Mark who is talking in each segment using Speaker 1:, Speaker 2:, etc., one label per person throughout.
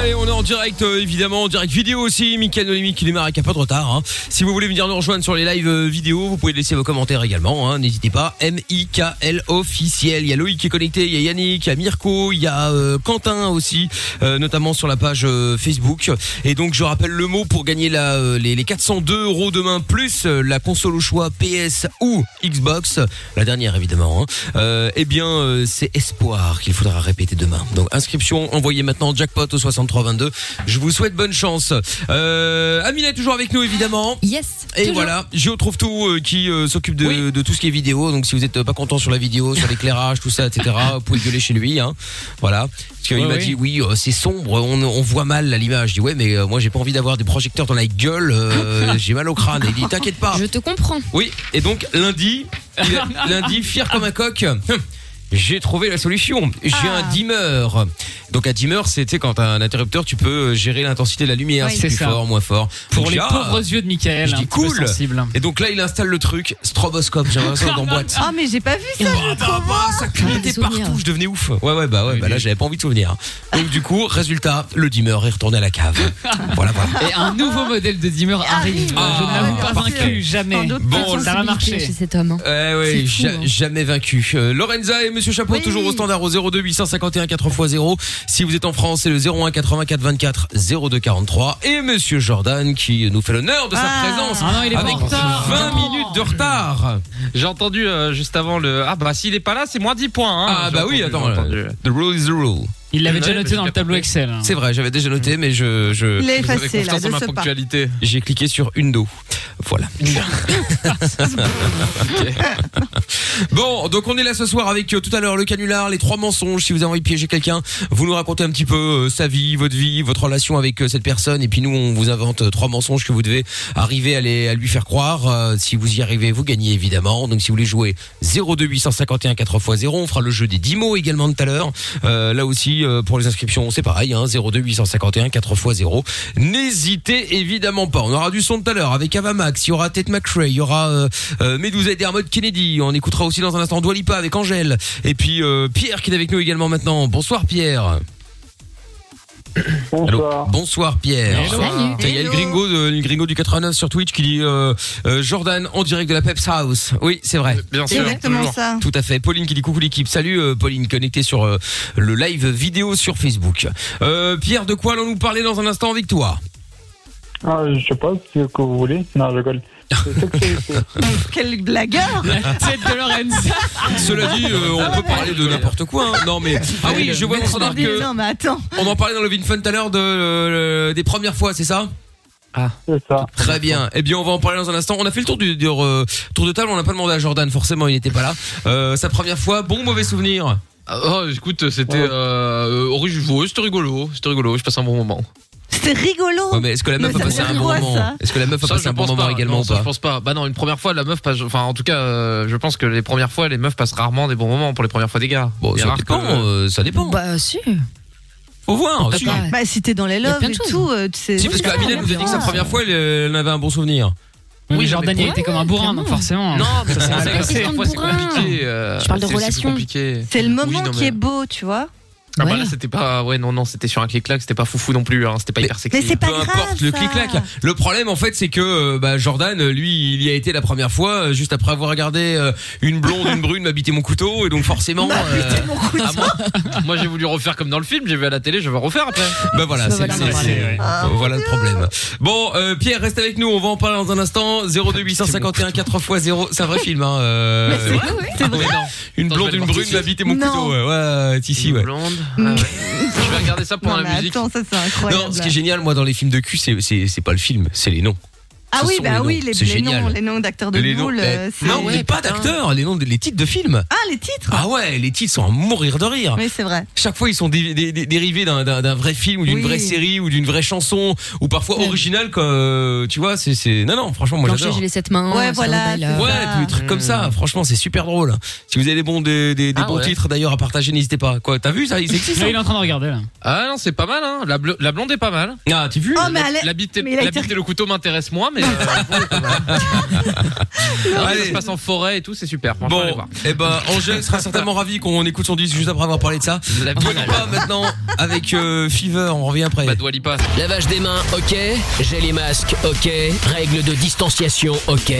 Speaker 1: Allez, on est en direct euh, évidemment, en direct vidéo aussi. Mickaël Nolimi qui démarre avec un peu de retard. hein. Si vous voulez venir nous rejoindre sur les lives euh, vidéo, vous pouvez laisser vos commentaires également. hein. N'hésitez pas. M-I-K-L officiel. Il y a Loïc qui est connecté, il y a Yannick, il y a Mirko, il y a euh, Quentin aussi, euh, notamment sur la page euh, Facebook. Et donc je rappelle le mot pour gagner la, euh, les, les 402 euros demain plus euh, la console au choix PS ou Xbox, la dernière évidemment. hein. Euh, eh bien euh, c'est espoir qu'il faudra répéter demain. Donc inscription envoyez maintenant jackpot au 6322. Je vous souhaite bonne chance. Euh, Amina est toujours avec nous évidemment.
Speaker 2: Yes.
Speaker 1: Et voilà, Géo trouve tout euh, qui euh, s'occupe de, de tout ce qui est vidéo. Donc si vous êtes euh, pas content sur la vidéo, sur l'éclairage, tout ça, etc., vous pouvez gueuler chez lui. Hein. Voilà. Parce qu'il
Speaker 3: Ouais,
Speaker 1: m'a
Speaker 3: ouais.
Speaker 1: dit oui, euh, c'est sombre, on, on voit mal à l'image. Je dis ouais, mais euh, moi j'ai pas envie d'avoir des projecteurs dans la gueule. euh, j'ai mal au crâne. Et il dit t'inquiète pas.
Speaker 2: Je te comprends.
Speaker 1: Oui. Et donc lundi, il a- lundi, fier comme un coq. hum, J'ai trouvé la solution. J'ai un
Speaker 2: Ah.
Speaker 1: dimmer. Donc un dimmer, c'est tu sais, quand t'as un interrupteur, tu peux euh, gérer l'intensité de la lumière,
Speaker 3: Oui.
Speaker 1: si
Speaker 3: C'est
Speaker 1: plus
Speaker 3: ça.
Speaker 1: fort, moins fort.
Speaker 3: Pour
Speaker 1: Donc,
Speaker 3: les
Speaker 1: j'ai, ah,
Speaker 3: pauvres yeux de Michael,
Speaker 1: je
Speaker 3: un
Speaker 1: dis
Speaker 3: petit peu
Speaker 1: cool.
Speaker 3: sensible.
Speaker 1: Et donc là, il installe le truc, stroboscope, j'ai l'impression d'en boîte. bah,
Speaker 4: Ah, mais j'ai pas vu ça.
Speaker 3: Oh, bah,
Speaker 4: Ah,
Speaker 1: ça clignotait partout, je devenais ouf. Ouais, ouais, bah ouais, bah là, j'avais pas envie de souvenir. Donc du coup, résultat, le dimmer est retourné à la cave. voilà, voilà.
Speaker 3: Et un nouveau modèle de dimmer
Speaker 4: Ah,
Speaker 3: arrive. Je ne l'avoue pas vaincu, jamais.
Speaker 2: Oh,
Speaker 3: Bon, ça va marcher.
Speaker 2: Chez cet homme. hein.
Speaker 1: Eh oui, ja- jamais vaincu. Euh, Lorenza et Monsieur Chapeau, toujours au standard au 02 851 4x0. Si vous êtes en France, c'est le 01 84 24 02 43. Et Monsieur Jordan qui nous fait l'honneur de sa présence.
Speaker 3: Ah non, il est pas
Speaker 1: avec
Speaker 3: en retard.
Speaker 1: 20 minutes de retard.
Speaker 5: J'ai entendu euh, juste avant le. Ah bah s'il est pas là, c'est moins 10 points. hein.
Speaker 1: Ah
Speaker 5: J'ai
Speaker 1: bah oui,
Speaker 5: entendu,
Speaker 1: attends.
Speaker 5: j'ai entendu.
Speaker 1: euh, The rule is the rule. Ah,
Speaker 3: Il l'avait
Speaker 5: Ouais,
Speaker 3: déjà
Speaker 5: mais
Speaker 3: noté
Speaker 5: j'ai
Speaker 3: dans le
Speaker 5: pas
Speaker 3: tableau
Speaker 5: compris.
Speaker 3: Excel. hein. Mm.
Speaker 1: C'est vrai, j'avais déjà noté, mais je. je
Speaker 4: Il est
Speaker 1: j'avais
Speaker 4: effacé, là,
Speaker 1: confiance en
Speaker 4: de
Speaker 1: ma
Speaker 4: ce pas.
Speaker 1: ponctualité. J'ai cliqué sur Undo. Voilà. Ok. Bon, donc on est là ce soir avec euh, tout à l'heure le canular, les trois mensonges. Si vous avez envie de piéger quelqu'un, vous nous racontez un petit peu euh, sa vie, votre vie, votre relation avec euh, cette personne, et puis nous on vous invente euh, trois mensonges que vous devez arriver à, les- à lui faire croire. Euh, si vous y arrivez, vous gagnez évidemment. Donc si vous voulez jouer 02851 4x0, on fera le jeu des 10 mots également tout à l'heure. Euh, là aussi euh, pour les inscriptions, c'est pareil, hein, 02851 4x0. N'hésitez évidemment pas. On aura du son tout à l'heure avec Avamax, il y aura Ted McRae, il y aura euh, euh, Medusa et Dermot Kennedy. On écoutera aussi dans un instant Dwalipa avec Angèle. Et puis euh, Pierre qui est avec nous également maintenant. Bonsoir Pierre. Allô. Bonsoir Pierre.
Speaker 3: Hello.
Speaker 2: Salut.
Speaker 1: Tiens, Il y a le gringo, de- le gringo du 89 sur Twitch qui dit euh, euh, Jordan en direct de la Peps House. Oui, c'est vrai.
Speaker 5: Bien
Speaker 4: C'est
Speaker 5: sûr.
Speaker 4: exactement
Speaker 5: toujours.
Speaker 4: ça.
Speaker 1: Tout à fait. Pauline qui dit coucou l'équipe. Salut euh, Pauline, connectée sur euh, le live vidéo sur Facebook. Euh, Pierre, de quoi allons-nous parler dans un instant avec toi
Speaker 6: Ah, je sais pas ce que vous voulez. Non, je rigole. C'est ça que c'est- c'est-
Speaker 4: Quel blagueur.
Speaker 3: La tête de Lorenza.
Speaker 4: Ah.
Speaker 1: Cela dit, euh, on peut parler de n'importe quoi. hein. Non mais ah oui, je vois dans le standard que
Speaker 4: Non, mais attends.
Speaker 1: on en parlait dans le Vin Fun tout à l'heure de euh, des premières fois, c'est ça
Speaker 6: c'est ça.
Speaker 1: Très bien. Eh bien, on va en parler dans un instant. On a fait le tour du, du, euh, tour de table. On n'a pas demandé à Jordan. Forcément, il n'était pas là. Euh, sa première fois. Bon, ou mauvais souvenir.
Speaker 5: Ah, oh, écoute, c'était euh, rigolo, c'était rigolo, c'était rigolo, je passe un bon moment.
Speaker 4: C'était rigolo.
Speaker 1: Ouais, mais est-ce que la meuf
Speaker 4: Mais
Speaker 1: a
Speaker 4: ça
Speaker 1: passé
Speaker 4: me
Speaker 1: un
Speaker 4: fait
Speaker 1: bon
Speaker 4: quoi,
Speaker 1: moment
Speaker 4: ça
Speaker 1: Est-ce que la meuf a
Speaker 5: Ça,
Speaker 1: passé
Speaker 5: je
Speaker 1: un bon
Speaker 5: pense
Speaker 1: moment
Speaker 5: pas.
Speaker 1: également
Speaker 5: Non,
Speaker 1: ou
Speaker 5: ça,
Speaker 1: pas
Speaker 5: Je pense pas. Bah non, une première fois, la meuf, passe- enfin en tout cas, euh, je pense que les premières fois, les meufs passent rarement des bons moments pour les premières fois des gars.
Speaker 1: Bon,
Speaker 5: Il est
Speaker 1: ça
Speaker 5: rare
Speaker 1: dépend.
Speaker 5: que-
Speaker 1: euh, ça dépend.
Speaker 2: Bah, si.
Speaker 1: Faut voir.
Speaker 2: Bah,
Speaker 1: Ah, Si,
Speaker 2: bah,
Speaker 4: Bah, si t'es dans les
Speaker 2: y a
Speaker 4: loves
Speaker 2: plein
Speaker 4: et
Speaker 2: de choses.
Speaker 4: tout, euh, tu sais. Oh,
Speaker 1: Si, parce que Amina nous a dit que sa première fois, elle, elle en avait un bon souvenir.
Speaker 3: Oui,
Speaker 5: mais
Speaker 3: Jordan il
Speaker 5: pour-
Speaker 3: a été comme un bourrin, donc
Speaker 2: clairement.
Speaker 3: forcément.
Speaker 5: Non, mais ça c'est
Speaker 3: Ah,
Speaker 5: vrai,
Speaker 3: la
Speaker 5: c'est-
Speaker 2: question de
Speaker 5: parfois, c'est
Speaker 2: bourrin.
Speaker 5: compliqué. euh,
Speaker 2: Je parle de
Speaker 5: c'est- c'est
Speaker 2: relations.
Speaker 5: compliqué.
Speaker 4: C'est le moment
Speaker 5: Oui, non,
Speaker 4: qui
Speaker 5: mais-
Speaker 1: hein.
Speaker 4: est beau, tu vois.
Speaker 5: Ah bah
Speaker 2: Voilà.
Speaker 5: là, c'était pas. Ouais, non, non, c'était sur un clic-clac, c'était pas foufou non plus, hein, c'était pas
Speaker 1: Mais-
Speaker 5: hyper sexy.
Speaker 4: Mais c'est pas
Speaker 1: Peu
Speaker 4: grave.
Speaker 1: importe le
Speaker 4: ça.
Speaker 1: clic-clac. Le problème, en fait, c'est que euh, bah, Jordan, lui, il y a été la première fois, euh, juste après avoir regardé euh, une blonde, une brune m'habiter mon couteau, et donc forcément. euh, ah, moi-
Speaker 5: Moi, j'ai voulu refaire comme dans le film, j'ai vu à la télé, je vais refaire après.
Speaker 1: Ben voilà,
Speaker 2: Bah
Speaker 1: c'est
Speaker 2: voilà,
Speaker 1: c'est-
Speaker 2: voilà.
Speaker 1: c'est-
Speaker 5: Ah.
Speaker 4: Ah.
Speaker 1: euh, voilà le problème. Bon, euh, Pierre, reste avec nous, on va en parler dans un instant. 02851 4x0, c'est un vrai film, hein. euh,
Speaker 4: Mais c'est
Speaker 1: ouais.
Speaker 4: vrai, oui. C'est
Speaker 1: Ah,
Speaker 4: vrai.
Speaker 1: ouais, non. Une
Speaker 5: Attends,
Speaker 1: blonde,
Speaker 5: je vais le voir tout
Speaker 1: une brune,
Speaker 5: de
Speaker 1: la
Speaker 5: suite.
Speaker 1: bite et mon
Speaker 4: Non.
Speaker 1: couteau, ouais, ouais, ici,
Speaker 5: Une
Speaker 1: ouais.
Speaker 5: blonde. Ah ouais. je vais regarder ça pendant
Speaker 4: Non,
Speaker 5: la
Speaker 4: mais
Speaker 5: musique.
Speaker 4: Bah, attends, ça c'est incroyable.
Speaker 1: Non, ce qui est génial, moi, dans les films de cul, c'est- c'est c'est pas le film, c'est les noms.
Speaker 4: ah
Speaker 1: ce
Speaker 4: oui,
Speaker 1: sont les
Speaker 4: bah
Speaker 1: noms.
Speaker 4: oui, les,
Speaker 1: C'est
Speaker 4: les noms,
Speaker 1: génial.
Speaker 4: les noms d'acteurs de
Speaker 1: les noms.
Speaker 4: boule. euh,
Speaker 1: eh,
Speaker 4: c'est-
Speaker 2: Ah
Speaker 1: non, mais pas d'acteurs, les noms, de- les titres de films.
Speaker 4: Ah, les titres.
Speaker 1: Ah ouais, les titres sont à mourir de rire.
Speaker 4: Oui, c'est vrai.
Speaker 1: Chaque fois, ils sont dé- dé- dé- dérivés d'un- d'un d'un vrai film ou d'une
Speaker 4: Oui.
Speaker 1: vraie série ou d'une vraie chanson ou parfois original, quoi, euh, tu vois. c'est c'est- non, non,
Speaker 6: Oh,
Speaker 1: franchement, moi
Speaker 2: Plancher,
Speaker 1: j'adore.
Speaker 2: j'ai les sept mains.
Speaker 4: Ouais,
Speaker 2: Charles
Speaker 4: voilà,
Speaker 2: Baila.
Speaker 4: c'est
Speaker 1: Ouais,
Speaker 4: Ah.
Speaker 1: tous les trucs comme ça. Franchement, c'est super drôle. Si vous avez des bons, des, des- des
Speaker 5: Ah
Speaker 1: bons
Speaker 5: ouais.
Speaker 1: titres d'ailleurs à partager, n'hésitez pas. Quoi, t'as vu ça Ils existent.
Speaker 3: Là,
Speaker 1: hein
Speaker 3: il est en train de regarder là.
Speaker 5: Ah non, c'est pas mal, hein. La, bleu- la blonde est pas mal.
Speaker 1: ah, t'as vu
Speaker 4: Oh, mais elle est-
Speaker 5: La bite et,
Speaker 4: mais il a
Speaker 5: la
Speaker 4: été-
Speaker 5: bite et le couteau m'intéressent moins, mais. Allez, ça se passe en forêt et tout, c'est super. Franchement, allez
Speaker 1: Bon,
Speaker 5: voir.
Speaker 1: et ben Angèle sera certainement ravie qu'on écoute son disque juste après avoir parlé de ça.
Speaker 5: La
Speaker 1: Dwalipa maintenant avec euh, Fever, on revient après.
Speaker 5: Bah, Dwalipa.
Speaker 7: Lavage des mains, ok. Gel et masque, ok. Règles de distanciation, ok.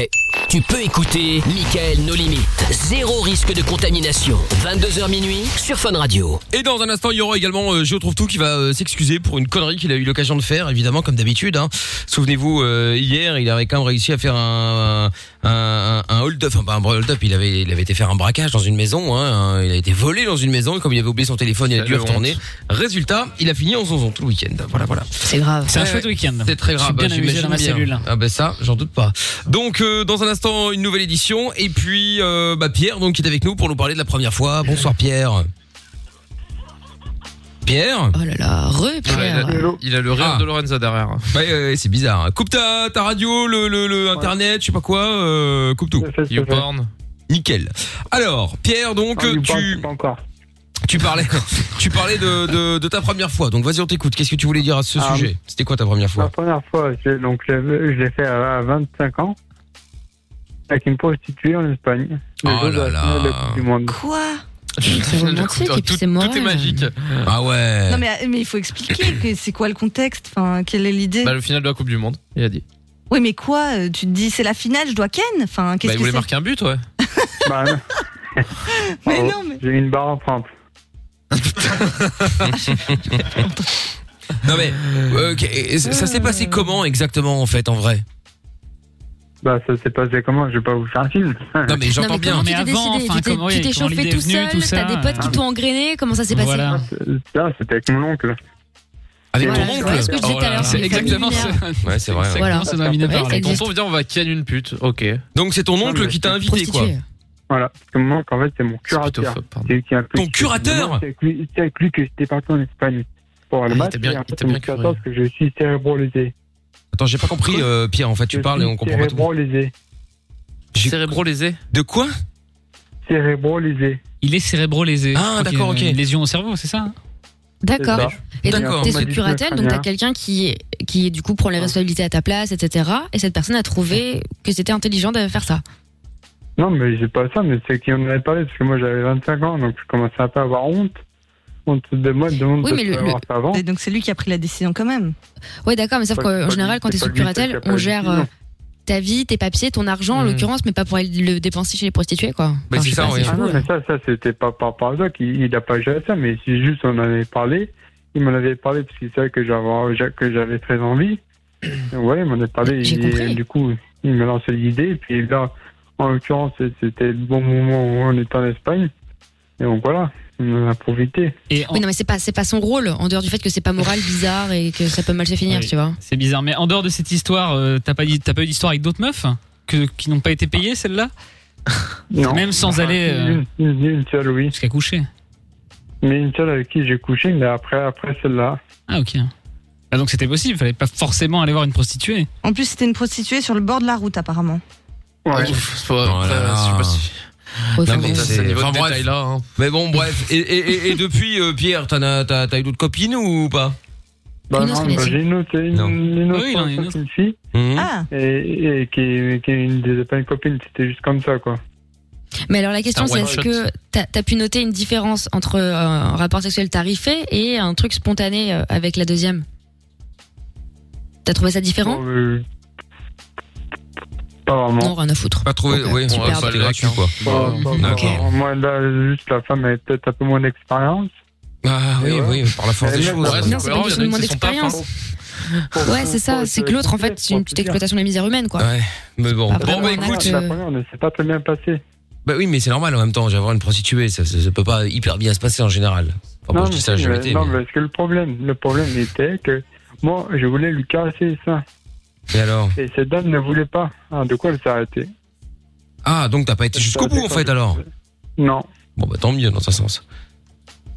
Speaker 7: Tu peux écouter Michael No Limites. Zéro risque de contamination. 22h minuit sur Fun Radio.
Speaker 1: Et dans un instant, il y aura également euh, Je trouve tout qui va euh, s'excuser pour une connerie qu'il a eu l'occasion de faire, évidemment comme d'habitude. hein. Souvenez-vous, euh, hier, il avait quand même réussi à faire un, un, un hold-up, enfin pas un hold-up, il avait, il avait été faire un braquage dans une maison, hein, il a été volé dans une maison, et comme il avait oublié son téléphone, il a dû
Speaker 5: Quelle
Speaker 1: retourner. Résultat, il a fini en zonzon tout le week-end. Voilà, voilà.
Speaker 4: C'est grave.
Speaker 3: C'est un
Speaker 1: Ouais,
Speaker 3: chouette
Speaker 1: ouais.
Speaker 3: week-end.
Speaker 1: C'est très grave.
Speaker 3: Je suis bien amusé
Speaker 1: j'imagine
Speaker 3: dans ma
Speaker 1: bien.
Speaker 3: cellule.
Speaker 1: Ah
Speaker 5: bah
Speaker 1: ben ça, j'en doute pas. Donc euh, dans un instant une nouvelle édition et puis euh, bah, Pierre donc qui est avec nous pour nous parler de la première fois. Bonsoir Pierre. Pierre
Speaker 2: Oh là là, re
Speaker 5: Ouais,
Speaker 2: Pierre.
Speaker 5: il, a, il a le rire
Speaker 1: Ah.
Speaker 5: de Lorenza derrière.
Speaker 1: Ouais, ouais, ouais, c'est bizarre. hein. Coupe ta, ta radio, le, le, le internet, je sais pas quoi, euh, coupe tout.
Speaker 6: Je sais ce que c'est.
Speaker 5: YouPorn.
Speaker 1: Nickel. Alors, Pierre, donc,
Speaker 6: Ah,
Speaker 5: euh,
Speaker 6: il parle,
Speaker 1: tu,
Speaker 6: c'est pas encore.
Speaker 1: tu parlais, tu parlais de, de, de ta première fois. Donc, vas-y, on t'écoute. Qu'est-ce que tu voulais dire à ce
Speaker 6: Ah.
Speaker 1: sujet C'était quoi ta première
Speaker 6: La
Speaker 1: fois
Speaker 6: première fois, je, donc, je l'ai je l'ai fait à 25 ans avec une prostituée en Espagne. Le
Speaker 1: Oh
Speaker 6: jour de
Speaker 1: là
Speaker 6: la finale de
Speaker 1: là.
Speaker 6: la Coupe du monde.
Speaker 4: Quoi
Speaker 2: C'est romantique et puis
Speaker 5: tout,
Speaker 2: c'est moral.
Speaker 5: tout est magique.
Speaker 1: Ah ouais.
Speaker 4: Non, mais, mais il faut expliquer que c'est quoi le contexte, enfin, quelle est l'idée.
Speaker 5: Bah, le final de la Coupe du Monde, il a dit.
Speaker 4: Oui, mais quoi euh, Tu te dis, c'est la finale, je dois Ken Enfin,
Speaker 5: Bah,
Speaker 4: qu'est-ce
Speaker 5: il
Speaker 4: que
Speaker 5: voulait
Speaker 4: c'est
Speaker 5: marquer un but, ouais.
Speaker 6: Bah, non.
Speaker 4: Mais
Speaker 6: Bravo.
Speaker 4: non, mais.
Speaker 6: J'ai eu une barre en simple.
Speaker 1: Non mais euh, ok, et ça ça s'est passé comment exactement en fait en vrai
Speaker 6: Bah, ça s'est passé comment Je vais pas vous faire un film.
Speaker 1: Non mais
Speaker 2: Non,
Speaker 1: j'entends
Speaker 2: mais
Speaker 1: bien.
Speaker 2: comment tu
Speaker 3: Mais
Speaker 2: t'es
Speaker 3: avant,
Speaker 2: décidé
Speaker 3: enfin,
Speaker 2: Tu t'es-
Speaker 3: comment-
Speaker 2: Tu t'es
Speaker 3: comment l'idée
Speaker 2: chauffé
Speaker 3: est
Speaker 2: tout
Speaker 3: venue,
Speaker 2: seul,
Speaker 3: tout ça,
Speaker 2: t'as des potes
Speaker 3: hein.
Speaker 2: qui t'ont engrainé, comment ça s'est passé
Speaker 3: Voilà.
Speaker 6: Ça, c'était avec mon oncle.
Speaker 1: Avec
Speaker 2: Voilà,
Speaker 1: ton
Speaker 2: je
Speaker 1: oncle.
Speaker 2: vois ce que
Speaker 5: Ah,
Speaker 2: je disais tout
Speaker 1: Oh
Speaker 2: à
Speaker 1: là
Speaker 2: l'heure,
Speaker 1: là.
Speaker 2: c'est
Speaker 3: C'est exactement
Speaker 2: familial.
Speaker 3: ça.
Speaker 1: Ouais, c'est vrai. ouais.
Speaker 2: Voilà.
Speaker 3: Exactement ce dont Amina
Speaker 2: Ouais, ça
Speaker 3: parlait.
Speaker 2: existe.
Speaker 5: Tonton vient, on va ken une pute. Ok.
Speaker 1: Donc c'est ton
Speaker 6: Non,
Speaker 1: oncle
Speaker 6: mais
Speaker 1: qui t'a invité quoi.
Speaker 2: Prostituée.
Speaker 6: Voilà. Parce que mon oncle, en fait, c'est mon
Speaker 5: C'est plutôt
Speaker 6: curateur.
Speaker 5: faux, pardon.
Speaker 6: C'est lui qui m'a pris-
Speaker 1: Ton curateur
Speaker 6: Non, C'est avec, lui- c'est avec lui que j'étais parti en Espagne pour le
Speaker 5: Ah, il
Speaker 6: match.
Speaker 5: t'a bien-
Speaker 6: et en
Speaker 5: il
Speaker 6: fait,
Speaker 5: t'a bien
Speaker 6: mon curateur,
Speaker 5: curé.
Speaker 6: parce que je suis cérébrolésé.
Speaker 1: Attends, j'ai pas compris euh, Pierre en fait, tu
Speaker 6: Je
Speaker 1: parles et
Speaker 6: suis
Speaker 1: on comprend pas tout.
Speaker 6: Cérébrolésé.
Speaker 1: J'ai-
Speaker 5: Cérébro lésé.
Speaker 1: De quoi
Speaker 6: Cérébrolésé.
Speaker 3: Il est cérébro-lésé.
Speaker 1: Ah, d'accord, ok.
Speaker 3: Une lésion au cerveau, c'est ça hein.
Speaker 2: D'accord.
Speaker 6: C'est ça.
Speaker 2: Et
Speaker 1: D'accord.
Speaker 2: donc, t'es
Speaker 6: Bah, On m'a
Speaker 2: sous
Speaker 6: dit
Speaker 2: curatelle,
Speaker 6: ça,
Speaker 2: donc t'as
Speaker 6: Fabien.
Speaker 2: quelqu'un qui, qui, du coup, prend les responsabilités à ta place, etc. Et cette personne a trouvé que c'était intelligent de faire ça.
Speaker 6: Non, mais j'ai pas ça, mais c'est qu'il en avait parlé, parce que moi j'avais 25 ans, donc je commençais un peu à avoir honte. Honte de moi, de honte
Speaker 2: Oui,
Speaker 6: de
Speaker 2: mais le-
Speaker 6: pas avoir ça avant.
Speaker 4: Et donc, c'est lui qui a pris la décision quand même.
Speaker 2: Ouais, d'accord, mais sauf
Speaker 6: Pas-
Speaker 2: qu'en
Speaker 6: pas
Speaker 2: général,
Speaker 6: lui,
Speaker 2: quand t'es
Speaker 6: c'est
Speaker 2: sous
Speaker 6: pas lui, c'est
Speaker 2: curatelle,
Speaker 6: qu'il y a
Speaker 2: on
Speaker 6: pas
Speaker 2: gère
Speaker 6: de-
Speaker 2: euh, ta vie, tes papiers, ton argent, en
Speaker 5: Mhm.
Speaker 2: l'occurrence, mais pas pour aller le dépenser chez les prostituées, quoi.
Speaker 1: Bah,
Speaker 2: Enfin,
Speaker 1: c'est
Speaker 2: je sais
Speaker 1: ça,
Speaker 2: pas,
Speaker 1: ouais.
Speaker 2: c'est
Speaker 6: Ah
Speaker 2: fou,
Speaker 6: non,
Speaker 2: ouais.
Speaker 6: mais ça, ça c'était pas par paradoxe, il, il a pas géré ça, mais c'est juste on en avait parlé. Il m'en avait parlé parce qu'il savait que j'avais, que j'avais très envie. Ouais, il m'en avait parlé,
Speaker 2: J'ai
Speaker 6: et,
Speaker 2: compris.
Speaker 6: du coup, il m'a lancé l'idée, et puis là, en l'occurrence, c'était le bon moment où on était en Espagne. Et donc voilà, on en a profité.
Speaker 3: Et en-
Speaker 2: Oui, non, mais c'est pas, c'est pas son rôle, en dehors du fait que c'est pas moral, bizarre et que ça peut mal se finir,
Speaker 3: Oui.
Speaker 2: tu vois.
Speaker 3: C'est bizarre. Mais en dehors de cette histoire, euh, t'as pas, dit- t'as pas eu d'histoire avec d'autres meufs hein, que, qui n'ont pas été payées, celles-là
Speaker 6: Non.
Speaker 3: Même sans aller euh,
Speaker 6: Une, une, une seule, oui.
Speaker 3: jusqu'à coucher.
Speaker 6: Mais une seule avec qui j'ai couché, mais après, après celle-là.
Speaker 3: Ah, ok. Ah, donc c'était possible, fallait pas forcément aller voir une prostituée.
Speaker 4: En plus, c'était une prostituée sur le bord de la route, apparemment.
Speaker 6: Ouais.
Speaker 5: Ouf, c'est pas-
Speaker 1: Oh là
Speaker 5: ça,
Speaker 1: là.
Speaker 5: je sais pas si-
Speaker 2: Ouais,
Speaker 1: Non,
Speaker 2: enfin,
Speaker 1: mais
Speaker 2: bon.
Speaker 5: Ça,
Speaker 1: C'est-
Speaker 5: c'est niveau
Speaker 1: enfin,
Speaker 5: de
Speaker 1: bref.
Speaker 5: détail là. hein.
Speaker 1: Mais bon bref, et, et, et- et depuis euh, Pierre, t'en as t'as t'as eu d'autres copines ou pas
Speaker 6: Bah
Speaker 2: Une autre
Speaker 6: non, bah,
Speaker 2: relation.
Speaker 6: j'ai une autre, une,
Speaker 1: Non.
Speaker 6: une autre,
Speaker 3: Oui, il en a une autre.
Speaker 6: une fille,
Speaker 1: Mhm.
Speaker 4: Ah
Speaker 6: et, et qui, est- qui est une des pas une copine, c'était juste comme ça, quoi.
Speaker 2: Mais alors la question
Speaker 5: C'est un
Speaker 2: c'est
Speaker 5: one
Speaker 2: est-ce
Speaker 5: shot.
Speaker 2: que t'as as pu noter une différence entre euh, un rapport sexuel tarifé et un truc spontané euh, avec la deuxième T'as trouvé ça différent
Speaker 6: Bon, euh, pas
Speaker 8: Oh,
Speaker 2: Non,
Speaker 6: vraiment.
Speaker 2: rien à foutre.
Speaker 1: Pas trouvé,
Speaker 2: Ok,
Speaker 1: oui,
Speaker 2: super.
Speaker 1: ouais, c'était gratuit quoi.
Speaker 6: Pas- pas- pas
Speaker 1: Ok.
Speaker 6: vraiment. Moi, là, juste la femme avait peut-être un peu moins d'expérience.
Speaker 1: Ah oui,
Speaker 6: Et ouais.
Speaker 1: oui, par la force
Speaker 6: Et
Speaker 1: des
Speaker 6: même,
Speaker 1: choses.
Speaker 6: ouais,
Speaker 2: Non, c'est pas
Speaker 5: cohérent, il y en a
Speaker 2: question de
Speaker 5: qui
Speaker 2: moins
Speaker 5: sont pas
Speaker 2: d'expérience.
Speaker 5: fins.
Speaker 6: Pour-
Speaker 2: Ouais,
Speaker 6: pour-
Speaker 2: c'est ça,
Speaker 6: pour
Speaker 2: c'est
Speaker 6: se-
Speaker 2: que l'autre en fait c'est une
Speaker 6: pour
Speaker 2: petite
Speaker 6: se dire.
Speaker 2: exploitation de la misère humaine quoi.
Speaker 1: Ouais. Mais bon,
Speaker 2: Pas
Speaker 1: bon
Speaker 2: vraiment
Speaker 1: bah
Speaker 2: un
Speaker 1: écoute,
Speaker 2: acte.
Speaker 6: La première, ne s'est pas très bien passée.
Speaker 1: bah oui, mais c'est normal en même temps, j'ai à voir une prostituée, ça, ça, ça peut pas hyper bien se passer en général. Enfin, bon, bah, je dis ça,
Speaker 6: mais-
Speaker 1: j'ai été,
Speaker 6: non,
Speaker 1: mais-
Speaker 6: parce que le problème, le problème était que moi, je voulais lui caresser les seins,
Speaker 1: Et alors
Speaker 6: et cette dame ne voulait pas. Ah, de quoi elle s'est arrêtée
Speaker 1: Ah, donc t'as pas été jusqu'au bout en fait alors
Speaker 6: Non.
Speaker 1: Bon bah tant mieux dans ce sens.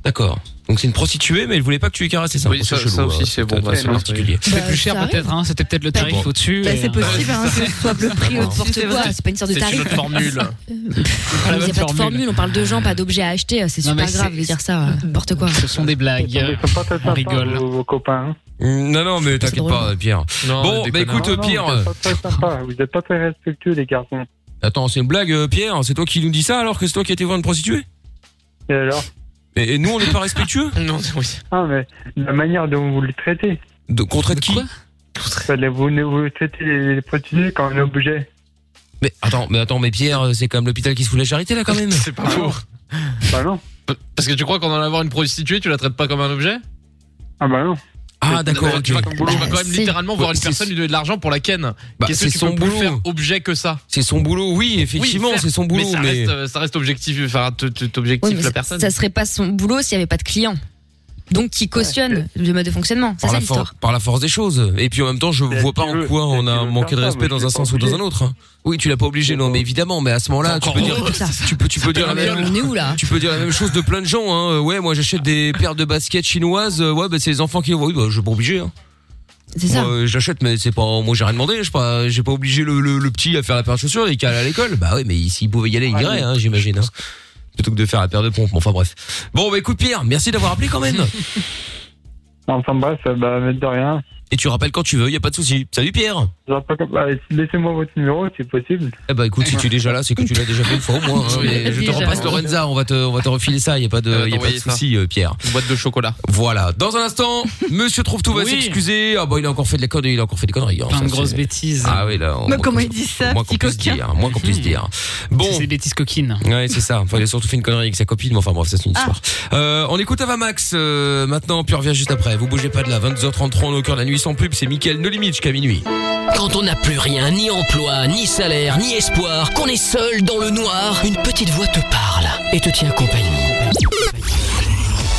Speaker 1: D'accord. Donc c'est une prostituée, mais elle voulait pas que tu lui caresses. C'est un peu
Speaker 5: Oui, ça,
Speaker 1: chelou,
Speaker 5: ça aussi,
Speaker 1: euh,
Speaker 5: c'est bon,
Speaker 1: peut-être
Speaker 5: bah,
Speaker 1: assez
Speaker 5: c'est
Speaker 1: particulier.
Speaker 3: C'était plus cher peut-être, hein, c'était peut-être le tarif
Speaker 1: Bon.
Speaker 3: au-dessus.
Speaker 4: Bah,
Speaker 3: et,
Speaker 4: c'est
Speaker 3: euh,
Speaker 4: possible hein, que ce soit le prix au-dessus.
Speaker 1: Bon.
Speaker 2: N'importe
Speaker 4: c'est
Speaker 2: quoi,
Speaker 4: vrai.
Speaker 2: c'est pas une sorte de
Speaker 5: C'est une
Speaker 2: tarif.
Speaker 5: autre formule.
Speaker 3: la
Speaker 2: Il n'y a
Speaker 3: bonne
Speaker 2: pas de
Speaker 3: formule.
Speaker 2: formule, on parle de gens, pas d'objets à acheter, c'est
Speaker 3: Non, mais
Speaker 2: super grave
Speaker 3: c'est-
Speaker 2: de dire ça, euh, n'importe quoi.
Speaker 3: Ce sont des blagues. euh,
Speaker 6: Ils sont pas très
Speaker 3: On
Speaker 6: sympas,
Speaker 3: rigole.
Speaker 6: Vos, vos copains. hein.
Speaker 1: Mm, Non, non, mais t'inquiète
Speaker 2: drôle.
Speaker 1: pas, Pierre.
Speaker 5: Non,
Speaker 1: Bon,
Speaker 5: mais hein.
Speaker 1: bah
Speaker 5: déconnard.
Speaker 1: écoute,
Speaker 6: Non, non,
Speaker 1: Pierre.
Speaker 6: Vous
Speaker 1: euh,
Speaker 6: êtes pas très sympas. Vous êtes pas très respectueux, les garçons.
Speaker 1: Attends, c'est une blague, euh, Pierre. C'est toi qui nous dis ça alors que c'est toi qui as été voir une prostituée
Speaker 6: Et alors
Speaker 1: et, et nous, on n'est pas respectueux
Speaker 5: Non, oui.
Speaker 6: Ah, mais la manière dont vous les traitez.
Speaker 1: de, Contre qui
Speaker 3: quoi
Speaker 6: Vous, vous, vous traitez les, les prostituées comme un objet.
Speaker 1: Mais attends, mais attends, mais Pierre, c'est comme l'hôpital qui se fout de la charité là quand même.
Speaker 5: C'est pas faux.
Speaker 6: Bah non.
Speaker 5: Parce que tu crois qu'en allant voir une prostituée, tu la traites pas comme un objet
Speaker 6: Ah bah non.
Speaker 1: Ah d'accord, ok.
Speaker 5: Tu vas, tu vas
Speaker 2: Bah,
Speaker 5: quand même
Speaker 2: si.
Speaker 5: littéralement voir une
Speaker 1: c'est-
Speaker 5: personne lui donner de l'argent pour la ken.
Speaker 1: Bah,
Speaker 5: Qu'est-ce
Speaker 1: c'est
Speaker 5: que tu
Speaker 1: son
Speaker 5: peux plus
Speaker 1: boulot.
Speaker 5: faire objet que ça
Speaker 1: C'est son boulot, oui, effectivement,
Speaker 5: Oui, certes,
Speaker 1: c'est son boulot,
Speaker 5: Mais ça
Speaker 1: mais.
Speaker 5: reste, euh, ça reste objectif, enfin, t- t- t'objectifs
Speaker 2: Oui, mais
Speaker 5: la
Speaker 2: ça-
Speaker 5: personne.
Speaker 2: Ça serait pas son boulot s'il n'y avait pas de clients. Donc qui cautionne le mode de fonctionnement. C'est
Speaker 1: Par
Speaker 2: ça
Speaker 1: la, for-
Speaker 2: l'histoire.
Speaker 1: par la force des choses. Et puis en même temps, je
Speaker 6: Mais
Speaker 1: vois
Speaker 6: tu
Speaker 1: pas en
Speaker 6: veux-
Speaker 1: quoi on
Speaker 6: tu
Speaker 1: a
Speaker 6: veux
Speaker 1: manqué de
Speaker 6: faire ça,
Speaker 1: respect
Speaker 6: moi,
Speaker 1: dans
Speaker 6: je
Speaker 1: un
Speaker 6: l'ai
Speaker 1: sens
Speaker 6: pas
Speaker 1: ou dans un
Speaker 6: obligé.
Speaker 1: autre. hein. Oui, tu l'as pas obligé, non, mais évidemment. Mais à ce moment-là, tu
Speaker 5: Encore
Speaker 1: peux dire,
Speaker 5: heureux.
Speaker 2: Tout Oh, ça.
Speaker 1: tu peux, tu peux dire la
Speaker 2: Ah, mais
Speaker 1: même
Speaker 2: On est où là
Speaker 1: Tu peux dire la même chose de plein de gens. Hein. Euh, Ouais, moi j'achète des paires de baskets chinoises. Euh, Ouais, bah, c'est les enfants qui les voient. Oui, bah, je suis pas obligé. Hein.
Speaker 2: C'est ça.
Speaker 1: Moi, euh, j'achète, mais c'est pas. Moi j'ai rien demandé. Je sais pas. J'ai pas obligé le, le, le petit à faire la paire de chaussures et qu'à aller à l'école. Bah oui, mais s'il pouvait y aller, il
Speaker 6: Ouais,
Speaker 1: irait, hein, j'imagine. hein. Plutôt que de faire la paire de pompes. Bon, Enfin bref. Bon, bah écoute Pierre, merci d'avoir appelé quand même.
Speaker 6: On s'embrasse, bah, mais de rien.
Speaker 1: Et tu rappelles quand tu veux. Y a pas de souci. Salut Pierre.
Speaker 6: Vous avez pas comme- bah, Laissez-moi votre numéro, si possible.
Speaker 1: Eh bah écoute, si tu es déjà là, c'est que tu l'as déjà fait une fois au moins. hein. Mais je te
Speaker 2: Déjà.
Speaker 1: repasse Lorenza, on va te, on va te refiler ça. Y a pas
Speaker 5: Elle
Speaker 1: de,
Speaker 5: va
Speaker 1: y a pas de
Speaker 5: t'envoyer ça.
Speaker 1: souci, euh, Pierre.
Speaker 5: Une boîte de chocolat.
Speaker 1: Voilà. Dans un instant, Monsieur trouve tout va
Speaker 3: Oui.
Speaker 1: s'excuser. Ah bah il a encore fait de la connerie, il a encore fait des conneries. hein,
Speaker 3: Plein
Speaker 1: ça,
Speaker 3: de
Speaker 1: c'est-
Speaker 3: grosses bêtises.
Speaker 1: Ah oui là.
Speaker 4: Mais
Speaker 1: on-
Speaker 4: comment il dit ça,
Speaker 1: Moins qu'on
Speaker 4: petit
Speaker 1: puisse
Speaker 4: coquin
Speaker 1: dire, moins qu'on puisse
Speaker 3: Mhm.
Speaker 1: dire. Bon.
Speaker 3: C'est des bêtises coquines.
Speaker 1: Ouais, c'est ça. Enfin, il a surtout fait une connerie avec sa copine, mais enfin bref, ça, c'est une
Speaker 4: Ah.
Speaker 1: histoire. Euh, on écoute Avamax euh, maintenant, puis on revient juste après. Vous bougez pas de là, 22h33, on est au cœur de la nuit sans pub, c'est Mickaël No Limite jusqu'à minuit.
Speaker 7: Quand on n'a plus rien, ni emploi, ni salaire, ni espoir, qu'on est seul dans le noir, une petite voix te parle et te tient compagnie.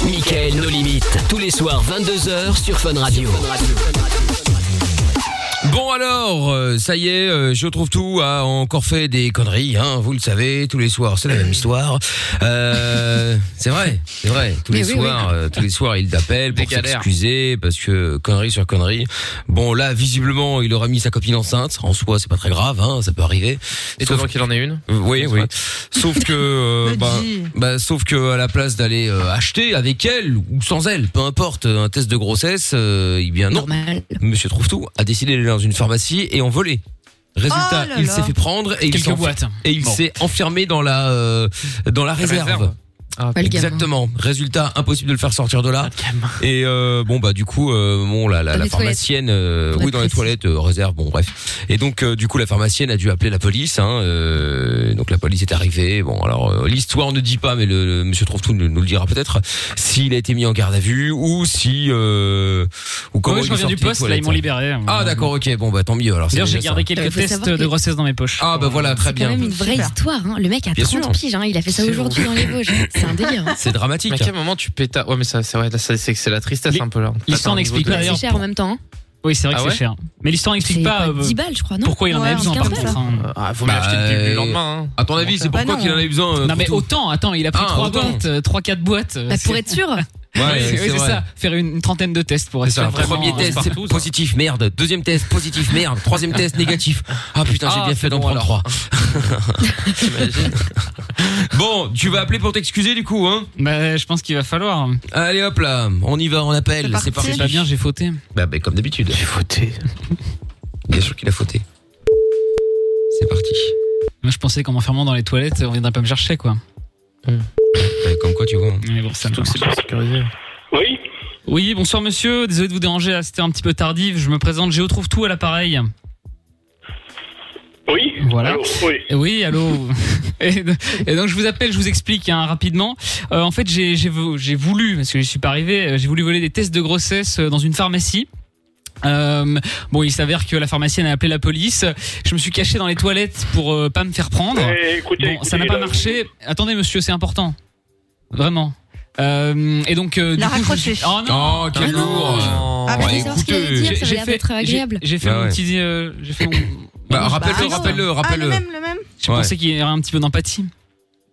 Speaker 7: Michael, nos limites, tous les soirs 22h sur Fun Radio.
Speaker 1: Bon alors, euh, ça y est, euh, je trouve tout a encore fait des conneries, hein, vous le savez, tous les soirs c'est la même histoire. Euh, c'est vrai, c'est vrai. Tous les
Speaker 2: Mais oui,
Speaker 1: soirs, euh, tous les soirs il t'appelle pour
Speaker 5: Des galères.
Speaker 1: s'excuser parce que conneries sur conneries. Bon là, visiblement il aura mis sa copine enceinte. En soi, c'est pas très grave, hein, ça peut arriver.
Speaker 5: Étonnant qu'il en ait une.
Speaker 1: Euh, Oui, oui. Sauf que, euh,
Speaker 4: Me
Speaker 1: bah,
Speaker 4: dis.
Speaker 1: bah, sauf que à la place d'aller euh, acheter avec elle ou sans elle, peu importe, un test de grossesse, euh, eh bien non.
Speaker 2: Normal.
Speaker 1: Monsieur Trouve-Tout a décidé d'aller dans une pharmacie et en voler. Résultat,
Speaker 4: Oh là
Speaker 1: il
Speaker 4: là.
Speaker 1: s'est fait prendre et il
Speaker 3: Quelques
Speaker 1: s'est enfer-
Speaker 3: boîtes.
Speaker 1: et il
Speaker 3: Bon.
Speaker 1: s'est enfermé dans la euh, dans la réserve.
Speaker 5: réserve. Ah,
Speaker 2: Ouais, le gamin.
Speaker 1: Exactement. Résultat, impossible de le faire sortir de là.
Speaker 5: gamin.
Speaker 1: Et euh, bon bah du coup, euh, bon la, la,
Speaker 2: Dans
Speaker 1: la
Speaker 2: les
Speaker 1: pharmacienne, euh,
Speaker 2: Pour
Speaker 1: oui
Speaker 2: être
Speaker 1: dans les
Speaker 2: précis.
Speaker 1: toilettes, euh, réserve, bon bref. Et donc euh, du coup la pharmacienne a dû appeler la police. Hein, euh, donc la police est arrivée. Bon alors euh, l'histoire ne dit pas, mais le, le monsieur Trouve-Tout nous, nous le dira peut-être s'il a été mis en garde à vue ou si euh, ou comment
Speaker 3: Comment
Speaker 1: il
Speaker 3: je
Speaker 1: est
Speaker 3: reviens
Speaker 1: sorti
Speaker 3: du
Speaker 1: des
Speaker 3: poste, là ils m'ont
Speaker 1: toilettes.
Speaker 3: libéré. hein.
Speaker 1: Ah d'accord, ok, bon bah tant mieux. Alors c'est
Speaker 3: D'ailleurs, j'ai
Speaker 1: déjà
Speaker 3: gardé
Speaker 1: ça.
Speaker 2: Euh,
Speaker 3: quelques
Speaker 2: faut
Speaker 3: tests
Speaker 2: savoir
Speaker 3: de
Speaker 2: que-
Speaker 3: grossesse dans mes poches.
Speaker 1: Ah bah voilà, très
Speaker 2: C'est quand
Speaker 1: bien.
Speaker 2: même une vraie
Speaker 4: Super.
Speaker 2: histoire. hein. Le mec a
Speaker 1: Bien
Speaker 2: 30
Speaker 1: sûr.
Speaker 2: piges, hein. il a fait ça
Speaker 5: C'est
Speaker 2: aujourd'hui dans les Vosges. C'est un délire. hein.
Speaker 1: C'est dramatique.
Speaker 5: Mais à quel moment tu pètes Ouais, mais ça, c'est ouais, là, ça, c'est que c'est la tristesse
Speaker 3: Les-
Speaker 5: un peu là.
Speaker 3: l'histoire
Speaker 5: T'as un
Speaker 3: n'explique
Speaker 5: niveau
Speaker 3: pas.
Speaker 5: de-
Speaker 3: D'ailleurs,
Speaker 2: C'est cher
Speaker 3: pour-
Speaker 2: en même temps. hein.
Speaker 3: Oui, c'est vrai que
Speaker 5: Ah
Speaker 3: c'est
Speaker 5: ouais
Speaker 3: cher. Mais l'histoire
Speaker 2: C'est
Speaker 3: n'explique pas
Speaker 2: quoi,
Speaker 3: euh,
Speaker 2: 10 balles, je crois, non
Speaker 3: pourquoi il en
Speaker 4: Ouais,
Speaker 3: avait besoin
Speaker 4: un
Speaker 3: par
Speaker 4: truc
Speaker 3: contre. hein.
Speaker 5: Ah, vaut mieux
Speaker 1: Bah,
Speaker 5: acheter une pilule le lendemain. hein.
Speaker 1: À ton avis,
Speaker 5: Comment
Speaker 1: c'est
Speaker 4: Bah
Speaker 1: pourquoi
Speaker 4: non.
Speaker 1: qu'il en avait besoin euh,
Speaker 3: Non mais
Speaker 1: Trouve-Tout
Speaker 3: autant, attends, il a pris
Speaker 1: Ah,
Speaker 3: trois
Speaker 1: autant.
Speaker 3: boîtes, 3-4 boîtes. euh,
Speaker 2: Bah,
Speaker 3: c'est-
Speaker 2: pour être sûr.
Speaker 1: Ouais,
Speaker 3: Oui, c'est ça. Faire une, une trentaine de tests pour
Speaker 1: C'est
Speaker 3: être
Speaker 1: ça,
Speaker 3: sûr. vraiment,
Speaker 1: premier
Speaker 3: euh,
Speaker 1: test c'est
Speaker 3: partout, ça.
Speaker 1: positif, merde. Deuxième test positif, merde. Troisième test négatif. Ah putain, j'ai
Speaker 3: Ah,
Speaker 1: bien
Speaker 3: c'est
Speaker 1: fait d'en
Speaker 3: bon,
Speaker 1: prendre trois.
Speaker 3: alors.
Speaker 5: T'imagines
Speaker 1: Bon, tu vas appeler pour t'excuser du coup, hein
Speaker 3: Bah, je pense qu'il va falloir.
Speaker 1: Allez hop là, on y va, on appelle, c'est
Speaker 4: C'est parti.
Speaker 1: parti.
Speaker 3: C'est pas bien, j'ai fauté.
Speaker 1: Bah, bah, comme d'habitude.
Speaker 5: J'ai fauté.
Speaker 1: Bien sûr qu'il a fauté. C'est parti.
Speaker 3: Moi, je pensais qu'en m'enfermant dans les toilettes, on viendrait pas me chercher, quoi.
Speaker 1: Ouais, Bah, comme quoi tu vois.
Speaker 3: Mais bon, ça me
Speaker 5: Surtout que c'est pas sécurisé.
Speaker 9: Oui,
Speaker 3: Oui, bonsoir monsieur, désolé de vous déranger, là, c'était un petit peu tardif. Je me présente, Géo trouve tout à l'appareil.
Speaker 9: oui.
Speaker 3: Voilà.
Speaker 9: Allô, oui.
Speaker 3: Eh Oui, allô. et, et donc je vous appelle, je vous explique hein, rapidement. Euh, en fait, j'ai j'ai vou- j'ai voulu, parce que je suis pas arrivé, euh, j'ai voulu voler des tests de grossesse euh, dans une pharmacie. Euh, bon, il s'avère que la pharmacienne a appelé la police. Je me suis caché dans les toilettes pour euh, pas me faire prendre.
Speaker 9: Eh, écoutez,
Speaker 3: Bon, ça
Speaker 9: écoutez,
Speaker 3: n'a pas
Speaker 9: là,
Speaker 3: marché. Attendez, monsieur, c'est important. Vraiment. Euh, et donc, euh,
Speaker 4: La
Speaker 3: du coup, je me suis-
Speaker 4: raccrocher.
Speaker 3: Oh non,
Speaker 1: Oh, quel
Speaker 2: Ah non.
Speaker 1: lourd
Speaker 4: Ah,
Speaker 2: Je
Speaker 4: bah,
Speaker 2: voulais
Speaker 1: Ouais,
Speaker 2: savoir ce qu'il
Speaker 1: écoutez,
Speaker 2: allait dire, ça
Speaker 3: j'ai
Speaker 2: avait l'air
Speaker 3: fait-
Speaker 2: d'être agréable.
Speaker 3: J'ai j'ai fait
Speaker 1: Bah
Speaker 3: mon
Speaker 1: ouais.
Speaker 3: petit. euh, j'ai fait mon.
Speaker 1: Bah,
Speaker 3: Bah,
Speaker 1: rappelle-le,
Speaker 4: non.
Speaker 1: rappelle-le,
Speaker 4: Ah, le
Speaker 1: rappelle-le.
Speaker 4: même, le même
Speaker 3: Je
Speaker 1: Ouais.
Speaker 3: pensais qu'il y aurait un petit peu d'empathie.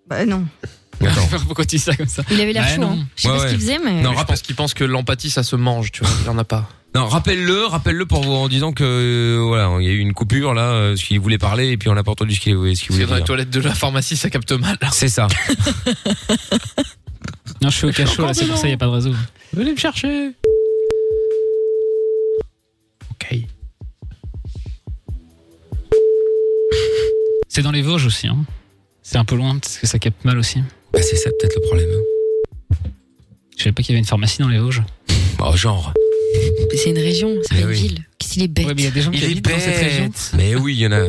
Speaker 4: Bah non.
Speaker 3: Pourquoi tu dis ça comme ça
Speaker 2: Il avait l'air
Speaker 3: Ouais,
Speaker 2: chaud.
Speaker 3: non.
Speaker 2: hein. Je sais
Speaker 1: Ouais,
Speaker 2: pas ce
Speaker 1: ouais.
Speaker 2: qu'il faisait, mais.
Speaker 1: Non,
Speaker 5: Je
Speaker 1: rappelle-
Speaker 5: pense qu'ils pensent que l'empathie, ça se mange, tu vois. Il y en a pas.
Speaker 1: non, rappelle-le, rappelle-le pour vous en disant que euh, voilà, il y a eu une coupure là, euh, parce qu'il voulait parler et puis on n'a pas entendu ce qu'il ce qu'il
Speaker 5: Parce que
Speaker 1: voulait
Speaker 5: dans les
Speaker 1: dire.
Speaker 5: toilettes de la pharmacie, ça capte mal.
Speaker 1: C'est ça.
Speaker 3: Non, je suis au cachot, là, c'est pour ça, il n'y a pas de réseau.
Speaker 5: Venez me chercher. Ok.
Speaker 3: C'est dans les Vosges aussi. Hein. C'est un peu loin parce que ça capte mal aussi.
Speaker 1: Bah, c'est ça peut-être le problème.
Speaker 3: Je savais pas qu'il y avait une pharmacie dans les Vosges.
Speaker 1: Oh, genre.
Speaker 2: C'est une région, c'est pas
Speaker 1: Mais
Speaker 2: une
Speaker 1: oui.
Speaker 2: ville. Qu'est-ce qu'il est bête,
Speaker 3: Eh Ouais, mais il y a des gens qui habitent dans cette région.
Speaker 1: Mais oui, il y en a.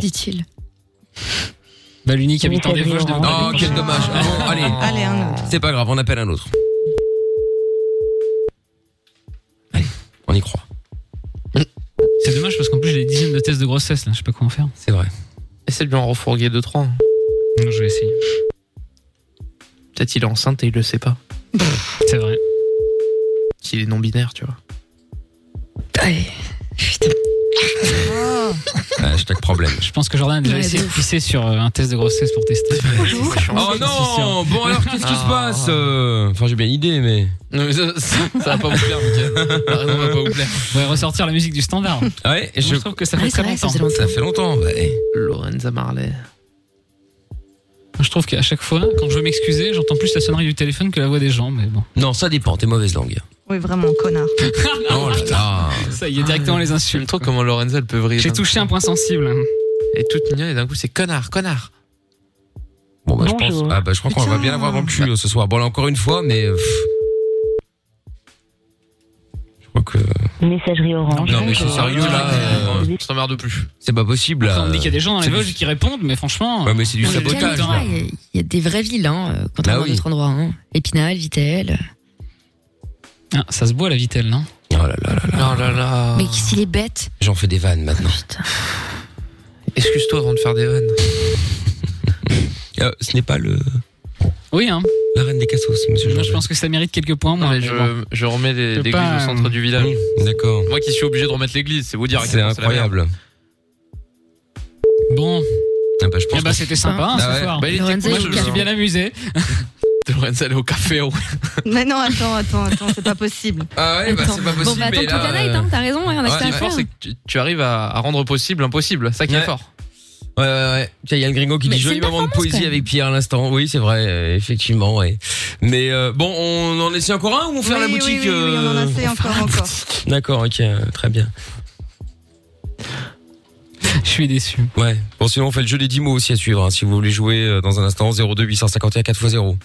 Speaker 2: dit-il.
Speaker 3: Bah, l'unique habitant des Vosges. devrait
Speaker 1: Oh,
Speaker 3: aller
Speaker 1: quel
Speaker 3: par-
Speaker 1: dommage. Ah bon, allez,
Speaker 4: Allez, un autre.
Speaker 1: c'est pas grave, on appelle un autre. Allez, on y croit.
Speaker 3: C'est dommage parce qu'en plus, j'ai des dizaines de tests de grossesse, là. Je sais pas comment faire.
Speaker 1: C'est vrai.
Speaker 5: Essaie de lui en refourguer 2-3.
Speaker 3: Non, je vais essayer.
Speaker 5: Peut-être il est enceinte et il le sait pas.
Speaker 3: C'est vrai.
Speaker 5: S'il est non-binaire, tu vois.
Speaker 2: Allez. Putain. Oh.
Speaker 1: Hashtag problème.
Speaker 3: Je pense que Jordan a déjà
Speaker 2: Ouais,
Speaker 3: essayé
Speaker 2: de
Speaker 3: de pisser sur euh, un test de grossesse pour tester. Ah.
Speaker 1: Oh non Bon alors, qu'est-ce qui se passe Euh, Enfin, j'ai bien une idée, mais...
Speaker 5: Non, mais ça, ça, ça va pas vous plaire, Mickaël. La raison va pas vous plaire.
Speaker 3: Ouais, ressortir la musique du standard. Moi,
Speaker 1: Ah ouais,
Speaker 3: Je
Speaker 1: je...
Speaker 3: trouve que ça fait
Speaker 2: Ouais, c'est
Speaker 3: très
Speaker 2: vrai, ça
Speaker 3: longtemps.
Speaker 2: faisait longtemps.
Speaker 1: Ça fait longtemps, bah, eh.
Speaker 5: Lorenza Marley.
Speaker 3: Je trouve qu'à chaque fois, quand je veux m'excuser, j'entends plus la sonnerie du téléphone que la voix des gens, mais bon.
Speaker 1: Non, ça dépend, t'es mauvaise langue.
Speaker 4: Oui, vraiment, connard.
Speaker 1: Oh là là
Speaker 3: Ça, il y a directement les
Speaker 5: J'aime
Speaker 3: insultes.
Speaker 5: trop comment Lorenza elle peut vriller.
Speaker 3: J'ai
Speaker 5: d'un coup.
Speaker 3: touché un point sensible.
Speaker 5: Elle est toute mignonne et d'un coup c'est connard, connard.
Speaker 1: Bon bah je pense... Ah bah je crois qu'on va bien avoir dans le cul euh, ce soir. Bon là, encore une fois, mais... euh, pff. Je crois que...
Speaker 9: Messagerie Orange.
Speaker 1: Non mais c'est sérieux
Speaker 4: Bah,
Speaker 1: là euh,
Speaker 5: Je t'emmerde plus.
Speaker 1: C'est pas possible
Speaker 3: Après,
Speaker 1: là
Speaker 3: on me dit qu'il y a des gens dans les
Speaker 1: c'est-
Speaker 3: Vosges qui répondent, mais franchement.
Speaker 1: Ouais mais c'est du
Speaker 3: On est
Speaker 1: sabotage
Speaker 3: calme,
Speaker 1: là.
Speaker 3: hein.
Speaker 2: Il y a- il y a des vraies villes, hein, euh, contrairement
Speaker 1: Bah oui.
Speaker 2: à d'autres endroits. Hein. Épinal, Vitel.
Speaker 3: Ah, ça se boit la vitelle, non
Speaker 1: Oh là là là là.
Speaker 5: Oh là
Speaker 3: Ah.
Speaker 5: là.
Speaker 2: Mais qu'est-ce qu'il est bête.
Speaker 1: J'en fais des vannes maintenant.
Speaker 2: Putain.
Speaker 5: Excuse-toi avant de faire des vannes.
Speaker 1: Euh, ce n'est pas le...
Speaker 3: Oui, hein.
Speaker 1: la reine des cassos, monsieur
Speaker 3: Moi, je
Speaker 1: Jordan.
Speaker 3: pense que ça mérite quelques points,
Speaker 5: Non,
Speaker 3: moi.
Speaker 5: mais euh,
Speaker 3: mais bon.
Speaker 5: je, je remets les-
Speaker 3: C'est
Speaker 5: l'église
Speaker 3: pas,
Speaker 5: au centre
Speaker 3: euh,
Speaker 5: du village.
Speaker 1: Oui, D'accord.
Speaker 5: Moi qui suis obligé de remettre l'église, c'est vous dire à quel
Speaker 1: C'est
Speaker 5: point la merde.
Speaker 1: incroyable.
Speaker 3: Bon,
Speaker 1: Ah bah je
Speaker 3: Eh
Speaker 1: pense
Speaker 3: bah,
Speaker 1: que-
Speaker 3: c'était sympa hein,
Speaker 1: Ah
Speaker 3: ce
Speaker 1: ouais.
Speaker 3: soir.
Speaker 5: Bah, il était
Speaker 2: Lorenzo,
Speaker 5: cool,
Speaker 3: moi,
Speaker 2: il
Speaker 3: je
Speaker 5: je
Speaker 3: me suis bien amusé.
Speaker 5: Lorenza elle est au café. ouais.
Speaker 4: Mais non, attends, attends, attends, c'est pas possible.
Speaker 1: Ah ouais bah
Speaker 2: Attends.
Speaker 1: c'est pas possible
Speaker 2: Bon, bah, attends
Speaker 1: mais
Speaker 2: toute
Speaker 1: là... euh,
Speaker 2: la night, hein, t'as raison, hein, on a
Speaker 1: ouais,
Speaker 2: que ça à
Speaker 5: Le
Speaker 1: il
Speaker 5: fort,
Speaker 2: faire.
Speaker 5: c'est que tu, tu arrives à, à rendre possible impossible. Ça qui
Speaker 1: Ouais.
Speaker 5: est fort.
Speaker 1: Ouais, ouais, ouais. Eh, Tiens, il y a le gringo qui
Speaker 2: Mais
Speaker 1: dit
Speaker 2: c'est
Speaker 1: joli
Speaker 2: une
Speaker 1: moment de
Speaker 2: performance, quand
Speaker 1: poésie
Speaker 2: même.
Speaker 1: avec Pierre à l'instant. Oui, c'est vrai, euh, effectivement, ouais. Mais euh, bon, on en essaie encore un ou on ferme la
Speaker 4: Oui, oui,
Speaker 1: boutique
Speaker 4: oui, oui, on en a
Speaker 1: euh,
Speaker 4: fait encore, encore.
Speaker 1: D'accord, ok, euh, très bien.
Speaker 3: Je suis déçu.
Speaker 1: Ouais. Bon, sinon, on fait le jeu des 10 mots aussi à suivre. hein, si vous voulez jouer euh, dans un instant, 02 851 4x0.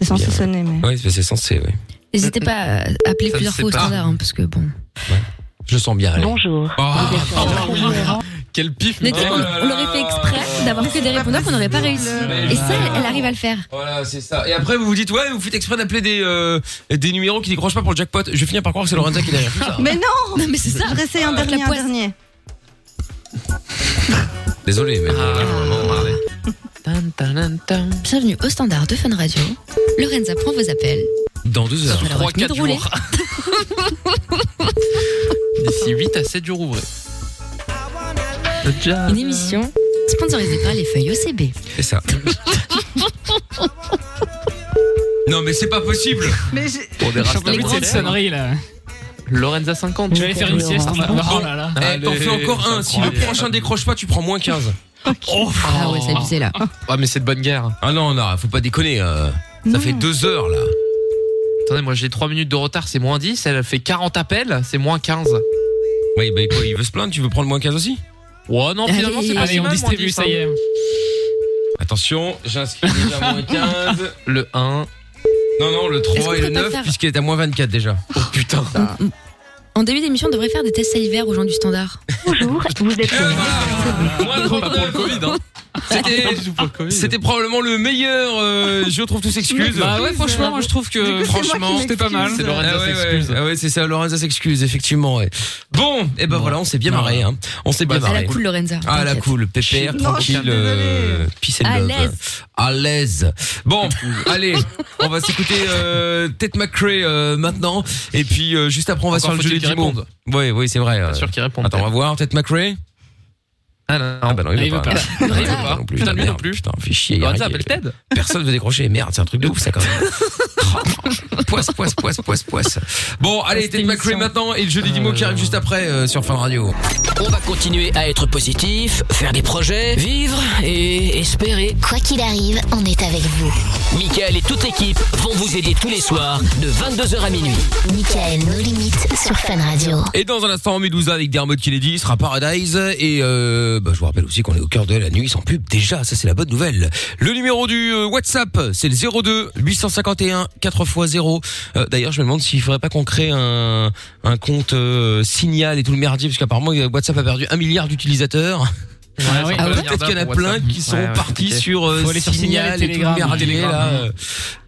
Speaker 4: C'est censé
Speaker 1: Bien.
Speaker 4: sonner, mais.
Speaker 1: Ouais, c'est c'est censé, ouais.
Speaker 2: N'hésitez pas à appeler
Speaker 5: Ça
Speaker 2: plusieurs
Speaker 5: se
Speaker 2: fois au
Speaker 5: sépare.
Speaker 2: standard, hein, parce que bon.
Speaker 1: Je le sens bien. allez.
Speaker 9: Bonjour.
Speaker 1: Oh,
Speaker 5: Quel pif.
Speaker 2: Mais tu sais
Speaker 1: Oh
Speaker 2: qu'on-
Speaker 1: là
Speaker 2: on l'aurait fait
Speaker 1: là.
Speaker 2: exprès d'avoir que des répondeurs qu'on n'aurait pas réussi.
Speaker 1: Mais
Speaker 2: Et ça,
Speaker 1: non.
Speaker 2: elle, elle arrive à le faire.
Speaker 1: Voilà, c'est ça. Et après, vous vous dites, ouais, vous faites exprès d'appeler des, euh, des numéros qui décrochent pas pour le jackpot. Je vais finir par croire que c'est Lorenza qui est derrière tout ça. hein.
Speaker 4: Mais non
Speaker 2: Non, mais c'est ça.
Speaker 4: Je réessaye un
Speaker 2: Avec la
Speaker 4: dernier, un
Speaker 2: poisse.
Speaker 4: dernier.
Speaker 1: Désolé, mais. euh,
Speaker 5: Ah, vraiment, regardez. Tan, tan, tan, tan.
Speaker 2: Bienvenue au standard de Fun Radio. Lorenza prend vos appels.
Speaker 1: Dans deux heures.
Speaker 2: Sur leur
Speaker 5: Trois,
Speaker 2: rythme
Speaker 5: quatre
Speaker 2: de rouler.
Speaker 5: jours. D'ici 8 à 7 jours ouvrés.
Speaker 2: Une émission sponsorisée par les feuilles OCB.
Speaker 1: C'est ça. non, mais c'est pas possible.
Speaker 4: Mais j'ai-
Speaker 5: Pour des
Speaker 3: J'en peux
Speaker 5: rastas
Speaker 3: plus de cette
Speaker 5: célèbres.
Speaker 3: sonnerie là.
Speaker 5: Lorenza 50.
Speaker 3: Je vais aller faire une sieste. on va- Oh là là.
Speaker 1: Eh,
Speaker 5: Allez,
Speaker 1: t'en fais encore un.
Speaker 5: incroyable.
Speaker 1: Si le prochain décroche pas, tu prends moins Oh. 15.
Speaker 3: Oh.
Speaker 2: Ah ouais, c'est abusé là.
Speaker 5: Ah, mais c'est de bonne guerre.
Speaker 1: Ah non, non, faut pas déconner. euh, Ça
Speaker 4: Non.
Speaker 1: fait deux heures là.
Speaker 5: Attendez, moi j'ai 3 minutes de retard, c'est moins 10. Elle a fait 40 appels, c'est moins 15.
Speaker 1: Oui, bah quoi, il veut se plaindre, tu veux prendre moins 15 aussi
Speaker 5: Ouais, non,
Speaker 2: Allez,
Speaker 5: finalement c'est pas si
Speaker 3: Allez, on
Speaker 5: mal, moins
Speaker 3: distribue,
Speaker 5: 10,
Speaker 3: ça
Speaker 5: hein.
Speaker 3: y est.
Speaker 1: Attention, j'inscris déjà moins 15.
Speaker 5: Le 1.
Speaker 1: Non, non, le
Speaker 2: Est-ce qu'on
Speaker 1: 3 et
Speaker 2: peut
Speaker 1: le
Speaker 2: pas
Speaker 1: 9,
Speaker 2: faire-
Speaker 1: puisqu'il est à moins 24 déjà.
Speaker 5: Oh putain.
Speaker 2: En début d'émission, on devrait faire des tests salivaires aux gens du standard.
Speaker 9: Bonjour, vous êtes
Speaker 1: Et voilà Moins
Speaker 5: Pas pour le
Speaker 1: 39.
Speaker 5: Covid, hein.
Speaker 1: C'était-
Speaker 5: Pas du tout pour le Covid.
Speaker 1: C'était probablement le meilleur. euh, je trouve tous excuses.
Speaker 3: Bah ouais, franchement, moi je trouve que.
Speaker 4: c'est moi qui
Speaker 3: Franchement, c'était pas mal.
Speaker 4: m'excuse.
Speaker 5: C'est Lorenza
Speaker 1: ah ouais,
Speaker 5: s'excuse.
Speaker 1: ouais. Ah ouais, c'est ça, Lorenza s'excuse, effectivement. ouais. Bon, et ben voilà, on s'est bien
Speaker 3: Non.
Speaker 1: marré. Hein. On s'est bien
Speaker 2: À la
Speaker 1: marré.
Speaker 2: cool, Lorenza.
Speaker 1: Ah la
Speaker 2: T'inquiète.
Speaker 1: cool, pépère,
Speaker 4: Non, je suis
Speaker 1: tranquille, euh, peace and
Speaker 2: À
Speaker 1: love.
Speaker 2: l'aise.
Speaker 1: À l'aise. Bon, allez, on va s'écouter euh, Ted McRae euh, maintenant, et puis euh, juste après on va
Speaker 5: Encore
Speaker 1: sur le jeu
Speaker 5: faut-il
Speaker 1: des
Speaker 5: qu'ils
Speaker 1: dix mots.
Speaker 5: répondent.
Speaker 1: Oui, oui, c'est vrai. euh.
Speaker 5: Sûr qu'ils répondent.
Speaker 1: Attends, on va voir, Ted McRae.
Speaker 5: Ah non,
Speaker 1: Ah bah non, il veut pas.
Speaker 5: Non, il veut
Speaker 1: Putain,
Speaker 5: pas.
Speaker 1: non plus.
Speaker 5: Putain, lui non
Speaker 1: merde,
Speaker 5: plus.
Speaker 1: Putain, fais chier.
Speaker 5: Lorenza
Speaker 1: Harry.
Speaker 5: appelle Ted.
Speaker 1: Personne veut décrocher. Merde, c'est un truc de ouf, ça, quand même. poisse, poisse, poisse, poisse, poisse. Bon, allez, Ted McRae
Speaker 5: hein.
Speaker 1: maintenant et le jeu des 10 mots qui arrive juste après euh, sur Fun Radio.
Speaker 7: On va continuer à être positif, faire des projets, vivre et espérer.
Speaker 10: Quoi qu'il arrive, on est avec vous.
Speaker 7: Michael et toute l'équipe vont vous aider tous les soirs de 22h à minuit.
Speaker 10: Michael, nos limites sur Fun Radio.
Speaker 1: Et dans un instant, Medusa avec Dermot qui les dit, il sera Paradise. Et euh, bah, je vous rappelle aussi qu'on est au cœur de la nuit sans pub. Déjà, ça c'est la bonne nouvelle. Le numéro du euh, WhatsApp, c'est le 02 851 4x0. Euh, D'ailleurs, je me demande s'il faudrait pas qu'on crée un, un compte euh, signal et tout le merdier, parce qu'apparemment euh, WhatsApp a perdu un milliard d'utilisateurs.
Speaker 5: Ah oui.
Speaker 1: Alors,
Speaker 3: hein,
Speaker 1: Peut-être qu'il y en a plein qui sont partis sur, euh,
Speaker 3: Faut aller sur Signal et
Speaker 1: Signal et tout le
Speaker 3: Telegram.
Speaker 1: merdier, là.
Speaker 3: Telegram.
Speaker 1: euh.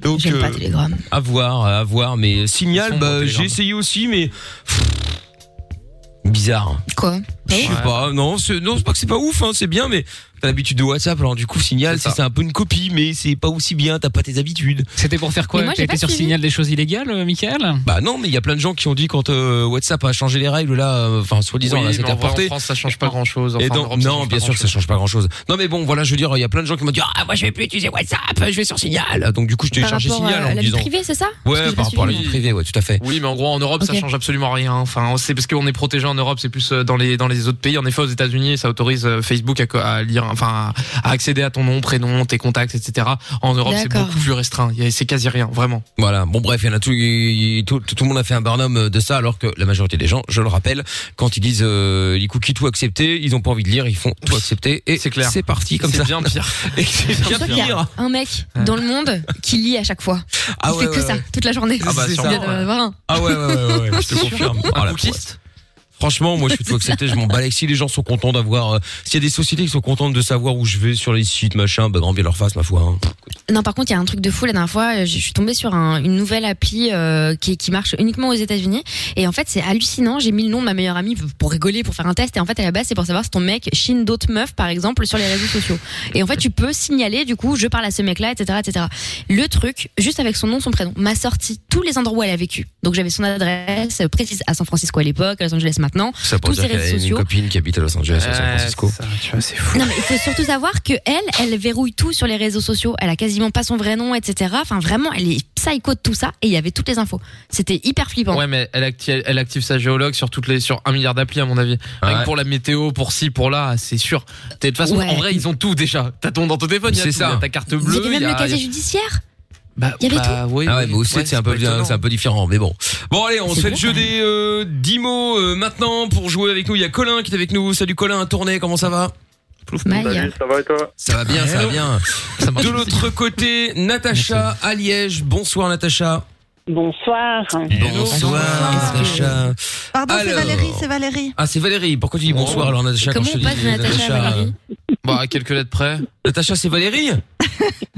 Speaker 1: Donc,
Speaker 2: J'aime pas
Speaker 1: euh,
Speaker 2: Telegram.
Speaker 1: à voir, à voir. Mais
Speaker 5: Ils
Speaker 1: Signal,
Speaker 5: sont
Speaker 1: bah,
Speaker 5: dans Telegram.
Speaker 1: j'ai essayé aussi, mais pff, bizarre.
Speaker 2: Quoi
Speaker 1: Je sais
Speaker 5: Ouais.
Speaker 1: pas. Non, c'est non, c'est pas que c'est pas ouf. Hein, c'est bien, mais t'as l'habitude de WhatsApp. Alors du coup, Signal,
Speaker 5: C'est
Speaker 1: c'est
Speaker 5: ça.
Speaker 1: c'est un peu une copie, mais c'est pas aussi bien. T'as pas tes habitudes.
Speaker 3: C'était pour faire quoi
Speaker 2: Mais moi,
Speaker 3: T'as
Speaker 2: j'ai pas
Speaker 3: été sur
Speaker 2: suivi.
Speaker 3: signal des choses illégales, euh, Michael
Speaker 1: Bah non, mais il y a plein de gens qui ont dit quand euh, WhatsApp a changé les règles là, euh, enfin soi-disant là,
Speaker 5: Oui, mais
Speaker 1: c'était
Speaker 5: en vrai,
Speaker 1: apporté.
Speaker 5: En France, ça change pas grand chose.
Speaker 1: Et donc, non, bien sûr que ça change pas grand chose. Non, mais bon, voilà, je veux dire, il y a plein de gens qui m'ont dit, ah, moi, je vais plus utiliser WhatsApp, je vais sur Signal. Donc, du coup, je t'ai
Speaker 2: Par
Speaker 1: chargé
Speaker 2: rapport
Speaker 1: Signal
Speaker 2: à la
Speaker 1: en
Speaker 2: vie
Speaker 1: disant.
Speaker 2: privée, c'est ça Parce que
Speaker 1: Ouais,
Speaker 2: j'ai
Speaker 1: par
Speaker 2: pas
Speaker 1: rapport à la
Speaker 2: suivi.
Speaker 1: vie privée, ouais, tout à fait.
Speaker 5: Oui, mais en gros, en Europe,
Speaker 2: Ok.
Speaker 5: ça change absolument rien. Enfin, c'est parce qu'on est protégé en Europe, c'est plus euh, dans les dans les autres pays. En effet, aux États-Unis, ça autorise euh, Facebook à, co- à lire, enfin, à à accéder à ton nom, prénom, tes contacts, etc. En Europe, c'est
Speaker 2: D'accord.
Speaker 5: beaucoup plus restreint. Il y a- C'est quasi rien, vraiment.
Speaker 1: Voilà. Bon, bref, il y en a tout, il- tout, tout le monde a fait un barnum euh, de ça, alors que la majorité des gens, je le rappelle, quand ils disent, euh, ils cookies tout accepter, ils ont pas envie de lire, ils font tout accepter et
Speaker 5: C'est clair.
Speaker 1: C'est parti comme
Speaker 5: C'est
Speaker 1: ça.
Speaker 5: bien pire.
Speaker 1: Et c'est
Speaker 2: Je
Speaker 1: bien
Speaker 2: crois qu'il y
Speaker 1: pire.
Speaker 2: a un mec dans le monde qui lit à chaque fois.
Speaker 1: Ah
Speaker 2: il fait
Speaker 1: ouais,
Speaker 2: que
Speaker 1: ouais,
Speaker 2: ça
Speaker 1: ouais.
Speaker 2: toute la journée.
Speaker 5: Ah bah,
Speaker 2: Il doit
Speaker 5: sûrement,
Speaker 2: y en
Speaker 5: ouais.
Speaker 2: avoir un.
Speaker 1: Ah ouais, ouais, ouais, ouais, je te confirme. Oh, la poisse.
Speaker 5: Cookiste
Speaker 1: Franchement, moi, je suis tout accepté, je m'en balais. Si les gens sont contents d'avoir, euh, s'il y a des sociétés qui sont contentes de savoir où je vais sur les sites, machin, bah, grand bien leur face, ma foi. hein.
Speaker 2: Non, par contre, il y a un truc de fou la dernière fois. euh, Je suis tombée sur un- une nouvelle appli euh, qui, qui marche uniquement aux États-Unis. Et en fait, c'est hallucinant. J'ai mis le nom de ma meilleure amie pour rigoler, pour faire un test. Et en fait, à la base, c'est pour savoir si ton mec chine d'autres meufs, par exemple, sur les réseaux sociaux. Et en fait, tu peux signaler, du coup, je parle à ce mec-là, etc., etc. Le truc, juste avec son nom, son prénom, m'a sorti tous les endroits où elle a vécu. Donc, j'avais son adresse euh, précise à San Francisco à l'époque, à Los Angeles maintenant.
Speaker 1: Ça pour
Speaker 2: Tous
Speaker 1: dire
Speaker 2: ces
Speaker 1: qu'elle
Speaker 2: réseaux
Speaker 1: a une
Speaker 2: sociaux.
Speaker 1: copine qui habite à Los Angeles, à San Francisco.
Speaker 5: C'est fou.
Speaker 2: Non mais il faut surtout savoir que elle, elle verrouille tout sur les réseaux sociaux. Elle a quasiment pas son vrai nom, etc. Enfin vraiment, elle est psycho de tout ça et il y avait toutes les infos. C'était hyper flippant.
Speaker 5: Ouais, mais elle active, elle active sa géologue sur toutes les, sur un milliard d'applis à mon avis. Rien
Speaker 1: Ouais.
Speaker 5: que pour la météo, pour ci, pour là, c'est sûr. T'es- De toute façon,
Speaker 2: Ouais.
Speaker 5: en vrai, ils ont tout déjà. T'as ton dans ton téléphone, il y a
Speaker 1: C'est
Speaker 5: tout.
Speaker 1: ça.
Speaker 5: Il y a ta carte
Speaker 2: Il y
Speaker 5: bleue.
Speaker 2: avait même
Speaker 5: il y a-
Speaker 2: le casier
Speaker 5: il y a-
Speaker 2: judiciaire.
Speaker 5: Bah,
Speaker 2: il y avait
Speaker 5: bah, oui,
Speaker 1: Ah ouais,
Speaker 5: oui.
Speaker 1: mais aussi,
Speaker 5: Ouais,
Speaker 1: c'est un
Speaker 5: pas
Speaker 1: peu bien,
Speaker 5: étonnant.
Speaker 1: c'est un peu différent, mais bon. Bon, allez, on se
Speaker 2: C'est
Speaker 1: fait
Speaker 2: bon,
Speaker 1: le jeu
Speaker 2: quand
Speaker 1: des euh, 10 mots euh, maintenant pour jouer avec nous. Il y a Colin qui est avec nous. Salut Colin, à tournée, comment ça va
Speaker 2: Maya.
Speaker 6: Salut, ça va et toi
Speaker 1: Ça va bien, ça va bien. De l'autre côté, Natacha à Liège. Bonsoir Natacha.
Speaker 9: Bonsoir.
Speaker 1: Bonsoir Natacha.
Speaker 4: Pardon, c'est
Speaker 1: Alors.
Speaker 4: Valérie, c'est Valérie.
Speaker 1: Ah, c'est Valérie. Pourquoi tu dis bonsoir alors Natacha quand
Speaker 2: Comment
Speaker 1: je te
Speaker 2: on
Speaker 1: dis
Speaker 2: passe de Natacha à Valérie
Speaker 5: Bah, à quelques lettres près.
Speaker 1: Natacha, c'est Valérie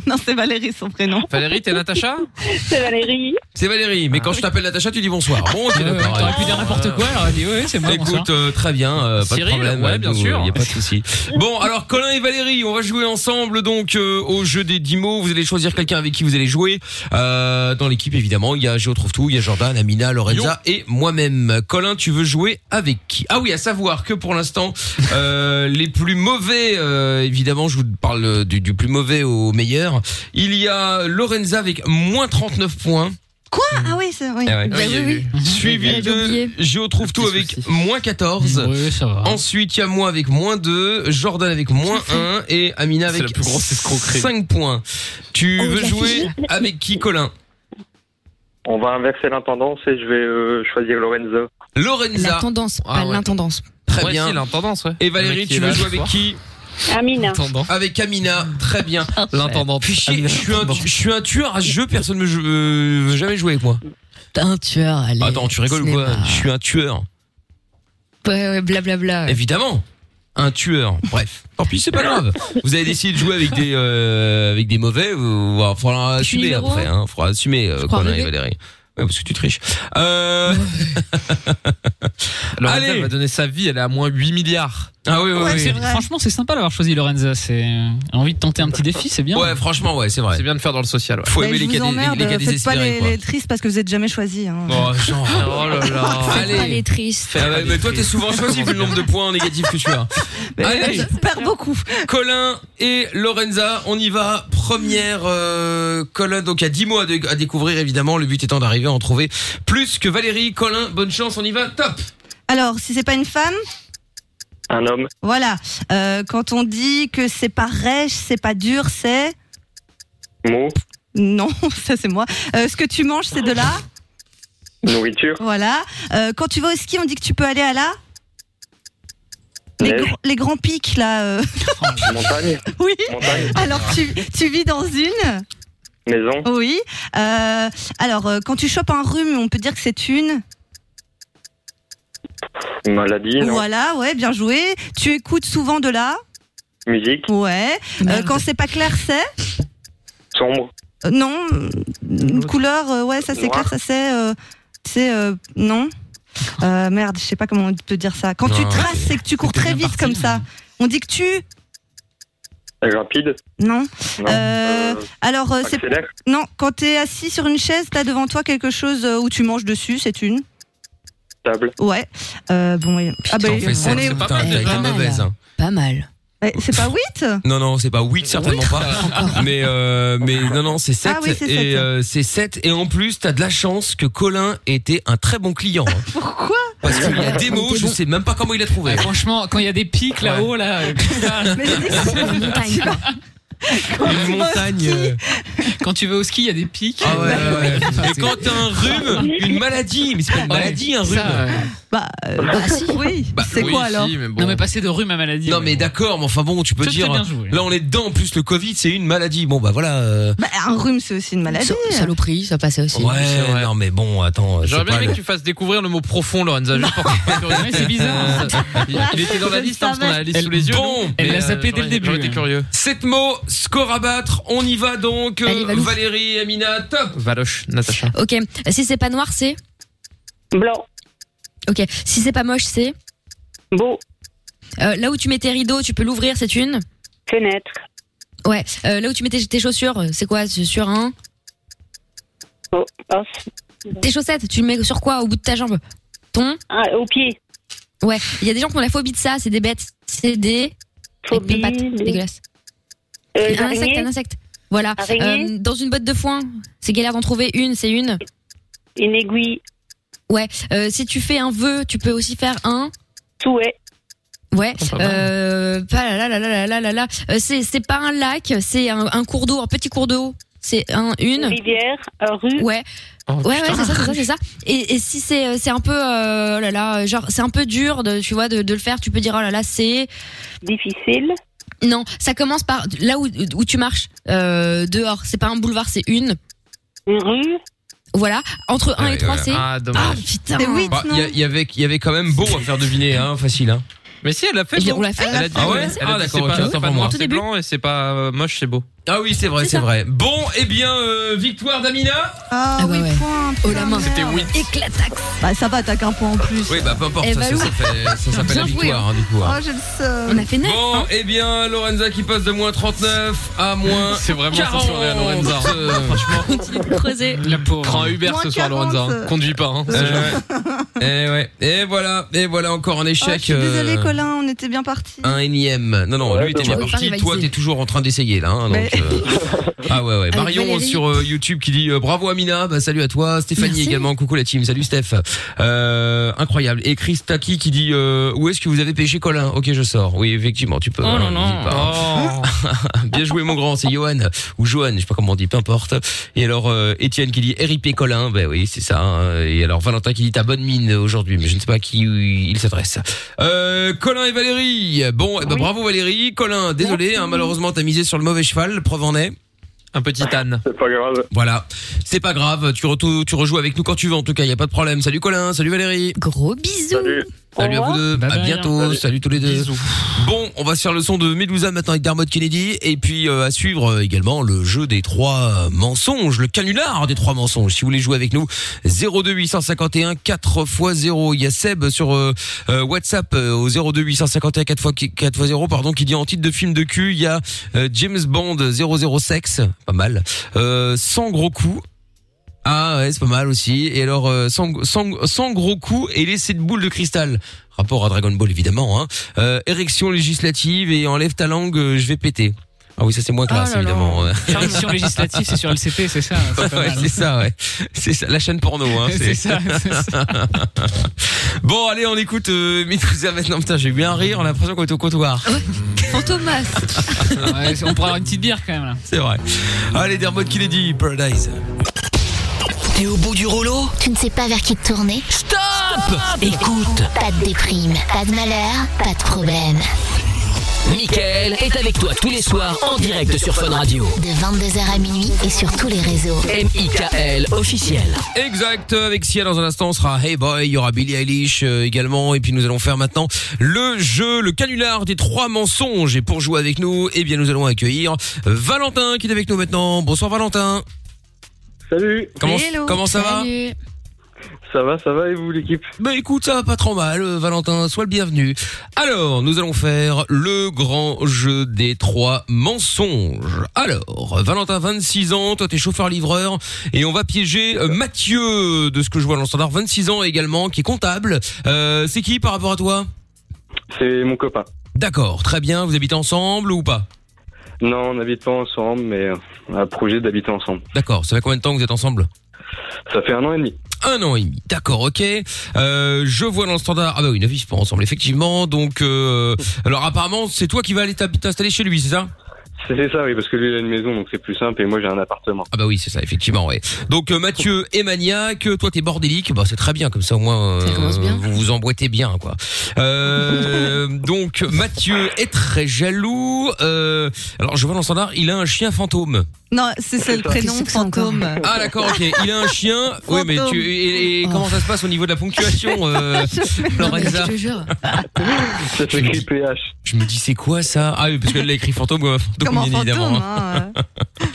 Speaker 4: Non, c'est Valérie son prénom.
Speaker 5: Valérie, t'es Natacha
Speaker 9: C'est Valérie.
Speaker 1: C'est Valérie, mais
Speaker 3: Ah.
Speaker 1: quand je t'appelle Natacha, tu dis bonsoir. Bon, ok,
Speaker 3: Euh,
Speaker 1: d'accord.
Speaker 3: T'aurais pu dire n'importe quoi, alors elle dit ouais, c'est moi. bonsoir.
Speaker 1: Écoute, euh, très bien, euh, pas
Speaker 5: Cyril,
Speaker 1: de problème.
Speaker 5: ouais, bien
Speaker 1: nous,
Speaker 5: sûr.
Speaker 1: euh, y a pas de souci. Bon, alors Colin et Valérie, on va jouer ensemble donc euh, au jeu des 10 mots. Vous allez choisir quelqu'un avec qui vous allez jouer. Euh, dans l'équipe, évidemment, il y a Géo Trouve Tout, il y a Jordan, Amina, Lorenza et moi-même. Colin, tu veux jouer avec qui Ah oui, à savoir que pour l'instant, euh, les plus mauvais, euh, évidemment, je vous parle du, du plus mauvais au meilleur. Il y a Lorenza avec moins 39 points.
Speaker 4: Quoi Ah oui, c'est oui.
Speaker 1: Eh ouais.
Speaker 2: Bah
Speaker 5: il y a
Speaker 2: oui,
Speaker 5: eu-
Speaker 1: Suivi
Speaker 2: J'avais
Speaker 1: de
Speaker 2: oublié.
Speaker 1: Géo Trouve Tout
Speaker 5: Petit
Speaker 1: avec
Speaker 5: souci.
Speaker 1: moins 14.
Speaker 3: Ouais, ça va.
Speaker 1: Ensuite, il y a moi avec moins 2, Jordan avec moins 1 et Amina
Speaker 5: C'est
Speaker 1: avec
Speaker 5: la plus grosse escroquerie.
Speaker 1: 5 points. Tu
Speaker 2: Oh,
Speaker 1: veux
Speaker 2: la
Speaker 1: jouer avec qui, Colin
Speaker 6: On va inverser l'intendance et je vais euh, choisir Lorenzo.
Speaker 2: La
Speaker 1: Lorenza,
Speaker 2: tendance,
Speaker 5: Ah
Speaker 2: pas
Speaker 5: ouais.
Speaker 2: l'intendance.
Speaker 1: très
Speaker 5: Ouais,
Speaker 1: bien.
Speaker 5: si, l'intendance, ouais.
Speaker 1: et
Speaker 5: Le mec
Speaker 1: Valérie,
Speaker 5: qui est
Speaker 1: tu veux
Speaker 5: là
Speaker 1: jouer
Speaker 5: ce
Speaker 1: avec
Speaker 5: soir.
Speaker 1: qui
Speaker 9: Amina.
Speaker 5: L'intendant.
Speaker 1: Avec Amina, très bien.
Speaker 5: L'intendant.
Speaker 1: Fais chier, je, suis un, je suis un tueur à ce jeu, personne ne me joue- euh, veut jamais jouer avec moi.
Speaker 2: Un tueur. Allez,
Speaker 1: Attends, tu rigoles ou quoi Je suis un tueur.
Speaker 2: Ouais ouais blablabla.
Speaker 1: Évidemment un tueur, bref. Tant pis, c'est pas grave. Vous avez décidé de jouer avec des euh, avec des mauvais. Il
Speaker 2: Je
Speaker 1: faudra
Speaker 2: suis
Speaker 1: assumer
Speaker 2: numéro
Speaker 1: après. Hein. Faudra assumer euh,
Speaker 2: Je crois
Speaker 1: Colin et
Speaker 2: arriver.
Speaker 1: Valérie. Ouais, parce que tu triches. Euh...
Speaker 5: Lorenza
Speaker 1: Allez.
Speaker 5: va donner sa vie, elle est à moins 8 milliards.
Speaker 1: Ah oui, oui, oui.
Speaker 3: C'est- Franchement, c'est sympa d'avoir choisi Lorenza. C'est elle a envie de tenter un petit défi, c'est bien.
Speaker 1: Ouais, franchement, ouais, c'est vrai.
Speaker 5: C'est bien de faire dans le social. Ouais.
Speaker 1: Faut
Speaker 4: Bah,
Speaker 1: aimer
Speaker 4: je
Speaker 1: les
Speaker 4: vous
Speaker 1: cas,
Speaker 4: emmerde,
Speaker 1: les, les cas
Speaker 4: faites pas
Speaker 1: désespérés,
Speaker 4: les,
Speaker 1: quoi.
Speaker 4: les tristes parce que vous êtes jamais choisis. hein.
Speaker 1: Oh, genre.
Speaker 5: Oh là là.
Speaker 1: Allez.
Speaker 2: Elle est triste.
Speaker 1: Ah ouais, mais toi, t'es souvent choisi vu le nombre de points négatifs que tu as.
Speaker 4: Mais
Speaker 1: Allez.
Speaker 4: je perds beaucoup.
Speaker 1: Colin et Lorenza, on y va. Première euh, Colin, donc il y a 10 mots à, dé- à découvrir évidemment. Le but étant d'arriver à en trouver plus que Valérie. Colin, bonne chance, on y va. Top.
Speaker 4: Alors, si c'est pas une femme,
Speaker 11: Un homme,
Speaker 4: voilà. Euh, quand on dit que c'est pas rêche, c'est pas dur, c'est
Speaker 11: mot,
Speaker 4: non, ça c'est moi. Euh, ce que tu manges, c'est de là,
Speaker 11: nourriture,
Speaker 4: voilà. Euh, quand tu vas au ski, on dit que tu peux aller à là. Les,
Speaker 11: Neige.
Speaker 4: gr- les grands pics là. euh.
Speaker 11: montagne,
Speaker 4: Oui.
Speaker 11: montagne,
Speaker 4: Alors tu, tu vis dans une.
Speaker 11: maison,
Speaker 4: Oui. Euh, alors euh, quand tu chopes un rhume, on peut dire que c'est une.
Speaker 11: maladie, non,
Speaker 4: Voilà, ouais, bien joué. Tu écoutes souvent de là.
Speaker 11: musique,
Speaker 4: Ouais. Euh,
Speaker 2: Merde.
Speaker 4: quand c'est pas clair, c'est
Speaker 11: sombre,
Speaker 4: Euh, non. Une couleur, euh, ouais, ça c'est
Speaker 11: Noir.
Speaker 4: clair, ça c'est. euh, c'est euh, non. Euh, merde, je sais pas comment on peut dire ça. Quand tu
Speaker 1: Non,
Speaker 4: traces, c'est que tu cours
Speaker 3: t'es
Speaker 4: très
Speaker 3: bien
Speaker 4: vite comme
Speaker 3: parti,
Speaker 4: ça. On dit que tu.
Speaker 11: rapide,
Speaker 4: Non.
Speaker 11: non,
Speaker 4: Euh,
Speaker 11: euh,
Speaker 4: Alors, euh, c'est.
Speaker 11: accélère,
Speaker 4: Non, quand t'es assis sur une chaise, t'as devant toi quelque chose euh, où tu manges dessus, c'est une.
Speaker 11: table,
Speaker 4: Ouais. Euh, bon, et- ah bah,
Speaker 1: T'en fais sept,
Speaker 4: on est.
Speaker 1: c'est pas mal.
Speaker 2: on est
Speaker 1: t'as été
Speaker 2: pas mal,
Speaker 1: mauvaise,
Speaker 2: là.
Speaker 1: hein.
Speaker 2: Pas mal.
Speaker 4: Ouais, Eh, C'est pas 8
Speaker 1: Non, non, c'est pas 8, certainement pas. Mais, euh, mais non, non, c'est 7.
Speaker 4: Ah oui, c'est
Speaker 1: et
Speaker 4: sept.
Speaker 1: euh, c'est 7. Et en plus, t'as de la chance que Colin était un très bon client. hein.
Speaker 4: Pourquoi
Speaker 1: Parce qu'il y a des mots, je sais même pas comment il a trouvé.
Speaker 4: Ah,
Speaker 3: Ouais, franchement, quand il y a des pics là-haut, là, euh, comme ça,
Speaker 4: Mais j'ai dit que
Speaker 2: C'est une montagne, quoi.
Speaker 1: Une montagne. euh,
Speaker 3: quand tu vas au ski, il y a des pics.
Speaker 1: Ah ouais, ouais, ouais.
Speaker 3: Ça,
Speaker 1: Et
Speaker 3: c'est-
Speaker 1: quand t'as un rhume, une maladie. Mais c'est pas une
Speaker 3: Ouais,
Speaker 1: maladie, un rhume.
Speaker 3: ça, ouais.
Speaker 4: Bah, euh, oui.
Speaker 1: Bah,
Speaker 4: c'est
Speaker 5: Oui,
Speaker 4: quoi
Speaker 5: si,
Speaker 4: alors
Speaker 5: mais bon.
Speaker 3: Non mais passer de rhume à maladie.
Speaker 1: Non mais
Speaker 3: bon.
Speaker 1: d'accord, mais enfin bon, tu peux
Speaker 3: Très, très
Speaker 1: dire.
Speaker 3: bien joué.
Speaker 1: Là on est dedans, en plus le Covid c'est une maladie. Bon bah voilà. euh,
Speaker 4: Bah, un rhume, c'est aussi une maladie.
Speaker 2: Sa- Saloperie, ça passait aussi.
Speaker 1: ouais,
Speaker 5: vrai.
Speaker 1: non mais bon, attends.
Speaker 5: J'aurais bien
Speaker 1: c'est pas
Speaker 5: aimé
Speaker 1: le-
Speaker 5: que tu fasses découvrir le mot profond, Lorenza, juste pour
Speaker 3: Ouais, c'est bizarre.
Speaker 5: Il il était dans la
Speaker 4: Je
Speaker 5: liste, hein, parce qu'on a la liste
Speaker 3: Elle-
Speaker 5: sous les yeux.
Speaker 1: bon,
Speaker 5: nous,
Speaker 3: elle
Speaker 5: mais,
Speaker 3: l'a
Speaker 5: euh,
Speaker 3: zappé dès le
Speaker 5: j'aurais-
Speaker 3: début,
Speaker 5: J'aurais été
Speaker 3: hein.
Speaker 5: curieux.
Speaker 1: Sept mots, score à battre, on y va donc. euh,
Speaker 2: Allez, Valou.
Speaker 1: Valérie, Amina, top
Speaker 5: Valoche, Natacha.
Speaker 2: Ok. Si c'est pas noir, c'est.
Speaker 9: blanc,
Speaker 2: Ok. Si c'est pas moche, c'est.
Speaker 9: beau,
Speaker 2: Euh, là où tu mets tes rideaux, tu peux l'ouvrir, c'est une.
Speaker 9: fenêtre,
Speaker 2: Ouais. Euh, là où tu mets tes, tes chaussures, c'est quoi c'est Sur un.
Speaker 9: oh, os,
Speaker 2: Tes chaussettes, tu le mets sur quoi Au bout de ta jambe Ton
Speaker 9: ah, au pied,
Speaker 2: Ouais. Il y a des gens qui ont la phobie de ça, c'est des bêtes. C'est des. avec
Speaker 9: phobie,
Speaker 2: des pattes. Dégueulasse.
Speaker 9: euh,
Speaker 2: un insecte,
Speaker 9: araignée,
Speaker 2: un insecte. Voilà.
Speaker 9: Araignée.
Speaker 2: Euh, dans une botte de foin, c'est galère d'en trouver une, c'est une.
Speaker 9: une aiguille,
Speaker 2: Euh, si tu fais un vœu, tu peux aussi faire un.
Speaker 9: souhait,
Speaker 2: Ouais.
Speaker 5: Oh, pas mal.
Speaker 2: Euh, pas là là là là là là là. Euh, c'est c'est pas un lac, c'est un, un cours d'eau, un petit cours d'eau. C'est un une.
Speaker 9: rivière, euh, rue,
Speaker 2: Ouais.
Speaker 5: Oh,
Speaker 2: ouais ouais, c'est ça, c'est ça, c'est ça. Et, et si c'est euh, c'est un peu euh, oh là là, genre c'est un peu dur de tu vois de, de le faire, tu peux dire oh là là, c'est
Speaker 9: difficile,
Speaker 2: non, ça commence par là où où tu marches euh, dehors, c'est pas un boulevard, c'est une.
Speaker 9: une rue,
Speaker 2: Voilà, entre 1
Speaker 1: Ouais,
Speaker 2: et 3
Speaker 1: ouais.
Speaker 2: c'est
Speaker 5: Ah,
Speaker 2: Ah
Speaker 5: dommage.
Speaker 2: putain.
Speaker 4: C'est oui.
Speaker 1: Bah, Il y a- il y, avait, il y avait quand même beau à faire deviner, hein, facile. Hein.
Speaker 5: Mais si, elle l'a fait.
Speaker 2: Je l'ai-
Speaker 5: bon.
Speaker 2: on l'a fait.
Speaker 5: Elle a dit,
Speaker 1: Ah ouais
Speaker 5: elle a dit,
Speaker 1: Ah,
Speaker 5: c'est
Speaker 1: d'accord,
Speaker 5: pas-
Speaker 1: ok,
Speaker 5: c'est
Speaker 1: autant
Speaker 5: pas
Speaker 1: pour moi.
Speaker 5: noir,
Speaker 2: Tout
Speaker 5: c'est
Speaker 2: début.
Speaker 5: blanc et c'est pas euh, moche, c'est beau.
Speaker 1: Ah oui, c'est vrai,
Speaker 2: C'est
Speaker 1: c'est
Speaker 2: ça.
Speaker 1: vrai. Bon, eh bien, euh, victoire d'Amina.
Speaker 4: Ah,
Speaker 2: Ah bah
Speaker 4: oui,
Speaker 2: ouais.
Speaker 4: point.
Speaker 2: Oh la main.
Speaker 4: C'était oui.
Speaker 2: Éclataxe.
Speaker 4: Bah, ça va, t'as qu'un point en plus.
Speaker 1: Oui, bah peu importe,
Speaker 2: Eh
Speaker 1: ça,
Speaker 2: bah,
Speaker 1: ça,
Speaker 2: oui.
Speaker 1: ça fait- ça s'appelle la
Speaker 2: Bien joué,
Speaker 1: victoire, hein, du coup.
Speaker 4: Oh,
Speaker 1: hein.
Speaker 4: j'ai le seum.
Speaker 2: On a fait hein. 9.
Speaker 4: hein.
Speaker 1: Bon, eh bien, Lorenza qui passe de moins 39 à moins Euh,
Speaker 5: C'est vraiment sa
Speaker 1: 40.
Speaker 5: soirée à Lorenza. Franchement,
Speaker 2: continue de creuser.
Speaker 3: La pauvre.
Speaker 5: prends un Uber
Speaker 4: Moins
Speaker 5: ce soir,
Speaker 4: 40.
Speaker 5: Lorenza. hein. Conduis pas. hein.
Speaker 1: Eh ouais. Eh ouais. Et voilà. Et voilà encore un
Speaker 4: Oh,
Speaker 1: échec.
Speaker 4: je suis
Speaker 1: euh,
Speaker 4: désolée, Colin, on était bien partis.
Speaker 1: Un énième. Non, non,
Speaker 11: Ouais,
Speaker 1: lui, t'es déjà
Speaker 11: dommage.
Speaker 1: parti.
Speaker 2: Oui, Paris
Speaker 1: Toi,
Speaker 2: va
Speaker 1: t'es
Speaker 2: essayer.
Speaker 1: toujours en train d'essayer, là. hein,
Speaker 4: Mais-
Speaker 1: donc, euh, Ah ouais, ouais.
Speaker 2: Avec
Speaker 1: Marion
Speaker 2: Valérie.
Speaker 1: sur euh, YouTube qui dit euh, bravo Amina, bah, salut à toi. Stéphanie
Speaker 2: Merci.
Speaker 1: également, coucou la team, salut Steph. Euh, incroyable. Et Chris Taki qui dit euh, où est-ce que vous avez pêché Colin Ok, je sors. Oui, effectivement, tu peux.
Speaker 3: Oh
Speaker 1: voilà,
Speaker 3: là là.
Speaker 1: n'hésite pas. hein.
Speaker 5: Oh.
Speaker 1: Bien joué mon grand, c'est Johan ou Johan, je sais pas comment on dit, peu importe. Et alors euh, Étienne qui dit RIP Colin, ben oui c'est ça. hein. Et alors Valentin qui dit ta bonne mine aujourd'hui, mais je ne sais pas à qui il s'adresse. Euh, Colin et Valérie, bon eh ben, bravo Valérie, Colin, désolé, hein, malheureusement t'as misé sur le mauvais cheval, preuve en est.
Speaker 5: Un petit âne.
Speaker 11: c'est pas grave,
Speaker 1: Voilà, c'est pas grave, tu, retou- tu rejoues avec nous quand tu veux en tout cas, il y a pas de problème. Salut Colin, salut Valérie.
Speaker 2: Gros bisous.
Speaker 11: salut,
Speaker 1: Salut à vous deux,
Speaker 3: Bye
Speaker 1: à
Speaker 3: bye.
Speaker 1: bientôt, salut tous les deux. Bon, on va se faire le son de Medusa maintenant avec Dermot Kennedy et puis euh, à suivre euh, également le jeu des trois euh, mensonges, le canular des trois mensonges. Si vous voulez jouer avec nous, 02851 4 x 0. Il y a Seb sur euh, euh, WhatsApp euh, au 02851 4 x 4 x 0 pardon qui dit en titre de film de cul, il y a euh, James Bond 00 sexe, pas mal. Euh, sans gros coups. Ah ouais, c'est pas mal aussi. Et alors, euh, sans, sans- sans gros coups et laisser de boule de cristal. Rapport à Dragon Ball, évidemment. Hein. Euh, érection législative et enlève ta langue, euh, je vais péter. Ah oui, ça c'est moins classe, évidemment.
Speaker 3: Permission législative, c'est sur LCP, c'est ça. c'est pas
Speaker 1: Ouais,
Speaker 3: mal.
Speaker 1: c'est ça, ouais. C'est ça, la chaîne porno, hein.
Speaker 3: C'est ça, c'est
Speaker 1: bon, allez, on écoute euh, Mitouza maintenant. Putain, j'ai eu bien rire, on a l'impression qu'on est au comptoir.
Speaker 2: Fantomas.
Speaker 3: Ouais, on pourra avoir une petite bière quand même là.
Speaker 1: C'est vrai. Allez, Dermot qui l'a dit, Paradise.
Speaker 10: T'es au bout du rouleau Tu ne sais pas vers qui te tourner Stop,
Speaker 7: Écoute
Speaker 10: Pas de déprime, pas de malheur, pas de problème.
Speaker 7: Michael est avec toi tous les soirs en direct sur Fun Radio.
Speaker 10: De 22h à minuit et sur tous les réseaux.
Speaker 7: M.I.K.L. officiel.
Speaker 1: Exact, avec Sia dans un instant, on sera Hey Boy, il y aura Billie Eilish euh, également, et puis nous allons faire maintenant le jeu, le canular des trois mensonges. Et pour jouer avec nous, eh bien nous allons accueillir Valentin qui est avec nous maintenant. Bonsoir Valentin.
Speaker 11: Salut.
Speaker 1: Comment, comment ça va
Speaker 11: Ça va, ça va et vous l'équipe
Speaker 1: Bah écoute, ça va pas trop mal, euh, Valentin, sois le bienvenu. Alors, nous allons faire le grand jeu des trois mensonges. Alors, Valentin, 26 ans, toi t'es chauffeur-livreur, et on va piéger euh, Mathieu, de ce que je vois dans le standard, 26 ans également, qui est comptable. Euh, C'est qui par rapport à toi
Speaker 11: C'est mon copain.
Speaker 1: D'accord, très bien, vous habitez ensemble ou pas
Speaker 11: Non, on n'habite pas ensemble, mais euh, on a un projet d'habiter ensemble.
Speaker 1: D'accord, ça fait combien de temps que vous êtes ensemble
Speaker 11: Ça fait un an et demi.
Speaker 1: Un an et demi, d'accord, ok. Euh, je vois dans le standard. Ah bah oui, ne vivent pas ensemble, effectivement. Donc, euh, alors apparemment, c'est toi qui vas aller t'hab- t'installer chez lui, c'est ça
Speaker 11: C'est ça, oui, parce que lui, il a une maison, donc c'est plus simple, et moi, j'ai un appartement.
Speaker 1: Ah bah oui, c'est ça, effectivement, ouais. Donc euh, Mathieu est maniaque, toi t'es bordélique, bah c'est très bien comme ça au moins euh, vous vous emboîtez bien quoi. Euh, donc Mathieu est très jaloux. Euh, alors je vois dans le standard, il a un chien fantôme.
Speaker 4: Non, c'est c'est le prénom fantôme.
Speaker 1: Ah d'accord, ok. Il a un chien. Oh. Oui, mais tu et, et comment ça se passe au niveau de la ponctuation, euh, Lorenza
Speaker 11: Ça s'écrit PH.
Speaker 1: Je me dis c'est quoi ça Ah oui, parce qu'elle l'a écrit fantôme, comme un fantôme,
Speaker 11: Comme un
Speaker 1: bien évidemment.
Speaker 11: fantôme,
Speaker 4: hein.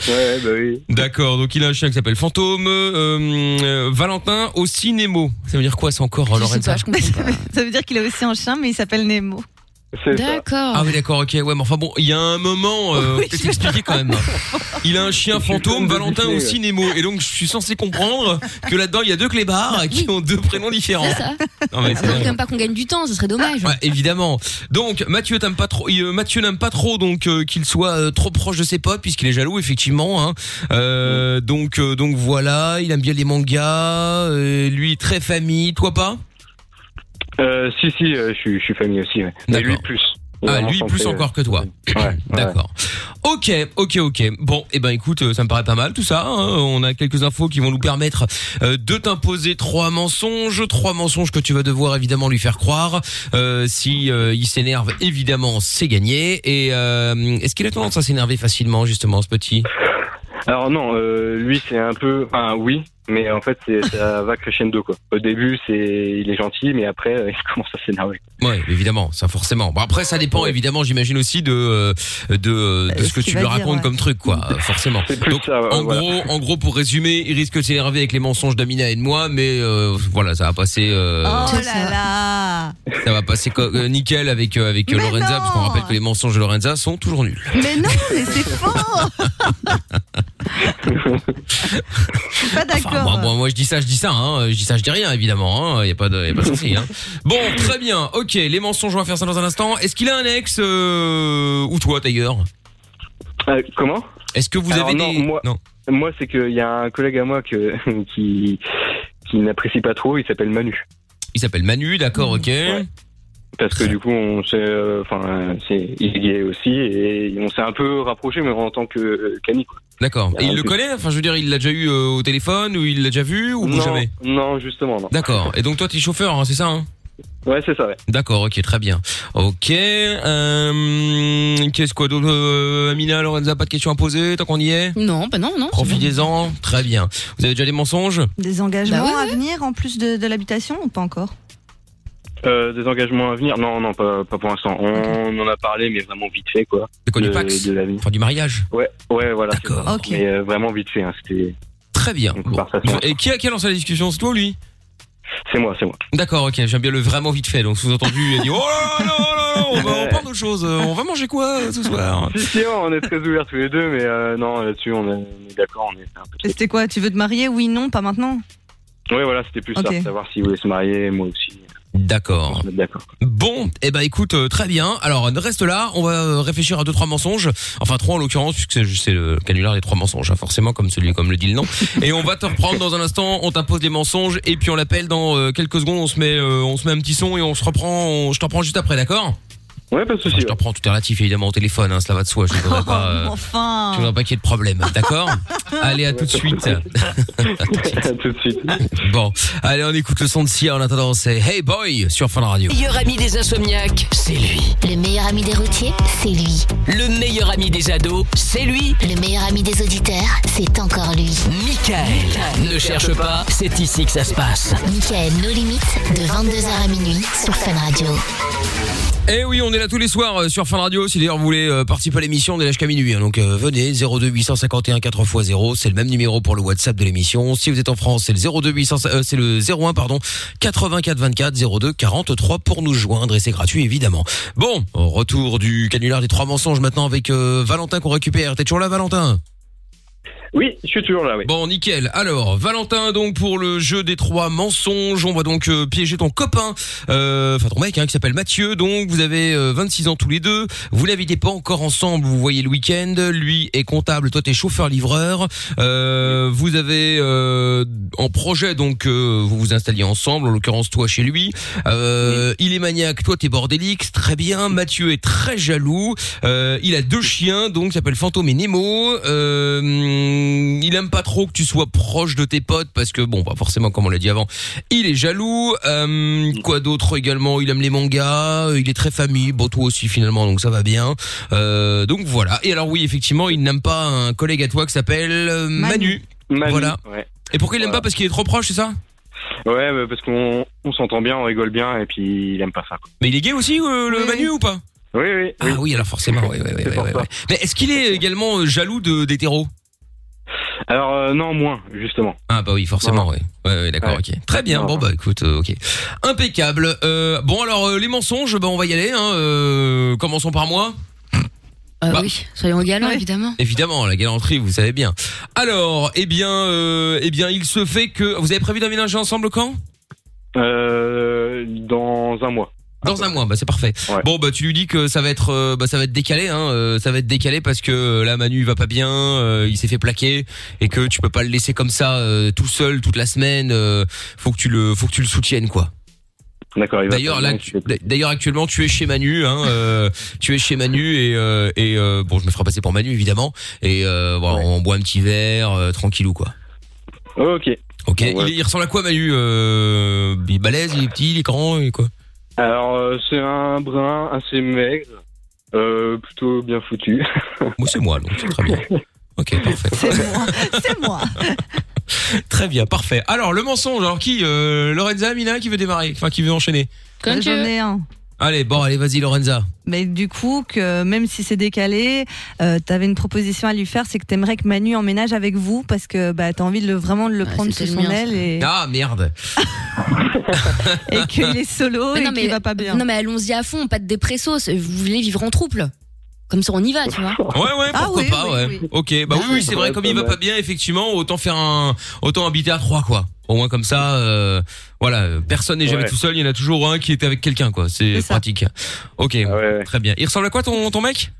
Speaker 11: Ouais, bah oui.
Speaker 1: D'accord, donc il a un chien qui s'appelle Fantôme, euh, euh, Valentin au cinémo. Ça veut dire quoi ça encore, Lorenza
Speaker 4: ça veut dire qu'il a aussi un chien, mais il s'appelle Nemo. D'accord.
Speaker 1: Ah oui, d'accord, ok. Ouais, mais enfin bon, il y a un moment, euh,
Speaker 4: Oui,
Speaker 1: peut-être expliquer quand même. Il a un chien fantôme, Valentin
Speaker 11: Disney,
Speaker 1: au
Speaker 11: ouais.
Speaker 1: cinémo. Et donc, je suis censé comprendre que là-dedans, il y a deux clébards qui ont deux prénoms différents.
Speaker 2: C'est ça.
Speaker 1: Non, mais
Speaker 2: Faudrait Ah,
Speaker 1: c'est
Speaker 2: quand
Speaker 1: vrai.
Speaker 2: même pas qu'on gagne du temps, ce serait dommage.
Speaker 1: Ouais, évidemment. Donc Mathieu t'aime pas trop. il- euh, Mathieu n'aime pas trop donc euh, qu'il soit euh, trop proche de ses potes puisqu'il est jaloux effectivement. hein. Euh, donc euh, donc voilà, il aime bien les mangas. euh, lui très famille. Toi pas
Speaker 11: Euh, si, si, euh, je suis- je suis famille aussi, ouais. Mais lui, plus.
Speaker 1: Ah, lui plus encore que toi. D'accord. Ok, ok, ok. Bon, eh ben écoute, euh, ça me paraît pas mal tout ça. hein. On a quelques infos qui vont nous permettre euh, de t'imposer trois mensonges, trois mensonges que tu vas devoir évidemment lui faire croire. Euh, si euh, il s'énerve, évidemment, c'est gagné. Et euh, est-ce qu'il a tendance à s'énerver facilement justement, ce petit
Speaker 11: Alors non, euh, lui c'est un peu, enfin oui, mais en fait c'est- ça va crescendo quoi. Au début c'est, il est gentil, mais après euh, il commence à s'énerver.
Speaker 1: Ouais, évidemment, ça forcément. Bon, après, ça dépend évidemment, j'imagine aussi de euh, de, euh, de ce que
Speaker 11: qu'il
Speaker 1: tu
Speaker 11: va
Speaker 1: lui
Speaker 11: dire,
Speaker 1: racontes
Speaker 11: ouais.
Speaker 1: comme truc, quoi. euh, Forcément. Donc, en
Speaker 11: voilà.
Speaker 1: gros, en gros, pour résumer, il risque de s'énerver avec les mensonges d'Amina et de moi, mais euh, voilà, ça va passer. euh,
Speaker 4: Oh là là
Speaker 1: Ça va passer co- euh, nickel avec euh, avec euh,
Speaker 4: Mais
Speaker 1: Lorenza,
Speaker 4: non
Speaker 1: parce qu'on rappelle que les mensonges de Lorenza sont toujours nuls.
Speaker 4: Mais non, mais c'est fort Je suis pas
Speaker 1: Enfin,
Speaker 4: d'accord.
Speaker 1: moi, moi, moi, je dis ça, je dis ça, hein. Je dis ça, je dis rien, évidemment, hein. Y a pas de, y a pas de souci, hein. Bon, très bien. Ok, les mensonges, on va faire ça dans un instant. Est-ce qu'il a un ex, euh, ou toi, d'ailleurs?
Speaker 11: Euh, comment
Speaker 1: Est-ce que vous
Speaker 11: Alors,
Speaker 1: avez
Speaker 11: non,
Speaker 1: des-
Speaker 11: moi, moi c'est qu'il y a un collègue à moi que qui qui n'apprécie pas trop, il s'appelle Manu.
Speaker 1: Il s'appelle Manu, d'accord, ok.
Speaker 11: Parce que du coup on s'est, euh, enfin euh, c'est, il est gay aussi et on s'est un peu rapproché, mais en tant que euh, qu'amis quoi.
Speaker 1: D'accord.
Speaker 11: Ah,
Speaker 1: Et il le
Speaker 11: ok.
Speaker 1: connaît Enfin, je veux dire, il l'a déjà eu euh, au téléphone ou il l'a déjà vu ou
Speaker 11: non,
Speaker 1: jamais
Speaker 11: non justement non.
Speaker 1: D'accord. Et donc toi, t'es chauffeur, hein, c'est ça hein
Speaker 11: Ouais c'est ça ouais.
Speaker 1: D'accord, ok, très bien. Ok. euh, Qu'est-ce quoi d'autre euh, Amina, Lorenza, pas de questions à poser tant qu'on y est
Speaker 2: Non, bah non, non.
Speaker 1: Profitez-en, très bien. Vous avez déjà les mensonges
Speaker 4: Des engagements
Speaker 2: Bah ouais,
Speaker 4: à venir en plus de, de l'habitation ou pas encore
Speaker 11: Euh, des engagements à venir Non, non, pas, pas pour l'instant. On en a parlé, mais vraiment vite fait, quoi.
Speaker 1: De quoi, du Pax Enfin, du mariage
Speaker 11: Ouais, ouais, voilà. D'accord. Mais euh, vraiment vite fait, hein, c'était.
Speaker 1: Très bien.
Speaker 11: une conversation.
Speaker 1: Et qui a, qui a lancé la discussion C'est toi ou lui
Speaker 11: C'est moi, c'est moi.
Speaker 1: D'accord, ok, j'aime bien le vraiment vite fait. Donc, sous-entendu, il a dit Oh là là là là, on va on parle d'autre chose, euh, on va manger quoi euh, ce soir
Speaker 11: Si, si, on est très ouverts tous les deux, mais euh, non, là-dessus, on est, on est d'accord. On est un
Speaker 4: Et C'était quoi Tu veux te marier Oui, non, pas maintenant
Speaker 11: peu... Ouais, voilà, c'était plus
Speaker 4: Ok.
Speaker 11: ça, savoir s'il voulait se marier, moi aussi.
Speaker 1: D'accord.
Speaker 11: D'accord.
Speaker 1: Bon, eh ben écoute, euh, très bien. Alors reste là, on va euh, réfléchir à deux trois mensonges, enfin trois en l'occurrence puisque c'est- c'est le canular des trois mensonges, hein, forcément comme celui comme le dit le nom. Et on va te reprendre dans un instant, on t'impose des mensonges et puis on l'appelle dans euh, quelques secondes, on se met euh, on se met un petit son et on se reprend, on- je t'en prends juste après, d'accord
Speaker 11: Ouais, pas de
Speaker 1: souci. je t'en prends tout est relatif évidemment au téléphone, hein, cela va de soi. Je ne voudrais pas, euh,
Speaker 4: Enfin.
Speaker 1: je voudrais pas qu'il y ait de problème, d'accord Allez, à tout de suite.
Speaker 11: À tout de suite.
Speaker 1: Bon, allez, on écoute le son de Sia en attendant, c'est Hey Boy sur Fun Radio.
Speaker 7: meilleur ami des insomniaques, c'est lui.
Speaker 10: Le meilleur ami des routiers, c'est lui.
Speaker 7: Le meilleur ami des ados, c'est lui.
Speaker 10: Le meilleur ami des auditeurs, c'est encore lui.
Speaker 7: Michael. Ne cherche pas, c'est ici que ça se passe.
Speaker 10: Michael, nos limites, de 22h à minuit sur Fun Radio.
Speaker 1: Eh oui, on est là tous les soirs euh, sur Fun Radio. Si d'ailleurs vous voulez euh, participer à l'émission, on est là jusqu'à minuit. hein. Donc euh, venez, 02 851 4x0, c'est le même numéro pour le WhatsApp de l'émission. Si vous êtes en France, c'est le 02 800, euh, c'est le 01 pardon 84 24 02 43 pour nous joindre et c'est gratuit évidemment. Bon, retour du canular des trois mensonges maintenant avec euh, Valentin qu'on récupère. T'es toujours là, Valentin
Speaker 11: Oui, je suis toujours là, oui.
Speaker 1: Bon, nickel. Alors, Valentin, donc, pour le jeu des trois mensonges, on va donc euh, piéger ton copain, euh, enfin ton mec, hein, qui s'appelle Mathieu. Donc, vous avez euh, 26 ans tous les deux. Vous n'habitez pas encore ensemble, vous voyez le week-end. Lui est comptable, toi, t'es chauffeur-livreur. Euh, vous avez euh, en projet, donc, euh, vous vous installez ensemble, en l'occurrence, toi, chez lui. Euh, Il est maniaque, toi, t'es bordélique. Très bien. Mathieu est très jaloux. Euh, il a deux chiens, donc, qui s'appellent Fantôme et Nemo. Euh, hum, il aime pas trop que tu sois proche de tes potes parce que bon, bah forcément, comme on l'a dit avant, il est jaloux. Euh, quoi d'autre également Il aime les mangas. euh, Il est très famille. Bon, toi aussi finalement, donc ça va bien. Euh, donc voilà. Et alors oui, effectivement, il n'aime pas un collègue à toi qui s'appelle euh, Manu.
Speaker 11: Manu,
Speaker 1: Voilà.
Speaker 11: ouais.
Speaker 1: Et pourquoi il l'aime pas Parce qu'il est trop proche, c'est ça
Speaker 11: Ouais, bah, parce qu'on on s'entend bien, on rigole bien, et puis il aime pas ça. quoi.
Speaker 1: Mais il est gay aussi, euh, le Manu ou pas
Speaker 11: Oui, oui.
Speaker 1: Ah oui, alors forcément, oui, oui, oui. oui, oui, oui. Mais est-ce qu'il est également euh, jaloux de d'hétéro
Speaker 11: Alors, euh, non, moins, justement.
Speaker 1: Ah bah oui, forcément, oui. Ouais, ouais, d'accord,
Speaker 11: Ouais.
Speaker 1: ok. Très bien, bon bah écoute, euh, ok. Impeccable. Euh, bon alors, euh, les mensonges, bah on va y aller, hein. euh, commençons par moi.
Speaker 2: Euh,
Speaker 1: Bah.
Speaker 2: Oui, soyons galants, évidemment.
Speaker 1: Évidemment, la galanterie, vous savez bien. Alors, eh bien, euh, eh bien, il se fait que... Vous avez prévu d'aménager ensemble quand
Speaker 11: Euh, dans un mois.
Speaker 1: Dans un mois, bah c'est parfait. Bon bah tu lui dis que ça va être euh, bah ça va être décalé hein, euh, ça va être décalé parce que euh, là Manu il va pas bien, euh, il s'est fait plaquer et que tu peux pas le laisser comme ça euh, tout seul toute la semaine, euh, faut que tu le faut que tu le soutiennes quoi.
Speaker 11: D'accord, il va
Speaker 1: D'ailleurs
Speaker 11: pas
Speaker 1: là,
Speaker 11: bien,
Speaker 1: tu- d'ailleurs actuellement tu es chez Manu, hein, euh, tu es chez Manu et, euh, et euh, bon je me ferai passer pour Manu évidemment et euh, bon, on boit un petit verre euh, tranquillou quoi.
Speaker 11: Ok.
Speaker 1: Ok. Il, est- il ressemble à quoi Manu euh, Il est balèze, il est petit, il est grand et quoi
Speaker 11: Alors, euh, c'est un brun assez maigre, euh, plutôt bien foutu.
Speaker 1: Moi, c'est moi, donc c'est très bien. Ok, parfait.
Speaker 4: C'est moi.
Speaker 1: Très bien, parfait. Alors le mensonge, alors qui euh, Lorenza, Mina qui veut démarrer, enfin qui veut enchaîner.
Speaker 4: Bah, J'en ai un.
Speaker 1: Allez, bon, allez, vas-y Lorenza.
Speaker 4: Mais du coup, que même si c'est décalé, euh, t'avais une proposition à lui faire, c'est que t'aimerais que Manu emménage avec vous parce que bah, t'as envie de le, vraiment de le prendre sous
Speaker 2: c'était
Speaker 4: son
Speaker 2: le mien,
Speaker 4: aile et,
Speaker 1: Ah merde.
Speaker 4: et qu'il est solo
Speaker 2: Mais
Speaker 4: et
Speaker 2: non,
Speaker 4: qu'il
Speaker 2: mais-
Speaker 4: va pas bien.
Speaker 2: Non, mais allons-y à fond, pas de dépressos. Vous voulez vivre en trouble. Comme ça, on y va, tu vois.
Speaker 1: Ouais ouais, pourquoi
Speaker 2: Ah oui,
Speaker 1: pas
Speaker 2: oui,
Speaker 1: ouais.
Speaker 2: oui.
Speaker 1: Ok, bah oui, oui c'est vrai comme il va pas bien effectivement, autant faire un autant habiter à trois quoi. Au moins comme ça euh, voilà, euh, personne n'est jamais
Speaker 11: Ouais.
Speaker 1: tout seul, il y en a toujours un qui était avec quelqu'un quoi, c'est pratique. OK, très bien. Il ressemble à quoi ton ton mec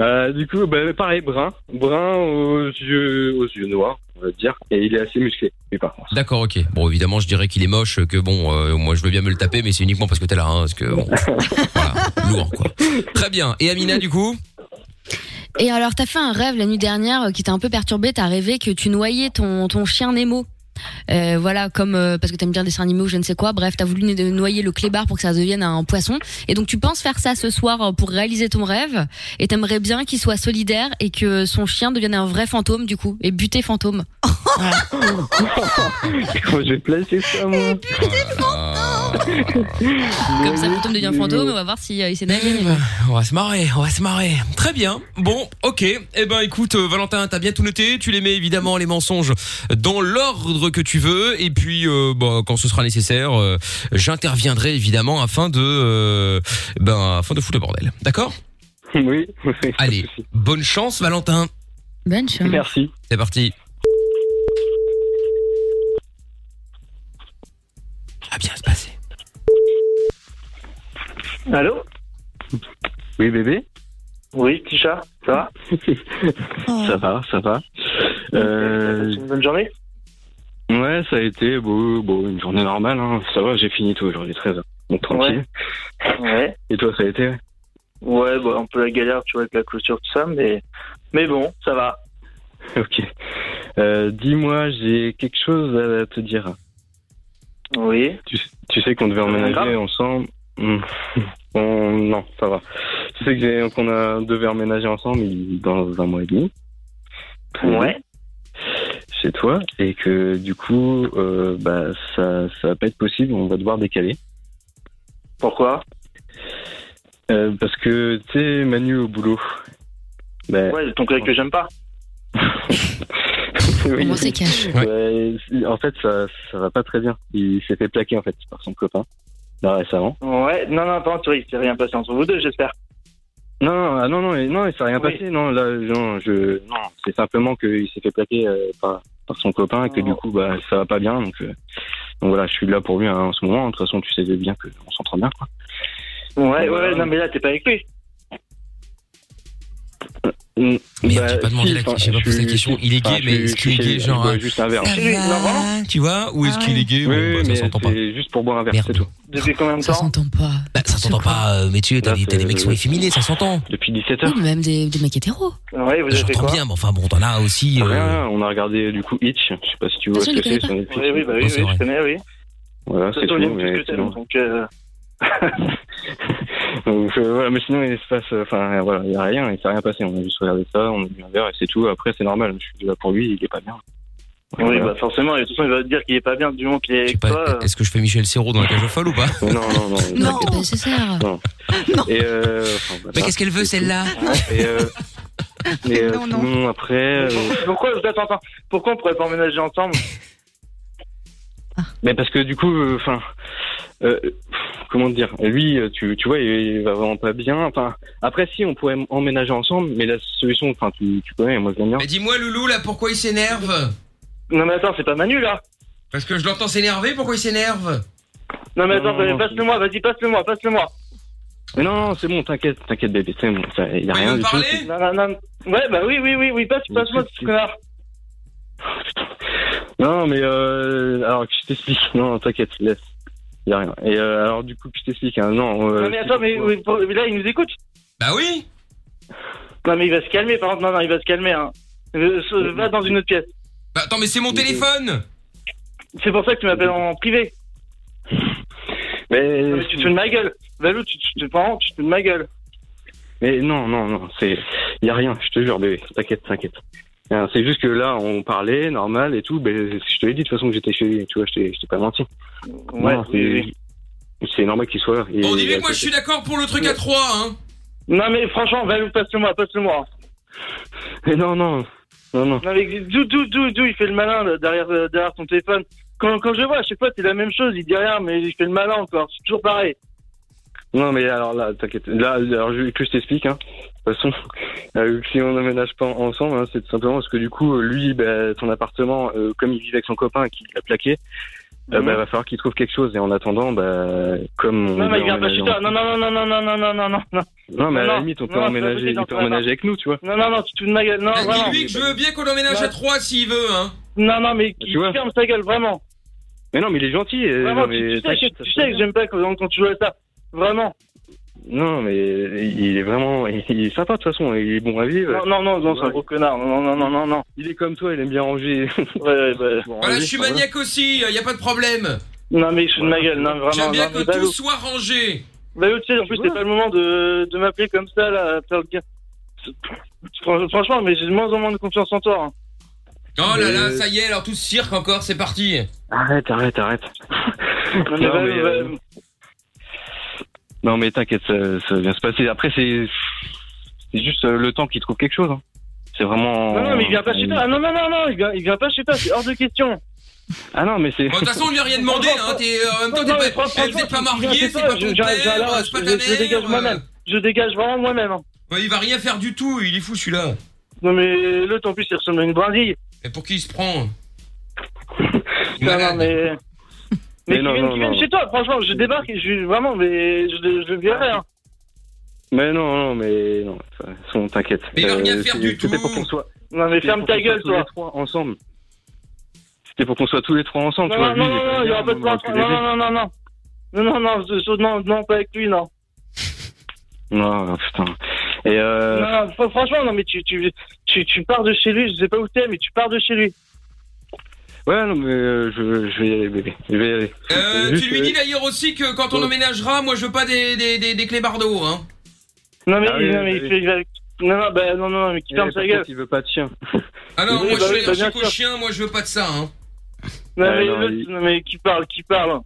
Speaker 11: Euh, du coup, bah, pareil, brun. Brun aux yeux, aux yeux noirs, on va dire. Et il est assez musclé, lui, par contre.
Speaker 1: D'accord, OK. Bon, évidemment, je dirais qu'il est moche que bon, euh, moi je veux bien me le taper mais c'est uniquement parce que t'es là hein, parce que bon, voilà, lourd quoi. Très bien. Et Amina du coup
Speaker 2: Et alors, t'as fait un rêve la nuit dernière euh, qui t'a un peu perturbé. T'as rêvé que tu noyais ton, ton chien Nemo. Euh, voilà, comme euh, parce que t'aimes bien les dessins animaux, ou je ne sais quoi. Bref, t'as voulu né- noyer le clébard pour que ça devienne un poisson. Et donc, tu penses faire ça ce soir euh, pour réaliser ton rêve. Et t'aimerais bien qu'il soit solidaire et que son chien devienne un vrai fantôme du coup et buter fantôme.
Speaker 12: hein.
Speaker 11: Comment j'ai placé ça, moi
Speaker 1: Ah,
Speaker 2: Comme ça, fantôme devient fantôme, on va voir s'il euh, il s'est nager.
Speaker 1: On va se marrer, on va se marrer. Très bien. Bon, ok. Eh ben, écoute, euh, Valentin, t'as bien tout noté. Tu les mets évidemment les mensonges dans l'ordre que tu veux. Et puis, euh, bah, quand ce sera nécessaire, euh, j'interviendrai évidemment afin de, euh, ben, afin de foutre le bordel. D'accord
Speaker 11: Oui.
Speaker 1: Allez, bonne chance, Valentin.
Speaker 2: Bonne chance.
Speaker 11: Merci.
Speaker 1: C'est parti. Ça va bien se passer.
Speaker 11: Allô Oui, bébé Oui, petit chat, ça va Ça va, ça va. Euh... une bonne journée Ouais, ça a été bon, bon, une journée normale. hein. Ça va, j'ai fini tout aujourd'hui, 13h. Donc tranquille.
Speaker 8: Ouais.
Speaker 11: Et toi, ça a été ouais
Speaker 8: Ouais, bah, un peu la galère, tu vois, avec la clôture, tout ça, mais, mais bon, ça va.
Speaker 11: Ok. Euh, Dis-moi, j'ai quelque chose à te dire.
Speaker 8: Oui. Ah,
Speaker 11: Tu, tu sais qu'on devait emménager
Speaker 8: grave.
Speaker 11: ensemble. Hmm. On- non, ça va. Tu sais que j'ai- qu'on a devait emménager ensemble il- dans un mois et demi.
Speaker 8: Ouais.
Speaker 11: Chez toi et que du coup, euh, bah ça, ça va pas être possible. On va devoir décaler.
Speaker 8: Pourquoi
Speaker 11: Euh, parce que tu sais, Manu au boulot. Bah,
Speaker 8: Ouais, ton collègue que j'aime pas.
Speaker 11: oui.
Speaker 8: Comment c'est cash
Speaker 11: Ouais, c'est- En fait, ça, ça va pas très bien. Il s'est fait plaquer en fait par son copain là récemment.
Speaker 8: Ouais, non, non, attends, tu vois, il s'est rien passé entre vous deux, j'espère.
Speaker 11: Non, non, ah, non, non, et- non, il s'est rien passé. Non, là, non, je, non, c'est simplement qu'il s'est fait plaquer euh, par, par son copain et que
Speaker 8: Oh.
Speaker 11: du coup, bah, ça va pas bien. Donc, euh, donc voilà, je suis là pour lui hein, en ce moment. De toute façon, tu sais bien qu'on s'entend bien, quoi.
Speaker 8: Ouais, ouais, ouais, non, mais là, t'es pas avec lui.
Speaker 11: Merde,
Speaker 1: j'ai pas demandé la
Speaker 11: Bah, enfin,
Speaker 1: question. J'ai pas posé la question. Il est gay,
Speaker 11: enfin,
Speaker 1: mais
Speaker 11: je-
Speaker 1: est-ce qu'il est
Speaker 11: je-
Speaker 1: gay,
Speaker 11: je
Speaker 1: genre.
Speaker 11: bois
Speaker 1: hein,
Speaker 11: juste un verre.
Speaker 1: ça
Speaker 11: Ça va
Speaker 1: va, Tu vois, ou
Speaker 8: Ah
Speaker 1: est-ce qu'il est
Speaker 11: Oui,
Speaker 1: gay Bon, bah,
Speaker 11: mais
Speaker 1: Ça s'entend pas.
Speaker 11: c'est juste pour boire un verre, c'est tout.
Speaker 8: Depuis combien de temps
Speaker 2: Ça s'entend pas.
Speaker 1: Bah, ça s'entend pas, euh, mais tu t'as des, t'as des mecs qui sont efféminés, ça s'entend.
Speaker 11: Depuis 17
Speaker 2: Oui, mais même des, des mecs hétéros.
Speaker 8: Ouais, vous
Speaker 1: avez fait quoi bien, mais enfin bon, t'en as aussi.
Speaker 11: Ah,
Speaker 1: euh,
Speaker 11: Rien, on a regardé du coup Itch. Je sais pas si tu vois
Speaker 8: toute
Speaker 11: ce
Speaker 8: façon,
Speaker 11: que
Speaker 8: il
Speaker 11: c'est
Speaker 8: connaît
Speaker 11: sur
Speaker 8: pas. Oui,
Speaker 11: Netflix.
Speaker 8: oui, bah oui,
Speaker 11: Non,
Speaker 8: oui,
Speaker 11: c'est vrai.
Speaker 8: je connais, oui.
Speaker 11: Voilà,
Speaker 8: Ça,
Speaker 11: c'est
Speaker 8: toi,
Speaker 11: tout.
Speaker 8: j'aime plus
Speaker 11: Mais
Speaker 8: que t'aimes,
Speaker 11: sinon,
Speaker 8: donc, euh,
Speaker 11: donc, euh, voilà, mais sinon, il se passe. euh, Enfin, voilà, il y a rien, il s'est rien passé. On a juste regardé ça, on a bu un verre et c'est tout. Après, c'est normal. Je suis là pour lui, il est pas bien.
Speaker 8: Oui, bah forcément, et de toute façon, il va te dire qu'il est pas bien du moment qu'il est avec toi. euh,
Speaker 1: Est-ce que je fais Michel Serrault dans la cage aux folles ou pas
Speaker 11: Non, non, non.
Speaker 2: Non, c'est pas nécessaire.
Speaker 11: Non. Et euh, enfin,
Speaker 1: Mais
Speaker 11: voilà.
Speaker 1: qu'est-ce qu'elle veut, celle-là
Speaker 11: Et euh, et, euh, sinon, après. euh,
Speaker 8: Pourquoi, attends, attends, pourquoi on pourrait pas emménager ensemble
Speaker 11: Mais parce que du coup, euh, enfin, euh, pff, comment dire, lui, euh, tu, tu vois, il, il va vraiment pas bien. Enfin, après, si on pourrait m- emménager ensemble, mais la solution, enfin, tu, tu connais, moi je l'aime bien.
Speaker 1: Bah, dis-moi, Loulou, là, pourquoi il s'énerve
Speaker 8: Non, mais attends, c'est pas Manu là
Speaker 1: Parce que je l'entends s'énerver, pourquoi il s'énerve
Speaker 8: Non, mais
Speaker 11: Non,
Speaker 8: attends,
Speaker 11: non, non,
Speaker 8: passe-le-moi, vas-y, passe-le-moi, passe-le-moi.
Speaker 11: Mais non, non, c'est bon, t'inquiète, t'inquiète, bébé, c'est bon, ça, y a rien du tout.
Speaker 8: Non, non, non. Ouais, bah oui, oui, oui, oui, passe, passe-moi, ce connard.
Speaker 11: Non, mais euh, alors que je t'explique, non, t'inquiète, laisse, y a rien. Et euh, alors du coup, que je t'explique, hein, non. euh,
Speaker 8: Non, mais attends, mais, oui, pour- mais là, il nous écoute.
Speaker 1: Bah oui
Speaker 8: Non, mais il va se calmer, par contre, non, non, il va se calmer, hein. Euh, se- Va dans une autre pièce.
Speaker 1: Bah attends, mais c'est mon téléphone
Speaker 8: C'est pour ça que tu m'appelles en privé.
Speaker 11: Mais,
Speaker 8: Non, mais tu te fous de ma gueule. Valou, tu tu te prends, tu te fous de ma gueule.
Speaker 11: Mais non, non, non, c'est, y a rien, je te jure, bébé, t'inquiète, t'inquiète. Hein, C'est juste que là, on parlait, normal et tout, mais je te l'ai dit de toute façon que j'étais chez lui, tu vois, je t'ai je t'ai pas menti.
Speaker 8: Ouais,
Speaker 11: Non,
Speaker 8: oui,
Speaker 11: c'est- c'est normal qu'il soit là.
Speaker 1: Bon, dis
Speaker 11: Et-
Speaker 1: que moi, je suis d'accord pour le truc à 3, hein
Speaker 8: Non, mais franchement, Valou, passe-le-moi, passe-le-moi.
Speaker 11: Mais non, non, non, non.
Speaker 8: Non, mais d'où, d'où, d'où, d'où il fait le malin là, derrière, euh, derrière ton téléphone quand, quand je le vois, à chaque fois, c'est la même chose. Il dit rien, mais il fait le malin encore. C'est toujours pareil.
Speaker 11: Non, mais alors là, t'inquiète. Là, alors, je- que je t'explique, hein. De toute façon, euh, si on n'emménage pas ensemble, hein, c'est tout simplement parce que du coup, euh, lui, bah, son appartement, euh, comme il vit avec son copain qui l'a plaqué, euh,
Speaker 8: Mhm.
Speaker 11: bah, va falloir qu'il trouve quelque chose. Et en attendant, bah, comme on
Speaker 8: Non, mais
Speaker 11: veut
Speaker 8: il vient pas
Speaker 11: emménager
Speaker 8: chez toi. Non, non, non, non, non, non, non, non, non, non.
Speaker 11: Non, mais à
Speaker 8: Non,
Speaker 11: la
Speaker 8: non.
Speaker 11: limite, on peut
Speaker 8: Non, non,
Speaker 11: emménager,
Speaker 8: c'est pas possible,
Speaker 11: il peut
Speaker 8: on peut
Speaker 11: emménager
Speaker 8: pas.
Speaker 11: avec nous, tu vois.
Speaker 8: Non, non, non, tu te fous de ma gueule. Non,
Speaker 1: Bah,
Speaker 8: vraiment.
Speaker 1: Dis-lui que je veux bien qu'on emménage
Speaker 8: Ouais.
Speaker 1: à 3 s'il veut, hein
Speaker 8: Non, non, mais
Speaker 11: tu vois.
Speaker 8: il ferme sa gueule, vraiment.
Speaker 11: Mais non, mais il est gentil. euh,
Speaker 8: Vraiment,
Speaker 11: non,
Speaker 8: tu, tu
Speaker 11: mais
Speaker 8: sais,
Speaker 11: t'inquiète,
Speaker 8: que-
Speaker 11: ça
Speaker 8: tu
Speaker 11: se
Speaker 8: sais
Speaker 11: passe
Speaker 8: que j'aime pas quand, quand tu joues à ça. Vraiment.
Speaker 11: Non, mais il est vraiment, il est sympa de toute façon, il est bon à vivre.
Speaker 8: Non, non, non, non, c'est un
Speaker 11: Ouais.
Speaker 8: gros connard. Non, non, non, non, non.
Speaker 11: Il est comme toi, il aime bien ranger.
Speaker 8: Ouais, ouais, bah.
Speaker 1: Voilà, je suis maniaque aussi, y a pas de problème
Speaker 8: Non, mais je suis de ma gueule, non, vraiment.
Speaker 1: J'aime bien
Speaker 8: non,
Speaker 1: que
Speaker 8: mais Valou.
Speaker 1: tout soit rangé
Speaker 8: Valou, tu sais, en plus, c'est pas le moment de, de m'appeler comme ça, là, faire le gars. Fran- Franchement, mais j'ai de moins en moins de confiance en toi. hein.
Speaker 1: Oh là là,
Speaker 11: Mais-
Speaker 1: ça y est, alors tout ce cirque encore, c'est parti
Speaker 11: Arrête, arrête, arrête.
Speaker 8: mais
Speaker 11: Non,
Speaker 8: va-
Speaker 11: mais,
Speaker 8: va-
Speaker 11: euh, Non, mais t'inquiète, ça, ça va bien se passer. Après, c'est c'est juste euh, le temps qu'il trouve quelque chose. hein. C'est vraiment.
Speaker 8: Non, non, mais il vient pas chez toi. Ah non, non, non, non, il vient, il vient pas chez toi, c'est hors de question.
Speaker 11: Ah non, mais c'est.
Speaker 1: Bon, de toute façon, on lui a rien demandé, hein. T'es, euh, en même temps,
Speaker 8: Non,
Speaker 1: t'es
Speaker 8: mais
Speaker 1: pas,
Speaker 8: franchement,
Speaker 1: elle, vous êtes pas
Speaker 8: franchement,
Speaker 1: marié,
Speaker 8: je-
Speaker 1: c'est pas
Speaker 8: je-
Speaker 1: ton
Speaker 8: je- je-
Speaker 1: père,
Speaker 8: alors,
Speaker 1: c'est pas euh,
Speaker 8: je-
Speaker 1: ta mère.
Speaker 8: je dégage moi-même. Je dégage vraiment moi-même. hein.
Speaker 1: Ouais, il va rien faire du tout, il est fou celui-là.
Speaker 8: Non, mais l'autre en plus, il ressemble à une brindille.
Speaker 1: Mais pour qui il se prend euh
Speaker 8: Non, non, mais.
Speaker 11: Mais
Speaker 8: Mais
Speaker 11: non,
Speaker 8: qui viennent-
Speaker 11: non,
Speaker 8: qui viennent
Speaker 11: non.
Speaker 8: chez toi, franchement, je débarque et je. Vraiment, mais je, je, je
Speaker 11: Ah,
Speaker 8: viendrai, hein.
Speaker 11: Mais non, non, mais non. De toute façon, t'inquiète. Mais il a rien à faire du tout. Pour qu'on soit...
Speaker 8: Non, mais
Speaker 11: c'est
Speaker 8: ferme
Speaker 11: pour
Speaker 8: ta
Speaker 11: qu'on soit
Speaker 8: gueule,
Speaker 11: tous les
Speaker 8: toi.
Speaker 11: trois ensemble. C'était pour qu'on soit tous les trois ensemble. tu vois,
Speaker 8: Non, non,
Speaker 11: lui,
Speaker 8: non,
Speaker 11: il est
Speaker 8: non,
Speaker 11: pas
Speaker 8: il y
Speaker 11: bien,
Speaker 8: aura pas de
Speaker 11: on aurait
Speaker 8: plan.
Speaker 11: pu l'aider.
Speaker 8: Non, non, non, non. Non, non, non, je- je- non, non, pas avec lui, non.
Speaker 11: Non, Ah, putain. Et euh...
Speaker 8: Non, non, fr- franchement, non, mais tu, tu, tu, tu pars de chez lui, je sais pas où t'es, mais tu pars de chez lui.
Speaker 11: ouais, non, mais euh, je, je vais y aller, bébé. Je vais y aller.
Speaker 1: Euh,
Speaker 11: Juste,
Speaker 1: tu lui dis d'ailleurs aussi que quand on emménagera, moi je veux pas des, des, des, des clébards d'eau, hein.
Speaker 8: Non, mais,
Speaker 11: Ah oui,
Speaker 8: non, mais
Speaker 11: oui,
Speaker 8: il
Speaker 11: oui.
Speaker 8: fait- il va- Non, non, bah, non, non, mais qui
Speaker 11: Eh,
Speaker 8: ferme
Speaker 11: par
Speaker 8: sa
Speaker 11: contre,
Speaker 8: gueule.
Speaker 11: Il veut pas de chien.
Speaker 1: Ah non,
Speaker 8: Oui, bah
Speaker 1: moi je
Speaker 8: oui,
Speaker 1: suis
Speaker 8: bah,
Speaker 1: allergique
Speaker 8: bien
Speaker 1: aux
Speaker 8: sûr.
Speaker 1: chiens, moi je veux pas de ça, hein.
Speaker 8: Non,
Speaker 11: Ouais,
Speaker 8: mais,
Speaker 11: non,
Speaker 8: l'autre, non, mais qui parle, qui parle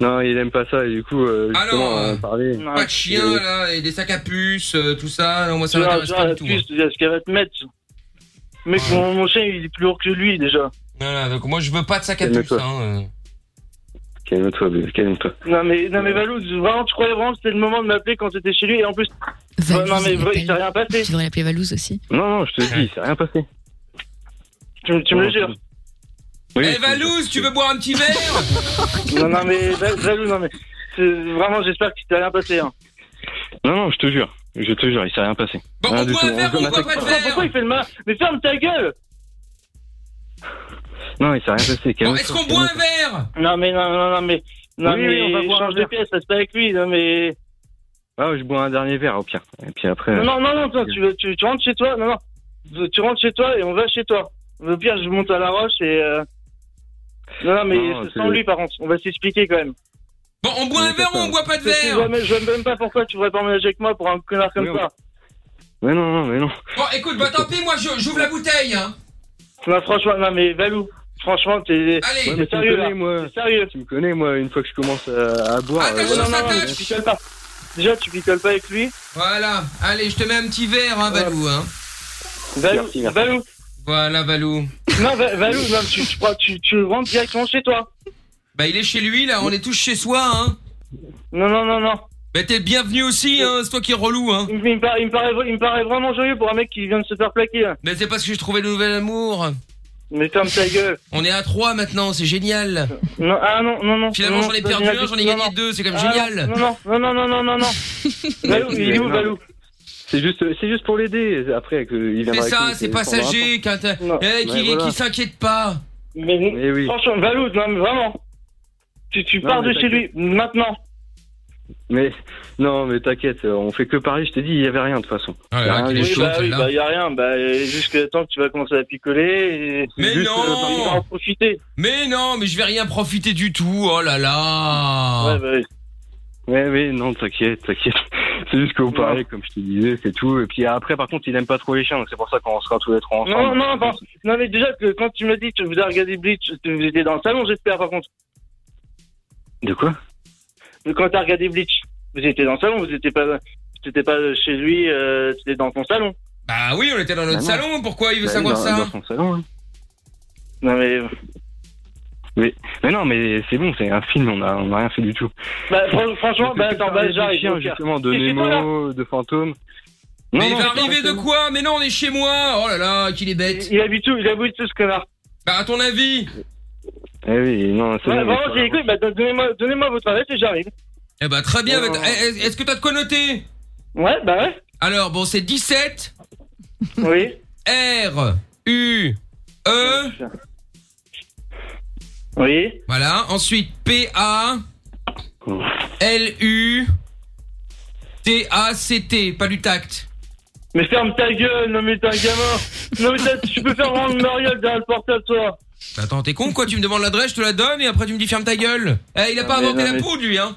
Speaker 11: Non, il aime pas ça et du coup, euh,
Speaker 1: Ah
Speaker 11: justement,
Speaker 1: non,
Speaker 11: on en
Speaker 1: euh,
Speaker 11: parlait.
Speaker 1: Pas de chiens là, et des sacs à puces, euh, tout ça, non, moi ça
Speaker 8: Tu vois,
Speaker 1: m'intéresse
Speaker 8: tu vois,
Speaker 1: pas
Speaker 8: la
Speaker 1: du tout. hein.
Speaker 8: puce, tu sais ce qu'elle va te mettre. Mec, mon, mon chien, il est plus lourd que lui, déjà.
Speaker 1: Voilà, donc moi je veux pas de sacs à puces,
Speaker 11: Calme-toi.
Speaker 1: hein. euh.
Speaker 11: Calme-toi, bébé, calme-toi.
Speaker 8: Non, mais, non, mais Valou, vraiment, tu croyais vraiment que c'était le moment de m'appeler quand t'étais chez lui, et en plus. Ouais, non, mais vrai, il s'est rien passé.
Speaker 2: Tu devrais l'appeler Valouz aussi.
Speaker 11: Non, non, je te dis, c'est rien passé.
Speaker 8: Tu, tu me le jures.
Speaker 11: Oui,
Speaker 1: Eh Valouz, tu veux boire un petit verre
Speaker 8: Non, non, mais Val- Valou, non, mais. c'est- Vraiment, j'espère que t'es rien passé, hein.
Speaker 11: Non, non, je te jure. Je te jure, il s'est rien passé.
Speaker 1: Bon,
Speaker 11: rien
Speaker 1: on
Speaker 11: du
Speaker 1: boit
Speaker 11: tout.
Speaker 1: un verre ou on boit pas de verre
Speaker 8: Pourquoi il fait le mal Mais ferme ta gueule
Speaker 11: Non, il s'est rien passé.
Speaker 1: Bon,
Speaker 11: calme-toi,
Speaker 1: est-ce qu'on boit
Speaker 11: calme-toi.
Speaker 1: un verre
Speaker 8: Non, mais non, non, non, mais. Non,
Speaker 11: Oui, oui,
Speaker 8: mais.
Speaker 11: on va boire un
Speaker 8: change de
Speaker 11: verre.
Speaker 8: pièce, reste avec lui, non, mais.
Speaker 11: Ah, je bois un dernier verre au pire. Et puis après.
Speaker 8: Non, non, non, non, toi, tu, tu, tu rentres chez toi, non, non. Tu rentres chez toi et on va chez toi. Au pire, je monte à la roche et. euh, Non, non, mais
Speaker 11: Non,
Speaker 8: c'est
Speaker 11: c'est-
Speaker 8: sans lui, par contre. On va s'expliquer quand même.
Speaker 1: Bon, on boit un verre ou on boit pas de
Speaker 8: Parce que Je
Speaker 1: verre
Speaker 8: vois, même- je vois même pas pourquoi tu voudrais pas emménager avec moi pour un connard comme
Speaker 11: Oui,
Speaker 8: ça.
Speaker 11: Mais euh, non, non, mais non.
Speaker 1: Bon, écoute, bah tant pis, moi je- j'ouvre la bouteille, hein.
Speaker 8: Non, franchement, non, mais Valou, franchement, t'es.
Speaker 1: Allez.
Speaker 11: Ouais,
Speaker 8: t'es
Speaker 11: mais tu me
Speaker 8: sérieux, là.
Speaker 11: connais, moi.
Speaker 8: T'es sérieux.
Speaker 11: Tu me connais, moi, une fois que je commence à, à boire.
Speaker 1: Attention,
Speaker 8: Non, non,
Speaker 11: euh,
Speaker 1: ça
Speaker 8: non, mais
Speaker 1: tâche.
Speaker 8: tu picoles pas. Déjà, tu picoles pas avec lui.
Speaker 1: Voilà, allez, je te mets un petit verre, hein, Valou, hein.
Speaker 8: Valou,
Speaker 11: Merci, merci.
Speaker 8: Valou.
Speaker 1: Voilà, Valou.
Speaker 8: Non, Va- Valou, non, tu, tu, prends- tu, tu rentres directement chez toi.
Speaker 1: Bah, il est chez lui, là, on est tous chez soi, hein.
Speaker 8: Non, non, non, non.
Speaker 1: Bah, t'es le bienvenu aussi, hein, c'est toi qui es relou, hein.
Speaker 8: Il, me- il me paraît, il, me paraît, il me paraît vraiment joyeux pour un mec qui vient de se faire plaquer. hein.
Speaker 1: Mais c'est parce que j'ai trouvé le nouvel amour.
Speaker 8: Mais ferme ta gueule.
Speaker 1: On est à 3 maintenant, c'est génial.
Speaker 8: Non, ah non, non, non.
Speaker 1: Finalement,
Speaker 8: non,
Speaker 1: j'en ai
Speaker 8: non,
Speaker 1: perdu
Speaker 8: non,
Speaker 1: un, j'en ai
Speaker 8: non,
Speaker 1: gagné
Speaker 8: non.
Speaker 1: deux, c'est quand même
Speaker 8: Ah,
Speaker 1: génial.
Speaker 8: Non, non, non, non, non, non, non. Valou, il est où,
Speaker 11: Non.
Speaker 8: Valou
Speaker 11: C'est juste, c'est juste pour l'aider. Après, que il viendra. avec
Speaker 1: C'est ça,
Speaker 11: nous,
Speaker 1: c'est
Speaker 11: sans rapport.
Speaker 1: passager, qu'un-
Speaker 8: Non.
Speaker 1: eh, qui
Speaker 11: Ouais, voilà.
Speaker 1: qui s'inquiète pas.
Speaker 8: mais,
Speaker 11: Mais oui.
Speaker 8: Franchement, Valou, non, mais vraiment. Tu, tu
Speaker 11: Non,
Speaker 8: pars
Speaker 11: mais
Speaker 8: de chez lui, maintenant.
Speaker 11: Mais non, mais t'inquiète, on fait que parler. Je t'ai dit, il y avait rien de toute façon. Il y
Speaker 1: Ah là
Speaker 11: a
Speaker 1: là,
Speaker 11: rien
Speaker 1: qu'il
Speaker 11: du
Speaker 1: est
Speaker 11: tout.
Speaker 8: Oui,
Speaker 1: chaud,
Speaker 8: bah oui,
Speaker 1: celle-là.
Speaker 8: bah y a rien. Bah, euh, juste que tant que tu vas commencer à picoler. Et...
Speaker 1: Mais
Speaker 11: Juste,
Speaker 1: non
Speaker 11: euh,
Speaker 8: Il va en profiter.
Speaker 1: Mais non, mais je vais rien profiter du tout, oh là
Speaker 11: Ah.
Speaker 1: là.
Speaker 8: Ouais, bah oui.
Speaker 11: Ouais, mais non, t'inquiète, t'inquiète. C'est juste que vous parlez, comme je te disais, c'est tout. Et puis après, par contre, il aime pas trop les chiens, donc c'est pour ça qu'on sera tous les trois
Speaker 8: Non,
Speaker 11: ensemble.
Speaker 8: non, non, non, mais déjà que quand tu me dis que vous avez regardé Bleach, que vous étiez dans le salon, j'espère, par contre.
Speaker 11: De quoi
Speaker 8: Mais Quand t'as regardé Bleach, vous étiez dans le salon, vous étiez pas, t'étais pas chez lui, euh, t'étais dans ton salon.
Speaker 1: Bah oui, on était dans
Speaker 8: Ah
Speaker 1: notre
Speaker 11: Bah non.
Speaker 1: salon, pourquoi il veut
Speaker 11: Bah,
Speaker 1: savoir
Speaker 11: dans-
Speaker 1: ça
Speaker 11: dans son salon, hein.
Speaker 8: Non, mais,
Speaker 11: Mais non, mais c'est bon, c'est un film, on a, on a rien fait du tout.
Speaker 8: bah, fran- franchement,
Speaker 11: Je
Speaker 8: bah,
Speaker 11: fais que
Speaker 8: attends, bah,
Speaker 11: parler des
Speaker 8: j'arrive.
Speaker 11: chiens,
Speaker 8: mon cher.
Speaker 11: justement, de
Speaker 8: Et chez toi,
Speaker 11: Nemo, de fantômes. Non,
Speaker 1: Mais il
Speaker 11: non,
Speaker 1: va
Speaker 11: c'est pas
Speaker 1: arriver
Speaker 11: chez
Speaker 1: de quoi Mais non, on est chez moi. Oh là là, qu'il est bête.
Speaker 8: Il il habite où? Il habite tout ce connard.
Speaker 1: Bah à ton avis
Speaker 11: nous. Eh oui, non, c'est
Speaker 8: Ouais,
Speaker 11: bon, mais
Speaker 8: vraiment,
Speaker 11: c'est
Speaker 8: j'ai
Speaker 11: pas
Speaker 8: écoute, bah, don- donnez-moi, donnez-moi votre adresse et j'arrive.
Speaker 1: Eh bah très bien.
Speaker 11: Oh.
Speaker 1: bah, eh, eh, Est-ce que t'as de quoi noter
Speaker 8: Ouais, bah ouais.
Speaker 1: Alors bon, c'est 17
Speaker 8: Oui.
Speaker 1: R U E.
Speaker 8: Oui.
Speaker 1: Voilà. Ensuite P A
Speaker 11: grave.
Speaker 1: L U T A C T. Pas du tact.
Speaker 8: Mais ferme ta gueule, non, mais t'es un gamin. Non, mais t'as- tu peux faire rendre Mariole derrière le portable, toi.
Speaker 1: Bah, Attends, t'es con quoi Tu me demandes l'adresse, je te la donne et après tu me dis ferme ta gueule. Eh, il a
Speaker 8: Non,
Speaker 1: pas
Speaker 8: mais-
Speaker 1: inventé
Speaker 8: non,
Speaker 1: la
Speaker 8: mais-
Speaker 1: poudre lui hein.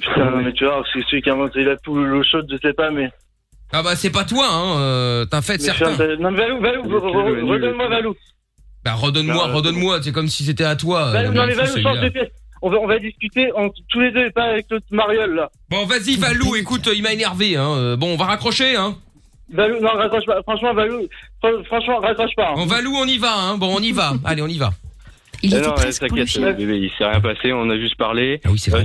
Speaker 8: Putain, non, mais tu vois, c'est celui qui a inventé la poule ou l'eau chaude, je sais pas, mais.
Speaker 1: Ah bah c'est pas toi hein. euh, T'as
Speaker 8: mais
Speaker 1: fait certain.
Speaker 8: ferme ta- Non, mais Valou, Valou,
Speaker 11: Mais
Speaker 8: re-
Speaker 11: tu veux,
Speaker 8: re-
Speaker 11: Valou,
Speaker 8: redonne-moi
Speaker 11: tu veux.
Speaker 8: Valou.
Speaker 1: Bah redonne-moi,
Speaker 11: Non,
Speaker 1: redonne-moi. C'est comme si c'était à toi. euh,
Speaker 8: Valou, Bah, non, mais
Speaker 1: fou,
Speaker 8: Valou,
Speaker 1: celui-là.
Speaker 8: change de pièce. on va, on va discuter entre tous les deux et pas avec l'autre Mariole là.
Speaker 1: Bon, vas-y, Valou, écoute, il m'a énervé. Hein. Euh, Bon, on va raccrocher. Hein.
Speaker 8: Valou, non, raccroche pas. Franchement, Valou, fr- franchement, raccroche pas.
Speaker 1: Bon, Valou, on y va. Hein. Bon, on y va. Allez, on y va.
Speaker 11: Ah non, ouais, t'inquiète, euh, bébé, il s'est rien passé, on a juste parlé. Ah oui, c'est vrai.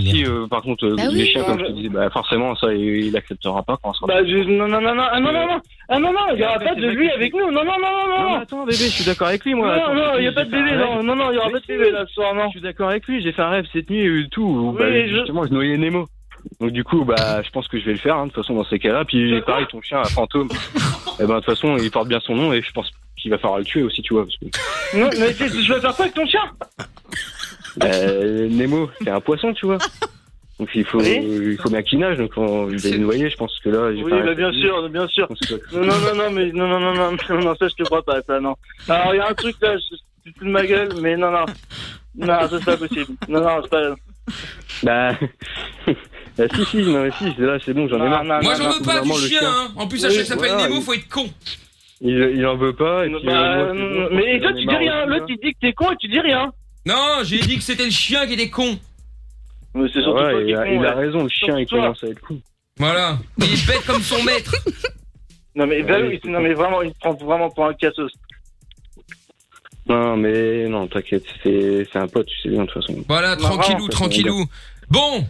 Speaker 11: par contre, euh,
Speaker 8: Bah
Speaker 11: les
Speaker 8: oui.
Speaker 11: chiens, comme je te disais, bah, forcément, ça, il, il acceptera pas quand on sera.
Speaker 8: Bah, je- non, non, non, non, ah, non, non, non, ah, non, non, il y aura pas de lui avec nous, non, non, non, non, non.
Speaker 13: attends, bébé, je suis d'accord avec lui, moi.
Speaker 8: Non,
Speaker 13: Attends,
Speaker 8: non,
Speaker 13: j'ai-
Speaker 8: il y a
Speaker 13: j'ai
Speaker 8: pas de
Speaker 13: fait un
Speaker 8: bébé,
Speaker 13: rêve.
Speaker 8: non, non, non, il y aura
Speaker 13: Mais
Speaker 8: pas de
Speaker 13: si,
Speaker 8: bébé, là, ce soir, non.
Speaker 13: Je suis d'accord avec lui, j'ai fait un rêve cette nuit, euh, tout. où,
Speaker 8: Oui,
Speaker 13: bah,
Speaker 8: je-
Speaker 13: Justement, je noyais Nemo.
Speaker 11: Donc, du coup, bah, je pense que je vais le faire, hein, de toute façon, dans ces cas-là. Puis, pareil, ton chien, un fantôme, eh ben, de toute façon, il porte bien son nom et je pense qu'il va falloir le tuer aussi, tu vois. Parce que,
Speaker 8: Non, mais tu tu vas faire quoi avec ton chien
Speaker 11: euh, Nemo, c'est un poisson, tu vois. Donc, il faut,
Speaker 8: Oui.
Speaker 11: il faut bien qu'il nage, donc on, il va le noyer, je pense que là, j'ai
Speaker 8: Oui,
Speaker 11: pas-
Speaker 8: bah, bien sûr, bien sûr. Non, non, non, non, mais non, non, non, non, non, non, ça, je te crois pas, ça, non. Alors, il y a un truc, là, je tu te fous de ma gueule, mais non, non. Non, ça, c'est pas possible. Non, non, c'est pas.
Speaker 11: Bah, bah, si, si, non, mais si, là, c'est bon, j'en ai marre.
Speaker 1: Moi, j'en veux pas du
Speaker 11: Vraiment, le
Speaker 1: chien. hein. En plus, à
Speaker 11: Oui,
Speaker 1: chaque s'appelle
Speaker 11: voilà,
Speaker 1: Nemo, faut être con.
Speaker 11: Il, il en veut pas. Et puis,
Speaker 1: Bah,
Speaker 11: euh, moi, c'est bon,
Speaker 8: Mais
Speaker 11: j'en
Speaker 8: toi,
Speaker 11: ai
Speaker 8: tu dis
Speaker 11: marre
Speaker 8: rien.
Speaker 11: aussi,
Speaker 8: L'autre, il dit que t'es con et tu dis rien.
Speaker 1: Non, j'ai dit que c'était le chien qui était con.
Speaker 8: Mais
Speaker 11: c'est surtout Ah ouais, toi qui il es a- con, il a ouais. raison, le chien, il commence à être con.
Speaker 1: Voilà. Il est bête comme son maître.
Speaker 8: Non, mais,
Speaker 11: Ouais,
Speaker 8: Valou, il- non, mais vraiment, il te prend vraiment pour un cassos.
Speaker 11: Non, mais non, t'inquiète, c'est c'est un pote, tu sais bien, de toute façon.
Speaker 1: Voilà,
Speaker 8: Bah,
Speaker 1: tranquillou,
Speaker 11: vraiment,
Speaker 1: tranquillou. Bon,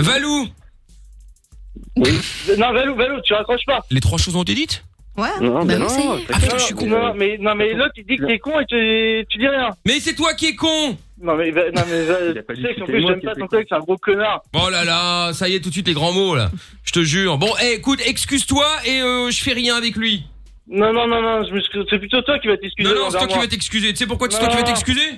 Speaker 1: Valou.
Speaker 8: Non, Valou, Valou, tu raccroches pas.
Speaker 1: Les trois choses ont été dites
Speaker 8: Ouais.
Speaker 11: Non, mais non,
Speaker 8: Ah, je suis con. Non, mais, non, mais l'autre, il dit que t'es con et tu, tu dis rien.
Speaker 1: Mais c'est toi qui es con
Speaker 8: Non, mais, va- non, mais, va- tu sais qu'en
Speaker 1: discuté,
Speaker 8: plus,
Speaker 1: moi
Speaker 8: j'aime
Speaker 1: qui
Speaker 8: pas
Speaker 1: étais
Speaker 8: ton collègue, c'est un gros connard.
Speaker 1: Oh là là, ça y est tout de suite les grands mots là. Je te jure. Bon, eh, écoute, excuse-toi et euh, je fais rien avec lui.
Speaker 8: Non, non, non, non, je me suis- c'est plutôt toi qui vas t'excuser.
Speaker 1: Non, non, c'est
Speaker 8: envers
Speaker 1: toi qui
Speaker 8: moi.
Speaker 1: vas t'excuser. Tu sais pourquoi c'est toi qui vas
Speaker 8: Non.
Speaker 1: t'excuser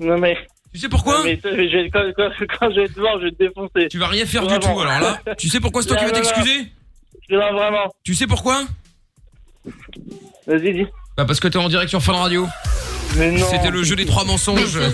Speaker 8: Non, mais.
Speaker 1: Tu sais pourquoi
Speaker 8: mais, toi, mais je vais- quand, quand- quand je vais te voir, je vais te défoncer.
Speaker 1: Tu vas rien faire du tout alors là. Tu sais pourquoi c'est toi qui vas t'excuser
Speaker 8: Non, vraiment.
Speaker 1: Tu sais pourquoi
Speaker 8: Vas-y, dis.
Speaker 1: Bah parce que t'es en direct sur Fun Radio.
Speaker 8: Mais non.
Speaker 1: C'était le jeu des trois mensonges.
Speaker 8: non,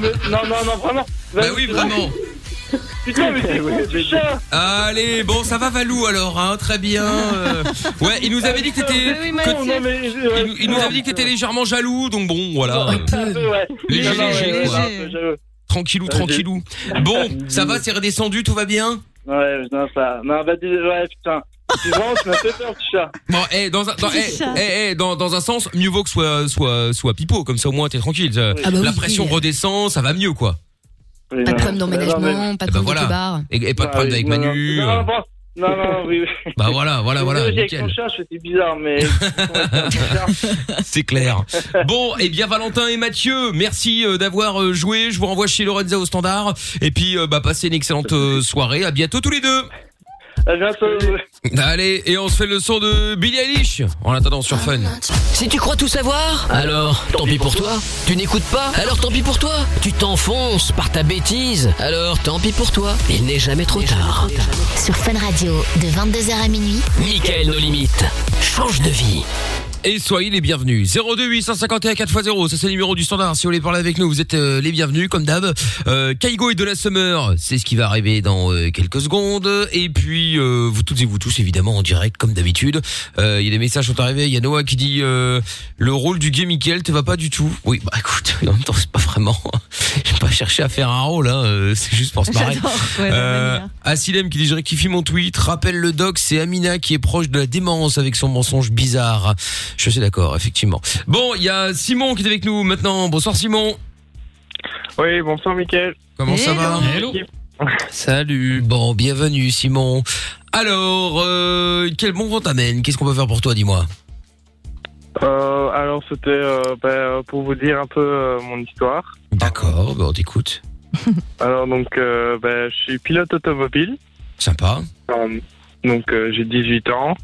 Speaker 8: mais, non, non, non, vraiment.
Speaker 1: bah oui, vraiment.
Speaker 8: Putain, mais c'est con, tu chats.
Speaker 1: Allez, bon, ça va Valou alors, hein, très bien. euh. Ouais, il nous avait dit que t'étais.
Speaker 8: Oui, mais
Speaker 1: que-
Speaker 8: non, non, mais-
Speaker 1: Il nous- il nous avait dit que t'étais légèrement jaloux, donc bon, voilà.
Speaker 8: Ouais.
Speaker 1: Léger,
Speaker 8: Non, non,
Speaker 1: léger,
Speaker 8: ouais,
Speaker 1: quoi.
Speaker 8: ouais, ouais, ouais, ouais.
Speaker 1: Tranquillou, tranquillou. Bon, ça va, c'est redescendu, tout va bien
Speaker 8: Ouais, non, ça. Non, bah, dis- ouais, putain. Tu vois, tu m'as fait peur, tu chat.
Speaker 1: Bon, eh, dans un, dans, eh,
Speaker 8: C'est ça.
Speaker 1: eh, eh, dans, dans un sens, mieux vaut que soit, soit, soit pipeau, comme ça au moins t'es tranquille. ça-
Speaker 2: Ah bah oui,
Speaker 1: la pression
Speaker 2: oui.
Speaker 1: redescend, ça va mieux, quoi.
Speaker 2: Pas de problème d'emménagement, pas de
Speaker 1: Eh
Speaker 2: problème de
Speaker 1: ben voilà.
Speaker 2: bar.
Speaker 1: Et, et pas de problème avec Manu.
Speaker 8: Non,
Speaker 1: euh,
Speaker 8: non, bon. non, non, oui, oui.
Speaker 1: Bah voilà, voilà, voilà,
Speaker 8: Désolé, Avec
Speaker 1: nickel.
Speaker 8: ton chat, je suis bizarre, mais.
Speaker 1: C'est clair. Bon, eh bien Valentin et Mathieu, merci euh, d'avoir euh, joué. Je vous renvoie chez Lorenza au standard. Et puis, euh, bah, passez une excellente euh, soirée. À bientôt tous les deux.
Speaker 8: À bientôt.
Speaker 1: Allez, et on se fait le son de Billie Eilish. En attendant sur Fun.
Speaker 7: Si tu crois tout savoir, alors tant pis pour toi. Tu n'écoutes pas, alors tant pis pour toi. Tu t'enfonces par ta bêtise, alors tant pis pour toi. Il n'est jamais trop tard.
Speaker 10: Sur Fun Radio, de 22h à minuit.
Speaker 7: Michael, nos limites. Change de vie.
Speaker 1: Et soyez les bienvenus. 02851 4x0, ça c'est le numéro du standard. Si vous voulez parler avec nous, vous êtes euh, les bienvenus, comme d'hab. Euh, Kaigo et de la Summer, c'est ce qui va arriver dans euh, quelques secondes. Et puis, euh, vous toutes et vous tous, évidemment, en direct, comme d'habitude. Euh, Il y a des messages qui sont arrivés. Il y a Noah qui dit euh, Le rôle du gay Michael te va pas du tout. Oui, bah écoute, en même temps, c'est pas vraiment... J'ai pas cherché à faire un rôle, hein. euh, c'est juste pour se marrer.
Speaker 13: J'adore, ouais, la
Speaker 1: Euh, Asilem qui dit je rectifie mon tweet, rappelle le doc, c'est Amina qui est proche de la démence avec son mensonge bizarre. Je suis d'accord, effectivement. Bon, il y a Simon qui est avec nous maintenant. Bonsoir Simon.
Speaker 12: Oui, bonsoir Mickaël.
Speaker 1: Comment ça va
Speaker 12: Hello.
Speaker 1: Salut. Bon, bienvenue Simon. Alors, euh, quel bon vent t'amène Qu'est-ce qu'on peut faire pour toi, dis-moi
Speaker 12: Euh, alors c'était euh, bah, euh, pour vous dire un peu euh, mon histoire.
Speaker 1: D'accord, bah, on t'écoute.
Speaker 12: Alors donc euh, bah, je suis pilote automobile.
Speaker 1: Sympa.
Speaker 12: Euh, donc euh, j'ai 18 ans.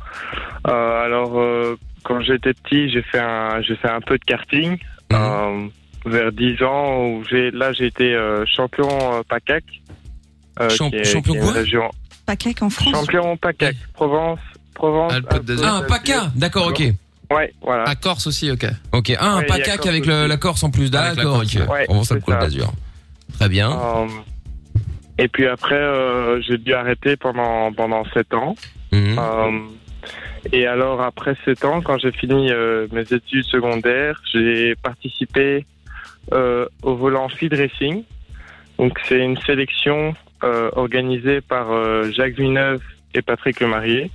Speaker 12: Euh, alors euh, quand j'étais petit j'ai fait un j'ai fait un peu de karting.
Speaker 4: Mhm.
Speaker 12: Euh, vers 10 ans où j'ai là j'ai été euh, champion euh, PACAC. euh,
Speaker 4: Champ-
Speaker 12: qui est-
Speaker 4: champion
Speaker 12: qui est
Speaker 4: quoi
Speaker 12: une région-
Speaker 4: Pacac en France.
Speaker 12: Champion PACAC, Provence, Provence.
Speaker 1: Ah, un PACA, d'accord, ok.
Speaker 12: Ouais, voilà.
Speaker 5: À Corse aussi, ok.
Speaker 1: Ok, ah, un
Speaker 12: Ouais, il y a
Speaker 1: pacac
Speaker 12: Corse
Speaker 1: avec le-
Speaker 12: aussi.
Speaker 1: Ah, la Corse en plus
Speaker 12: Avec la
Speaker 1: d'accord.
Speaker 12: Corse,
Speaker 1: ok.
Speaker 12: ouais,
Speaker 1: On vend ça le
Speaker 12: c'est
Speaker 1: coup
Speaker 12: ça.
Speaker 1: d'Azur. Très bien.
Speaker 12: Euh, et puis après, euh, j'ai dû arrêter pendant, pendant 7 ans.
Speaker 1: Mhm.
Speaker 12: Euh, et alors, après 7 ans, quand j'ai fini euh, mes études secondaires, j'ai participé euh, au volant Feed Racing. Donc c'est une sélection euh, organisée par euh, Jacques Villeneuve et Patrick Lemarié.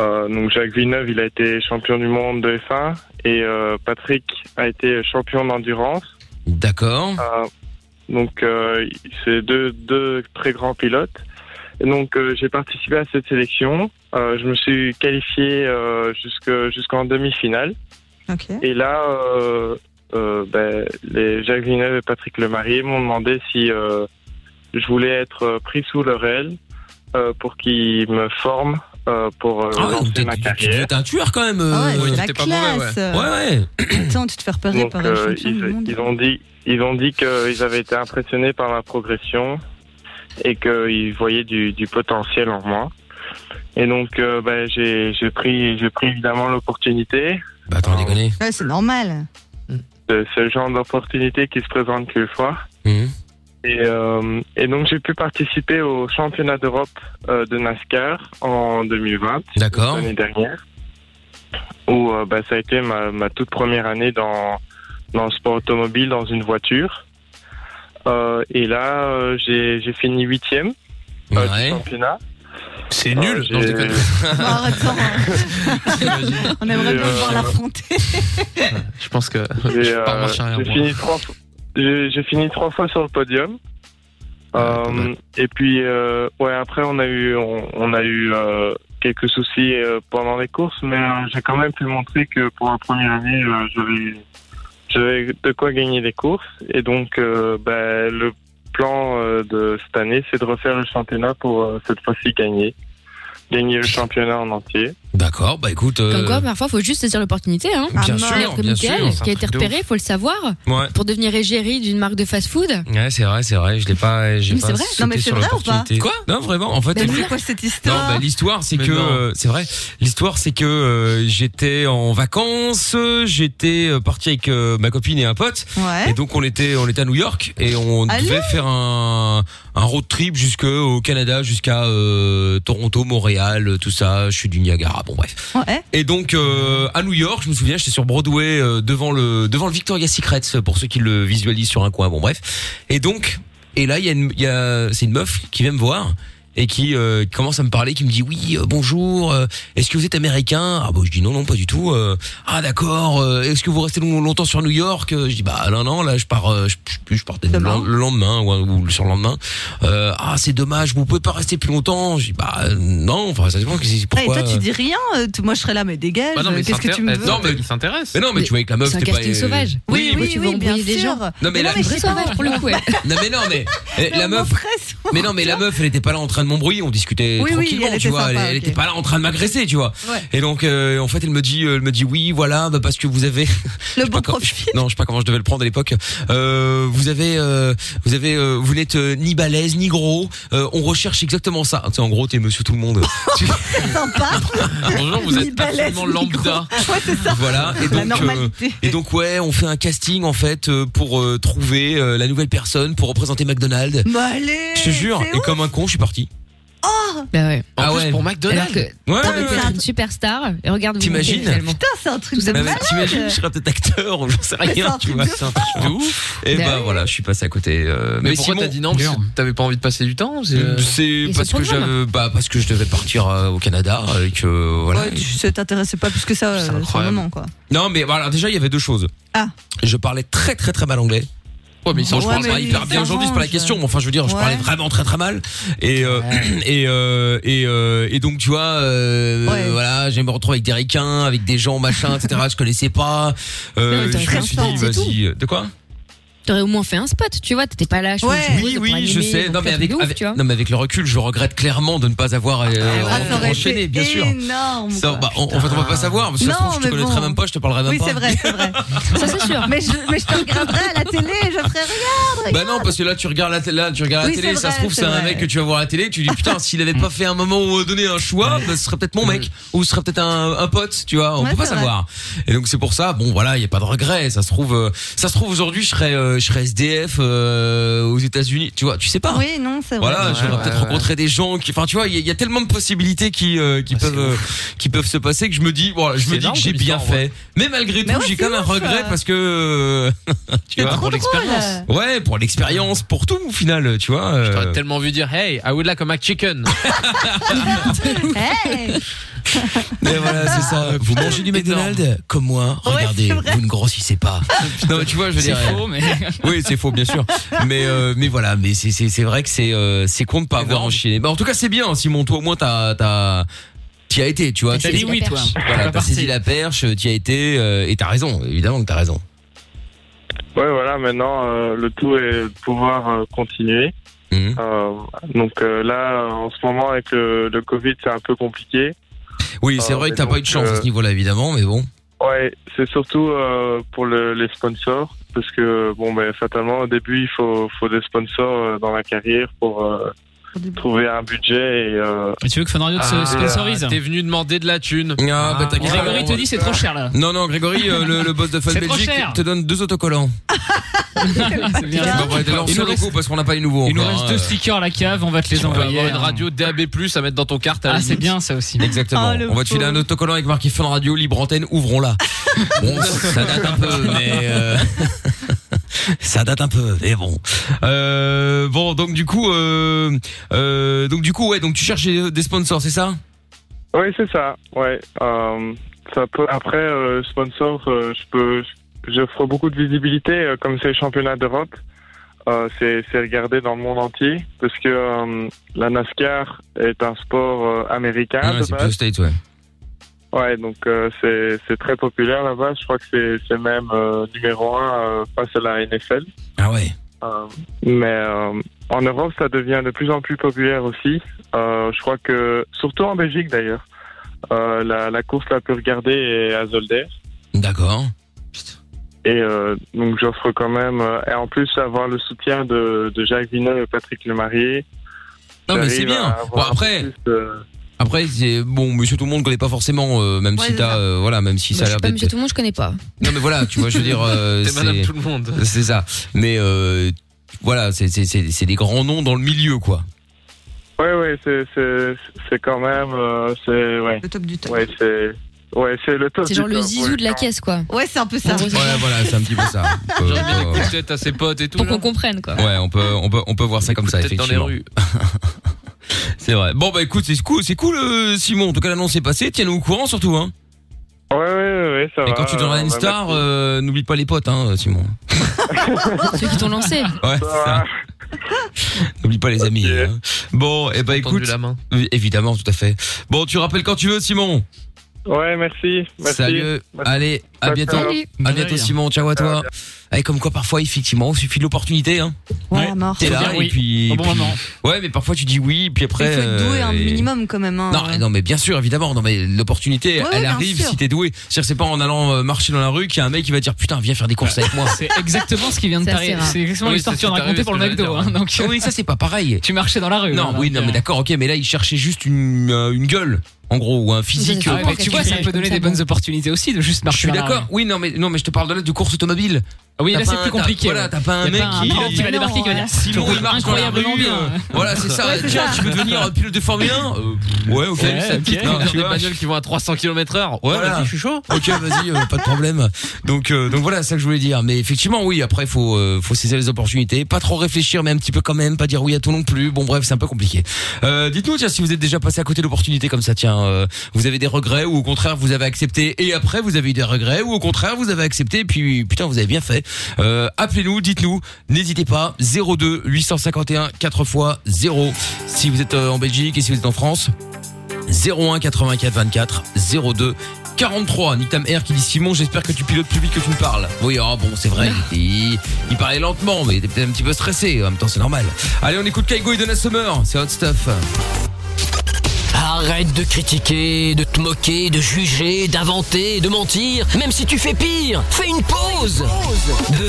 Speaker 12: Euh, donc Jacques Villeneuve, il a été champion du monde de F1 et euh, Patrick a été champion d'endurance.
Speaker 1: D'accord.
Speaker 12: Euh, donc euh, c'est deux, deux très grands pilotes. Et donc euh, j'ai participé à cette sélection. Euh, je me suis qualifié euh, jusque jusqu'en demi-finale. Et là, euh, euh, ben, les Jacques Villeneuve et Patrick Lemarié m'ont demandé si euh, je voulais être euh, pris sous leur aile euh, pour qu'ils me forment euh, pour euh, lancer ma carrière.
Speaker 1: Ah, T'es un tueur quand même.
Speaker 4: Ah
Speaker 1: euh,
Speaker 12: ouais, c'est la
Speaker 1: t'es pas mauvais,
Speaker 12: classe.
Speaker 1: ouais. Ouais, ouais.
Speaker 4: Attends, tu te fais repérer
Speaker 12: Donc,
Speaker 4: par
Speaker 12: euh,
Speaker 4: un champion
Speaker 12: ils,
Speaker 4: du monde.
Speaker 12: ils ont dit, ils ont dit qu'ils avaient été impressionnés par ma progression et qu'ils voyaient du, du potentiel en moi. Et donc, euh, ben, j'ai j'ai pris, j'ai pris évidemment l'opportunité.
Speaker 1: Bah, attends, déconner.
Speaker 4: Ouais, c'est normal.
Speaker 12: de ce genre d'opportunité qui se présente qu'une fois. Et, euh, et donc j'ai pu participer au championnat d'Europe euh, de NASCAR en 2020,
Speaker 1: D'accord.
Speaker 12: l'année dernière, où euh, bah, ça a été ma, ma toute première année dans, dans le sport automobile, dans une voiture. Euh, et là, euh, j'ai j'ai fini huitième euh, du championnat. Euh,
Speaker 5: C'est nul, non, je déconne.
Speaker 4: On aimerait
Speaker 12: Et,
Speaker 4: bien
Speaker 12: euh,
Speaker 4: pouvoir l'affronter.
Speaker 5: Je pense que
Speaker 12: J'ai,
Speaker 5: je pars en
Speaker 12: euh,
Speaker 5: marche arrière.
Speaker 12: j'ai
Speaker 5: moi.
Speaker 12: fini trois fois- J'ai j'ai fini trois fois sur le podium.
Speaker 5: Ah,
Speaker 12: Euh, et puis euh, ouais après on a eu on, on a eu euh, quelques soucis euh, pendant les courses mais euh, j'ai quand même pu montrer que pour la première année euh, j'avais j'avais de quoi gagner des courses et donc euh, bah, le plan euh, de cette année c'est de refaire le championnat pour euh, cette fois-ci gagner gagner le championnat en entier.
Speaker 1: D'accord, bah écoute. euh,
Speaker 2: Comme quoi, parfois, faut juste saisir l'opportunité. Hein.
Speaker 1: Bien Ah, sûr,
Speaker 2: Alors que
Speaker 1: bien sûr,
Speaker 2: Mickaël,
Speaker 1: c'est un
Speaker 2: qui a été
Speaker 1: truc de
Speaker 2: repéré,
Speaker 1: ouf.
Speaker 2: faut le savoir.
Speaker 1: Ouais.
Speaker 2: Pour devenir égérie d'une marque de fast-food.
Speaker 1: Ouais, c'est vrai, c'est vrai. Je l'ai pas. j'ai
Speaker 2: Mais
Speaker 1: pas
Speaker 2: c'est vrai.
Speaker 1: sauté
Speaker 2: Non, mais c'est
Speaker 1: sur
Speaker 2: vrai ou
Speaker 1: l'opportunité.
Speaker 2: pas
Speaker 1: Quoi Non, vraiment.
Speaker 2: bah,
Speaker 1: En fait,
Speaker 4: Mais
Speaker 1: elle-
Speaker 4: c'est quoi cette
Speaker 1: Non,
Speaker 4: histoire
Speaker 1: bah, l'histoire c'est
Speaker 5: Mais
Speaker 1: que
Speaker 5: non.
Speaker 1: euh, c'est vrai. L'histoire c'est que euh, j'étais en vacances, euh, j'étais euh, parti avec euh, ma copine et un pote,
Speaker 4: Ouais.
Speaker 1: et donc on était on était à New York et on
Speaker 4: Allez.
Speaker 1: devait faire un un road trip jusqu'au Canada, jusqu'à euh, Toronto, Montréal, euh, tout ça. Je suis du Niagara, bon bref. Et donc euh, à New York, je me souviens, j'étais sur Broadway euh, devant le devant le Victoria's Secret pour ceux qui le visualisent sur un coin. Bon bref. Et donc et là il y a, une- il y a c'est une meuf qui vient me voir et qui euh, commence à me parler, qui me dit oui euh, bonjour, euh, est-ce que vous êtes américain Ah bah je dis non non pas du tout. euh, ah d'accord. euh, Est-ce que vous restez long- longtemps sur New York Euh, Je dis bah non non là je pars euh, je, je- je pars peut-être le le lendemain ou, ou le surlendemain. Euh, ah c'est dommage vous pouvez pas rester plus longtemps. Je dis bah euh, non enfin ça dépend que-
Speaker 4: Ouais, et
Speaker 1: pourquoi.
Speaker 4: toi, tu
Speaker 1: euh,
Speaker 4: dis rien. euh, t- Moi, je serais là, mais dégage.
Speaker 1: Bah non, mais
Speaker 4: euh,
Speaker 1: il
Speaker 4: Qu'est-ce que tu me
Speaker 1: s'intéresse.
Speaker 4: veux
Speaker 1: Non, mais-
Speaker 5: il s'intéresse.
Speaker 1: Mais non, mais tu vois avec la meuf,
Speaker 2: C'est un
Speaker 1: t'es pas,
Speaker 2: casting
Speaker 1: euh,
Speaker 2: sauvage.
Speaker 4: Oui, oui,
Speaker 2: tu veux
Speaker 4: oui, bien
Speaker 2: embrouiller des
Speaker 4: sûr.
Speaker 2: gens.
Speaker 1: Non, mais la-
Speaker 2: vrai sauvage pour le coup. elle.
Speaker 1: Non mais non mais eh, la meuf Mais non mais la meuf elle était pas là en train de m'embrouiller, on discutait
Speaker 4: Oui, oui,
Speaker 1: tranquillement,
Speaker 4: elle
Speaker 1: tu
Speaker 4: était
Speaker 1: vois,
Speaker 4: sympa,
Speaker 1: elle, elle
Speaker 4: ok.
Speaker 1: était pas là en train de m'agresser, tu vois.
Speaker 4: Ouais.
Speaker 1: Et donc euh, en fait elle me dit elle me dit oui, voilà, bah, parce que vous avez
Speaker 4: le
Speaker 1: bon profil. Non, je sais pas comment je devais le prendre à l'époque. Euh, vous avez euh, vous avez euh, vous n'êtes euh, ni balèze ni gros, Euh, on recherche exactement ça. Tu sais en gros t'es monsieur tout le monde. Tu-
Speaker 4: Sympa.
Speaker 1: Ah,
Speaker 5: Bonjour, vous êtes
Speaker 4: balèze,
Speaker 5: absolument lambda.
Speaker 1: Voilà. Et
Speaker 5: La
Speaker 1: donc,
Speaker 5: normalité.
Speaker 1: euh, et donc ouais, on fait un casting en fait euh, pour euh, trouver euh, la nouvelle personne pour représenter McDonald's.
Speaker 2: Bah,
Speaker 4: Mais allez,
Speaker 1: Je te jure.
Speaker 4: c'est
Speaker 1: Et comme un con, je suis parti.
Speaker 4: Oh
Speaker 2: Bah ouais.
Speaker 1: En ah ouais. pour
Speaker 2: Alors
Speaker 1: McDonald's.
Speaker 2: que
Speaker 1: Ouais.
Speaker 2: t'aurais
Speaker 1: ouais,
Speaker 2: pu
Speaker 1: ouais.
Speaker 2: être une superstar et regarde vous
Speaker 1: T'imagines
Speaker 2: montez, finalement.
Speaker 4: Putain, c'est un truc
Speaker 2: Tout ça
Speaker 1: Bah,
Speaker 2: malade.
Speaker 1: T'imagines, je serais peut-être acteur ou j'en sais
Speaker 2: Mais c'est
Speaker 1: rien,
Speaker 2: un
Speaker 1: tu
Speaker 2: truc
Speaker 1: vois,
Speaker 2: de
Speaker 1: c'est un truc de ouf. Et
Speaker 5: Bah
Speaker 1: bah
Speaker 5: oui.
Speaker 1: voilà, je suis passé à côté. euh,
Speaker 5: Mais, pourquoi
Speaker 1: Simon-
Speaker 5: t'as dit non Parce que T'avais pas envie de passer du temps C'est euh,
Speaker 1: C'est parce que j'avais, bah, parce que je devais partir euh, au Canada et que voilà.
Speaker 4: Ouais, tu- ça t'intéressait pas plus que ça euh, sur le
Speaker 1: incroyable. Oh.
Speaker 4: moment, quoi.
Speaker 1: Non mais voilà, déjà il y avait deux choses.
Speaker 4: Ah.
Speaker 1: Je parlais très très très mal anglais. Ouais, mais ils sont,
Speaker 4: Ouais,
Speaker 1: je parle
Speaker 4: mais
Speaker 1: pas
Speaker 4: ils
Speaker 1: hyper bien aujourd'hui, c'est pas la
Speaker 4: s'arrangent.
Speaker 1: question. mais Enfin, je veux dire, je
Speaker 4: Ouais.
Speaker 1: parlais vraiment très très mal. Et euh, et euh, et, euh, et donc tu vois, euh, voilà, j'ai me retrouvé avec des ricains, avec des gens machin, etc. je connaissais pas.
Speaker 2: Non, mais
Speaker 1: Euh,
Speaker 2: t'as
Speaker 1: je
Speaker 2: fait un
Speaker 1: me suis
Speaker 2: spot,
Speaker 1: dit,
Speaker 2: c'est
Speaker 1: vas-y, euh, de quoi
Speaker 2: T'aurais au moins fait un spot, tu vois. T'étais pas là. je pense, je
Speaker 1: oui,
Speaker 2: suppose, pour
Speaker 1: oui, je
Speaker 2: animer,
Speaker 1: sais.
Speaker 2: pour
Speaker 1: Non mais
Speaker 2: faire
Speaker 1: avec,
Speaker 2: du ouf,
Speaker 1: avec-
Speaker 2: tu vois.
Speaker 1: non mais avec le recul, je regrette clairement de ne pas avoir euh,
Speaker 4: Ah,
Speaker 1: enchaîné, bien sûr.
Speaker 4: Énorme.
Speaker 1: Ça, bah, on- en fait, on va pas savoir. Parce que ça se
Speaker 4: Non,
Speaker 1: trouve, je te
Speaker 4: mais
Speaker 1: connaîtrais
Speaker 4: bon.
Speaker 1: même pas, je te parlerai même
Speaker 4: Oui,
Speaker 1: pas.
Speaker 4: c'est vrai, c'est vrai.
Speaker 2: Ça, c'est sûr.
Speaker 4: Mais je, mais je te regarderai à la télé, je ferai regarde.
Speaker 1: Bah non, parce que là, tu regardes la, t- là, tu regardes
Speaker 4: Oui,
Speaker 1: la
Speaker 4: c'est
Speaker 1: télé, ça
Speaker 4: vrai,
Speaker 1: se trouve,
Speaker 4: c'est
Speaker 1: c'est un
Speaker 4: vrai.
Speaker 1: mec que tu vas voir à la télé, tu dis putain, s'il avait pas fait un moment donné un choix, bah, ce serait peut-être mon mec, ou ce serait peut-être un, un pote, tu vois, on
Speaker 4: Ouais,
Speaker 1: peut pas
Speaker 4: c'est vrai.
Speaker 1: savoir. Et donc, c'est pour ça, bon, voilà, il y a pas de regret, ça se trouve, euh, ça se trouve, aujourd'hui, je serais, euh, je serais SDF euh, aux États-Unis, tu vois, tu sais pas.
Speaker 4: Oui, non, c'est vrai.
Speaker 1: Voilà, j'aurais peut-être rencontré des gens qui, enfin, tu vois, il y, a- il y a tellement de possibilités qui euh, qui peuvent euh, qui peuvent se passer que je me dis, voilà, je me dis
Speaker 5: énorme
Speaker 1: que j'ai
Speaker 5: comme
Speaker 1: bien
Speaker 5: histoire, en
Speaker 1: fait.
Speaker 5: vrai.
Speaker 1: Mais malgré tout,
Speaker 5: Mais ouais,
Speaker 1: j'ai
Speaker 5: c'est
Speaker 1: quand même un
Speaker 5: ouf,
Speaker 1: regret
Speaker 5: euh.
Speaker 1: parce que euh, tu vois, pour
Speaker 5: l'expérience.
Speaker 1: Ouais, pour l'expérience, pour tout au final, tu vois. euh,
Speaker 5: J'aurais tellement vu dire Hey, I would like a McChicken.
Speaker 1: Ah, Mais voilà, c'est ça. Vous mangez du McDonald's comme moi. Regardez, vous ne grossissez pas. non, mais tu vois, je veux
Speaker 3: C'est
Speaker 1: dire.
Speaker 3: faux, mais-
Speaker 1: Oui, c'est faux, bien sûr. Mais euh, mais voilà, mais c'est c'est c'est vrai que c'est euh, c'est con de pas avoir enchaîné. Bah en tout cas, c'est bien. Simon, toi au moins t'as t'as t'y as été, tu vois.
Speaker 3: T'as dit
Speaker 1: saisi
Speaker 3: oui,
Speaker 1: la
Speaker 3: toi.
Speaker 1: perche.
Speaker 3: T'es
Speaker 1: Voilà,
Speaker 3: pas
Speaker 1: t'as
Speaker 3: parti.
Speaker 1: saisi la perche, t'y as été euh, et t'as raison. Évidemment que t'as raison.
Speaker 12: Ouais, voilà, maintenant, euh, le tout est de pouvoir euh, continuer. Euh, donc euh, là, en ce moment, avec le, le Covid, c'est un peu compliqué.
Speaker 1: Oui, c'est
Speaker 12: Euh,
Speaker 1: vrai que
Speaker 12: mais
Speaker 1: t'as pas
Speaker 12: donc,
Speaker 1: eu de chance à
Speaker 12: euh,
Speaker 1: ce niveau-là, évidemment, mais bon.
Speaker 12: Ouais, c'est surtout euh, pour le- les sponsors, parce que bon, ben fatalement au début il faut faut des sponsors euh, dans la carrière pour euh, trouver un budget et. Euh,
Speaker 3: Mais tu veux que Fun Radio se sponsorise
Speaker 5: T'es venu demander de la thune.
Speaker 1: Ah, bah, t'inquiète pas,
Speaker 3: Grégory
Speaker 1: on-
Speaker 3: te dit c'est trop cher là.
Speaker 1: Non, non, Grégory, euh, le, le boss de Fun
Speaker 3: C'est trop
Speaker 1: Belgique
Speaker 3: cher.
Speaker 1: te donne deux autocollants.
Speaker 3: C'est bien.
Speaker 1: Bah, ouais, t'es lancé
Speaker 3: Il nous
Speaker 1: locaux
Speaker 3: reste-
Speaker 1: parce qu'on n'a pas les nouveaux.
Speaker 3: Il nous
Speaker 1: encore,
Speaker 3: reste
Speaker 1: hein.
Speaker 3: deux stickers à la cave, on va te les envoyer. hein.
Speaker 5: une radio DAB+ à mettre dans ton carte.
Speaker 3: Ah, c'est bien ça aussi.
Speaker 2: Oh,
Speaker 1: Exactement. on va te filer un autocollant avec marqué Fun Radio, libre antenne, ouvrons-la. bon, ça date un peu, mais. euh, ça date un peu, mais bon. Euh, bon, donc du coup, euh, euh, donc du coup, ouais, donc tu cherches des des sponsors, c'est ça
Speaker 12: Oui, c'est ça. Ouais. Euh, ça peut, après, euh, sponsor, euh, je peux, j'offre beaucoup de visibilité euh, comme c'est le championnat d'Europe. Euh, c'est c'est regardé dans le monde entier parce que euh, la NASCAR est un sport euh, américain.
Speaker 1: Ah Ouais,
Speaker 12: de
Speaker 1: C'est
Speaker 12: base.
Speaker 1: plus state, ouais.
Speaker 12: Ouais, donc euh, c'est c'est très populaire là-bas. Je crois que c'est c'est même euh, numéro un euh, face à la NFL.
Speaker 1: Ah ouais.
Speaker 12: Euh, mais euh, en Europe, ça devient de plus en plus populaire aussi. Euh, je crois que surtout en Belgique d'ailleurs, euh, la, la course la plus regardée est à Zolder.
Speaker 1: D'accord.
Speaker 12: Et euh, donc j'offre quand même euh, et en plus avoir le soutien de, de Jacques Vineux et Patrick Lemarié.
Speaker 1: Non, mais c'est
Speaker 12: J'arrive
Speaker 1: bien.
Speaker 12: à
Speaker 1: Bon,
Speaker 12: avoir un peu
Speaker 1: après-
Speaker 12: plus, euh,
Speaker 1: Après, c'est bon, Monsieur Tout le Monde connaît pas forcément, euh, même
Speaker 2: Ouais,
Speaker 1: si
Speaker 2: c'est
Speaker 1: t'as,
Speaker 2: ça.
Speaker 1: euh, voilà, même si
Speaker 2: Bah,
Speaker 1: ça a
Speaker 2: je
Speaker 1: l'air
Speaker 2: suis pas
Speaker 1: d'être.
Speaker 2: monsieur tout le monde, je connais pas.
Speaker 1: Non mais voilà, tu vois, je veux dire, euh,
Speaker 5: T'es madame
Speaker 1: c'est-
Speaker 5: tout le monde.
Speaker 1: C'est ça. Mais euh, voilà, c'est c'est c'est c'est des grands noms dans le milieu, quoi.
Speaker 12: Ouais, ouais, c'est, c'est, c'est quand même. euh, c'est, ouais.
Speaker 4: Le top du top.
Speaker 12: Ouais, c'est, ouais, c'est le top
Speaker 2: C'est
Speaker 12: du
Speaker 2: genre le
Speaker 12: top,
Speaker 2: zizou
Speaker 12: ouais.
Speaker 2: de la caisse, quoi.
Speaker 4: Ouais, c'est un peu ça.
Speaker 1: Ouais, Ah, voilà, c'est un petit peu ça. Euh, euh,
Speaker 5: Peut-être à ses potes et tout.
Speaker 2: Pour qu'on comprenne, quoi.
Speaker 1: ouais, on peut on peut on peut voir ça comme ça,
Speaker 5: Peut-être dans les
Speaker 1: effectivement.
Speaker 5: rues.
Speaker 1: C'est vrai. Bon bah écoute, c'est cool, c'est cool, euh, Simon. En tout cas, l'annonce est passée. Tiens-nous au courant surtout, hein.
Speaker 12: Ouais, ouais, ouais, ouais, ça
Speaker 1: Et
Speaker 12: va.
Speaker 1: quand tu deviendras
Speaker 12: euh,
Speaker 1: une
Speaker 12: bah,
Speaker 1: star,
Speaker 12: merci.
Speaker 1: euh, n'oublie pas les potes, hein, Simon.
Speaker 2: Ceux qui t'ont lancé.
Speaker 1: Ouais, c'est ça. N'oublie pas les amis. hein. Bon, et bah écoute, Oui, évidemment, tout à fait. Bon, tu rappelles quand tu veux, Simon.
Speaker 12: Ouais, merci. merci.
Speaker 1: Salut.
Speaker 12: Merci.
Speaker 1: Allez, à
Speaker 12: Ciao,
Speaker 1: bientôt.
Speaker 12: ciao.
Speaker 1: À bientôt, Simon. Ciao à toi. Et comme quoi, parfois, effectivement, il suffit de l'opportunité. Hein.
Speaker 4: Ouais, à mort.
Speaker 1: T'es
Speaker 4: Faut
Speaker 1: là,
Speaker 4: dire
Speaker 1: et
Speaker 4: oui.
Speaker 1: puis.
Speaker 4: Au bon
Speaker 1: puis-
Speaker 4: moment.
Speaker 1: Ouais, mais parfois, tu dis oui, puis après.
Speaker 4: Il faut être doué
Speaker 1: euh,
Speaker 4: un
Speaker 1: et-
Speaker 4: minimum quand même. hein.
Speaker 1: Non, non, mais bien sûr, évidemment. Non, mais l'opportunité,
Speaker 4: Ouais, ouais,
Speaker 1: elle
Speaker 4: bien
Speaker 1: arrive
Speaker 4: sûr.
Speaker 1: si t'es doué. C'est-à-dire, c'est pas en allant euh, marcher dans la rue qu'il y a un mec qui va dire putain, viens faire des courses avec moi.
Speaker 3: C'est exactement ce qui vient de
Speaker 1: Ça,
Speaker 3: t'arriver.
Speaker 1: c'est rare.
Speaker 3: C'est exactement
Speaker 1: Oui,
Speaker 3: l'histoire que
Speaker 1: c'est
Speaker 3: tu as
Speaker 1: ce qui
Speaker 3: racontée
Speaker 1: t'est
Speaker 3: pour le
Speaker 1: arrivé,
Speaker 3: McDo.
Speaker 1: ce que
Speaker 3: hein, donc-
Speaker 1: Oui, ça c'est pas pareil.
Speaker 3: Tu marchais dans la rue.
Speaker 1: Non,
Speaker 3: voilà,
Speaker 1: oui, non,
Speaker 3: donc,
Speaker 1: mais d'accord, ok, mais là, il cherchait juste une, euh, une gueule, en gros, ou un physique.
Speaker 3: Ah
Speaker 1: euh,
Speaker 3: ouais, mais tu vois, ça peut donner des bonnes opportunités aussi de juste
Speaker 1: Je
Speaker 3: marcher.
Speaker 1: suis
Speaker 3: dans la
Speaker 1: d'accord.
Speaker 3: rue.
Speaker 1: Oui, non, mais non, mais je te parle de là de course automobile.
Speaker 3: Ah oui,
Speaker 1: T'as
Speaker 3: là
Speaker 1: pas
Speaker 3: c'est
Speaker 1: un-
Speaker 3: plus
Speaker 1: t'as-
Speaker 3: compliqué.
Speaker 1: Voilà,
Speaker 3: ouais.
Speaker 1: t'as pas
Speaker 3: Y
Speaker 1: un
Speaker 3: a
Speaker 1: mec
Speaker 3: un
Speaker 1: qui,
Speaker 3: prof qui va débarquer qui va dire
Speaker 1: Simon, il marche dans la
Speaker 3: incroyablement
Speaker 1: rue,
Speaker 3: bien.
Speaker 1: euh, Voilà, c'est ça.
Speaker 3: Ouais, c'est
Speaker 1: Tiens,
Speaker 3: ça.
Speaker 1: tu veux devenir euh, pilote de Formule 1 Euh, Ouais, ok.
Speaker 5: Ouais,
Speaker 1: ça
Speaker 5: ok.
Speaker 1: me pique, non,
Speaker 5: Conduire
Speaker 1: tu
Speaker 5: des
Speaker 1: vois.
Speaker 5: bagnoles qui vont à 300 km/h. Ouais,
Speaker 1: Voilà.
Speaker 5: vas-y, je suis chaud.
Speaker 1: Ok, vas-y, euh, pas de problème. Donc, euh, donc voilà, c'est ça que je voulais dire. Mais effectivement, oui, après, faut, euh, faut saisir les opportunités, pas trop réfléchir, mais un petit peu quand même, pas dire oui à tout non plus. Bon, bref, c'est un peu compliqué. Euh, dites-nous, tiens, si vous êtes déjà passé à côté d'opportunités comme ça, tiens, euh, vous avez des regrets ou au contraire vous avez accepté et après vous avez eu des regrets ou au contraire vous avez accepté et puis putain vous avez bien fait. Euh, Appelez-nous, dites-nous, n'hésitez pas 02 851 4 x 0 si vous êtes euh, en Belgique et si vous êtes en France. 01 84 24 02 43 Nick Tam R qui dit Simon j'espère que tu pilotes plus vite que tu ne parles Oui ah bon c'est vrai il, était- il parlait lentement mais il était peut-être un petit peu stressé En même temps c'est normal Allez on écoute Kaigo et Donna Summer C'est hot stuff
Speaker 7: Arrête de critiquer, de te moquer, de juger, d'inventer, de mentir, même si tu fais pire. Fais une pause. De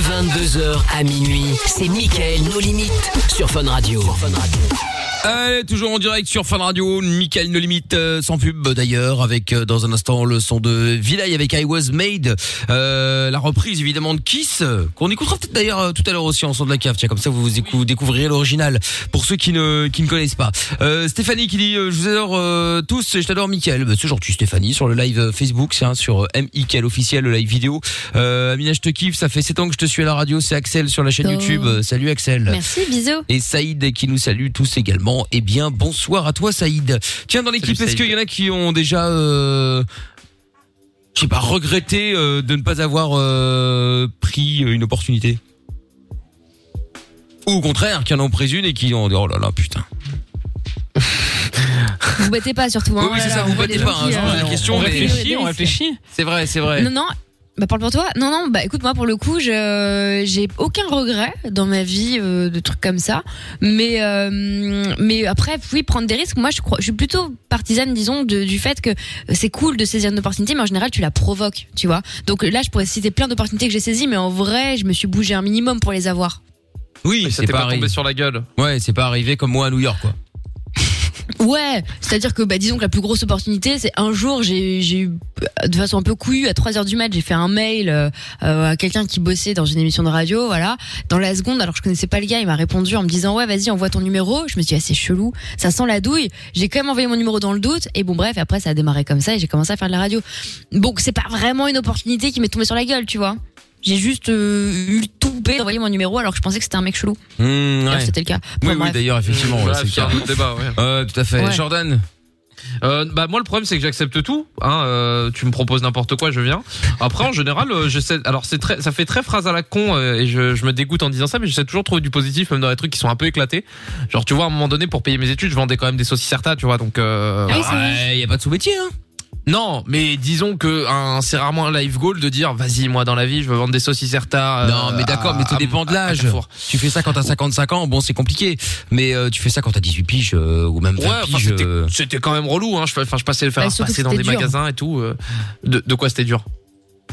Speaker 7: 22h à minuit, c'est Mickaël nos limites sur Fun Radio.
Speaker 1: Allez, toujours en direct sur Fun Radio, Michael No Limite, euh, sans pub euh, d'ailleurs, avec euh, dans un instant le son de Villaï avec I Was Made, euh, la reprise évidemment de Kiss, euh, qu'on écoutera peut-être d'ailleurs euh, tout à l'heure aussi en son de la cave, tiens, comme ça vous, vous écou- découvrirez l'original, pour ceux qui ne, qui ne connaissent pas. Euh, Stéphanie qui dit, euh, je vous adore euh, tous, et je t'adore Michael, Bah, c'est gentil Stéphanie, sur le live euh, Facebook, c'est hein, sur euh, M.I.K.L. officiel, le live vidéo. Euh, Amina, je te kiffe, ça fait 7 ans que je te suis à la radio, c'est Axel sur la chaîne
Speaker 2: Oh.
Speaker 1: YouTube, Euh, salut Axel.
Speaker 2: Merci, bisous.
Speaker 1: Et Saïd qui nous salue tous également. Eh bien, bonsoir à toi, Saïd. Tiens, dans l'équipe,
Speaker 5: Salut,
Speaker 1: est-ce qu'il y en a qui ont déjà, euh, je sais pas, regretté euh, de ne pas avoir euh, pris euh, une opportunité Ou au contraire, qui en ont pris une et qui ont dit, oh là là, putain.
Speaker 2: Vous battez pas surtout. hein.
Speaker 1: oui, c'est
Speaker 2: Voilà,
Speaker 1: ça, vous
Speaker 2: on voit
Speaker 1: battez
Speaker 2: des
Speaker 1: pas,
Speaker 2: gens
Speaker 1: hein,
Speaker 2: qui,
Speaker 1: je pose la
Speaker 2: euh,
Speaker 1: question. mais-
Speaker 2: réfléchit, on
Speaker 3: réfléchit.
Speaker 1: C'est vrai, c'est vrai.
Speaker 2: Non, non. Bah parle pour toi. Non, non. Bah écoute, moi pour le coup, je j'ai aucun regret dans ma vie euh, de trucs comme ça. Mais euh, mais après, oui, prendre des risques. Moi, je crois, je suis plutôt partisane, disons, de- du fait que c'est cool de saisir une opportunité, mais en général, tu la provoques, tu vois. Donc là, je pourrais citer plein d'opportunités que j'ai saisies, mais en vrai, je me suis bougé un minimum pour les avoir.
Speaker 1: Oui,
Speaker 5: ça t'est pas
Speaker 1: arrivé.
Speaker 5: tombé sur la gueule.
Speaker 1: Ouais, c'est pas arrivé comme moi à New York, quoi.
Speaker 2: Ouais, c'est-à-dire que bah, disons que la plus grosse opportunité, c'est un jour, j'ai j'ai eu, de façon un peu couillue, à 3 heures du mat, j'ai fait un mail euh, euh, à quelqu'un qui bossait dans une émission de radio, voilà. Dans la seconde, alors que je connaissais pas le gars, il m'a répondu en me disant ouais, vas-y, envoie ton numéro. Je me suis dit ah, c'est chelou, ça sent la douille. J'ai quand même envoyé mon numéro dans le doute, et bon bref, après ça a démarré comme ça, et j'ai commencé à faire de la radio. Donc c'est pas vraiment une opportunité qui m'est tombée sur la gueule, tu vois. J'ai juste euh, eu le toupet d'envoyer mon numéro alors que je pensais que c'était un mec chelou.
Speaker 5: Hmm.
Speaker 1: Mmh,
Speaker 2: D'ailleurs,
Speaker 1: ouais.
Speaker 2: C'était le cas.
Speaker 1: Oui,
Speaker 2: Enfin,
Speaker 1: oui,
Speaker 2: bref.
Speaker 1: d'ailleurs, effectivement, ouais,
Speaker 5: Voilà,
Speaker 1: c'est le
Speaker 5: c'est
Speaker 1: cas.
Speaker 5: un autre débat, ouais.
Speaker 1: Euh, tout à fait.
Speaker 5: Ouais.
Speaker 1: Jordan
Speaker 5: Euh, bah moi le problème c'est que j'accepte tout. Hein, euh, tu me proposes n'importe quoi, je viens. Après en général, euh, j'essaie. Alors c'est très, ça fait très phrase à la con euh, et je, je me dégoûte en disant ça, mais j'essaie toujours de trouver du positif même dans les trucs qui sont un peu éclatés. Genre tu vois à un moment donné pour payer mes études, je vendais quand même des saucisses Erta, tu vois. Donc euh,
Speaker 1: Ah oui, c'est vrai. ouais, y a pas de sous métier. Hein.
Speaker 5: Non, mais disons que un- c'est rarement un life goal de dire vas-y moi dans la vie je veux vendre des euh, saucisses Erta.
Speaker 1: Non, mais d'accord, mais tout dépend de l'âge. Tu fais ça quand t'as 55 ans, bon, c'est compliqué. Mais euh, tu fais ça quand t'as 18 piges euh, ou même 20
Speaker 5: Ouais, enfin,
Speaker 1: piges.
Speaker 5: c'était-
Speaker 1: euh.
Speaker 5: c'était quand même relou. Hein. Je, enfin, je passais le faire
Speaker 2: Bah, surtout
Speaker 5: passer
Speaker 2: que
Speaker 5: dans des
Speaker 2: c'était dur.
Speaker 5: magasins et tout. euh, de, de quoi c'était dur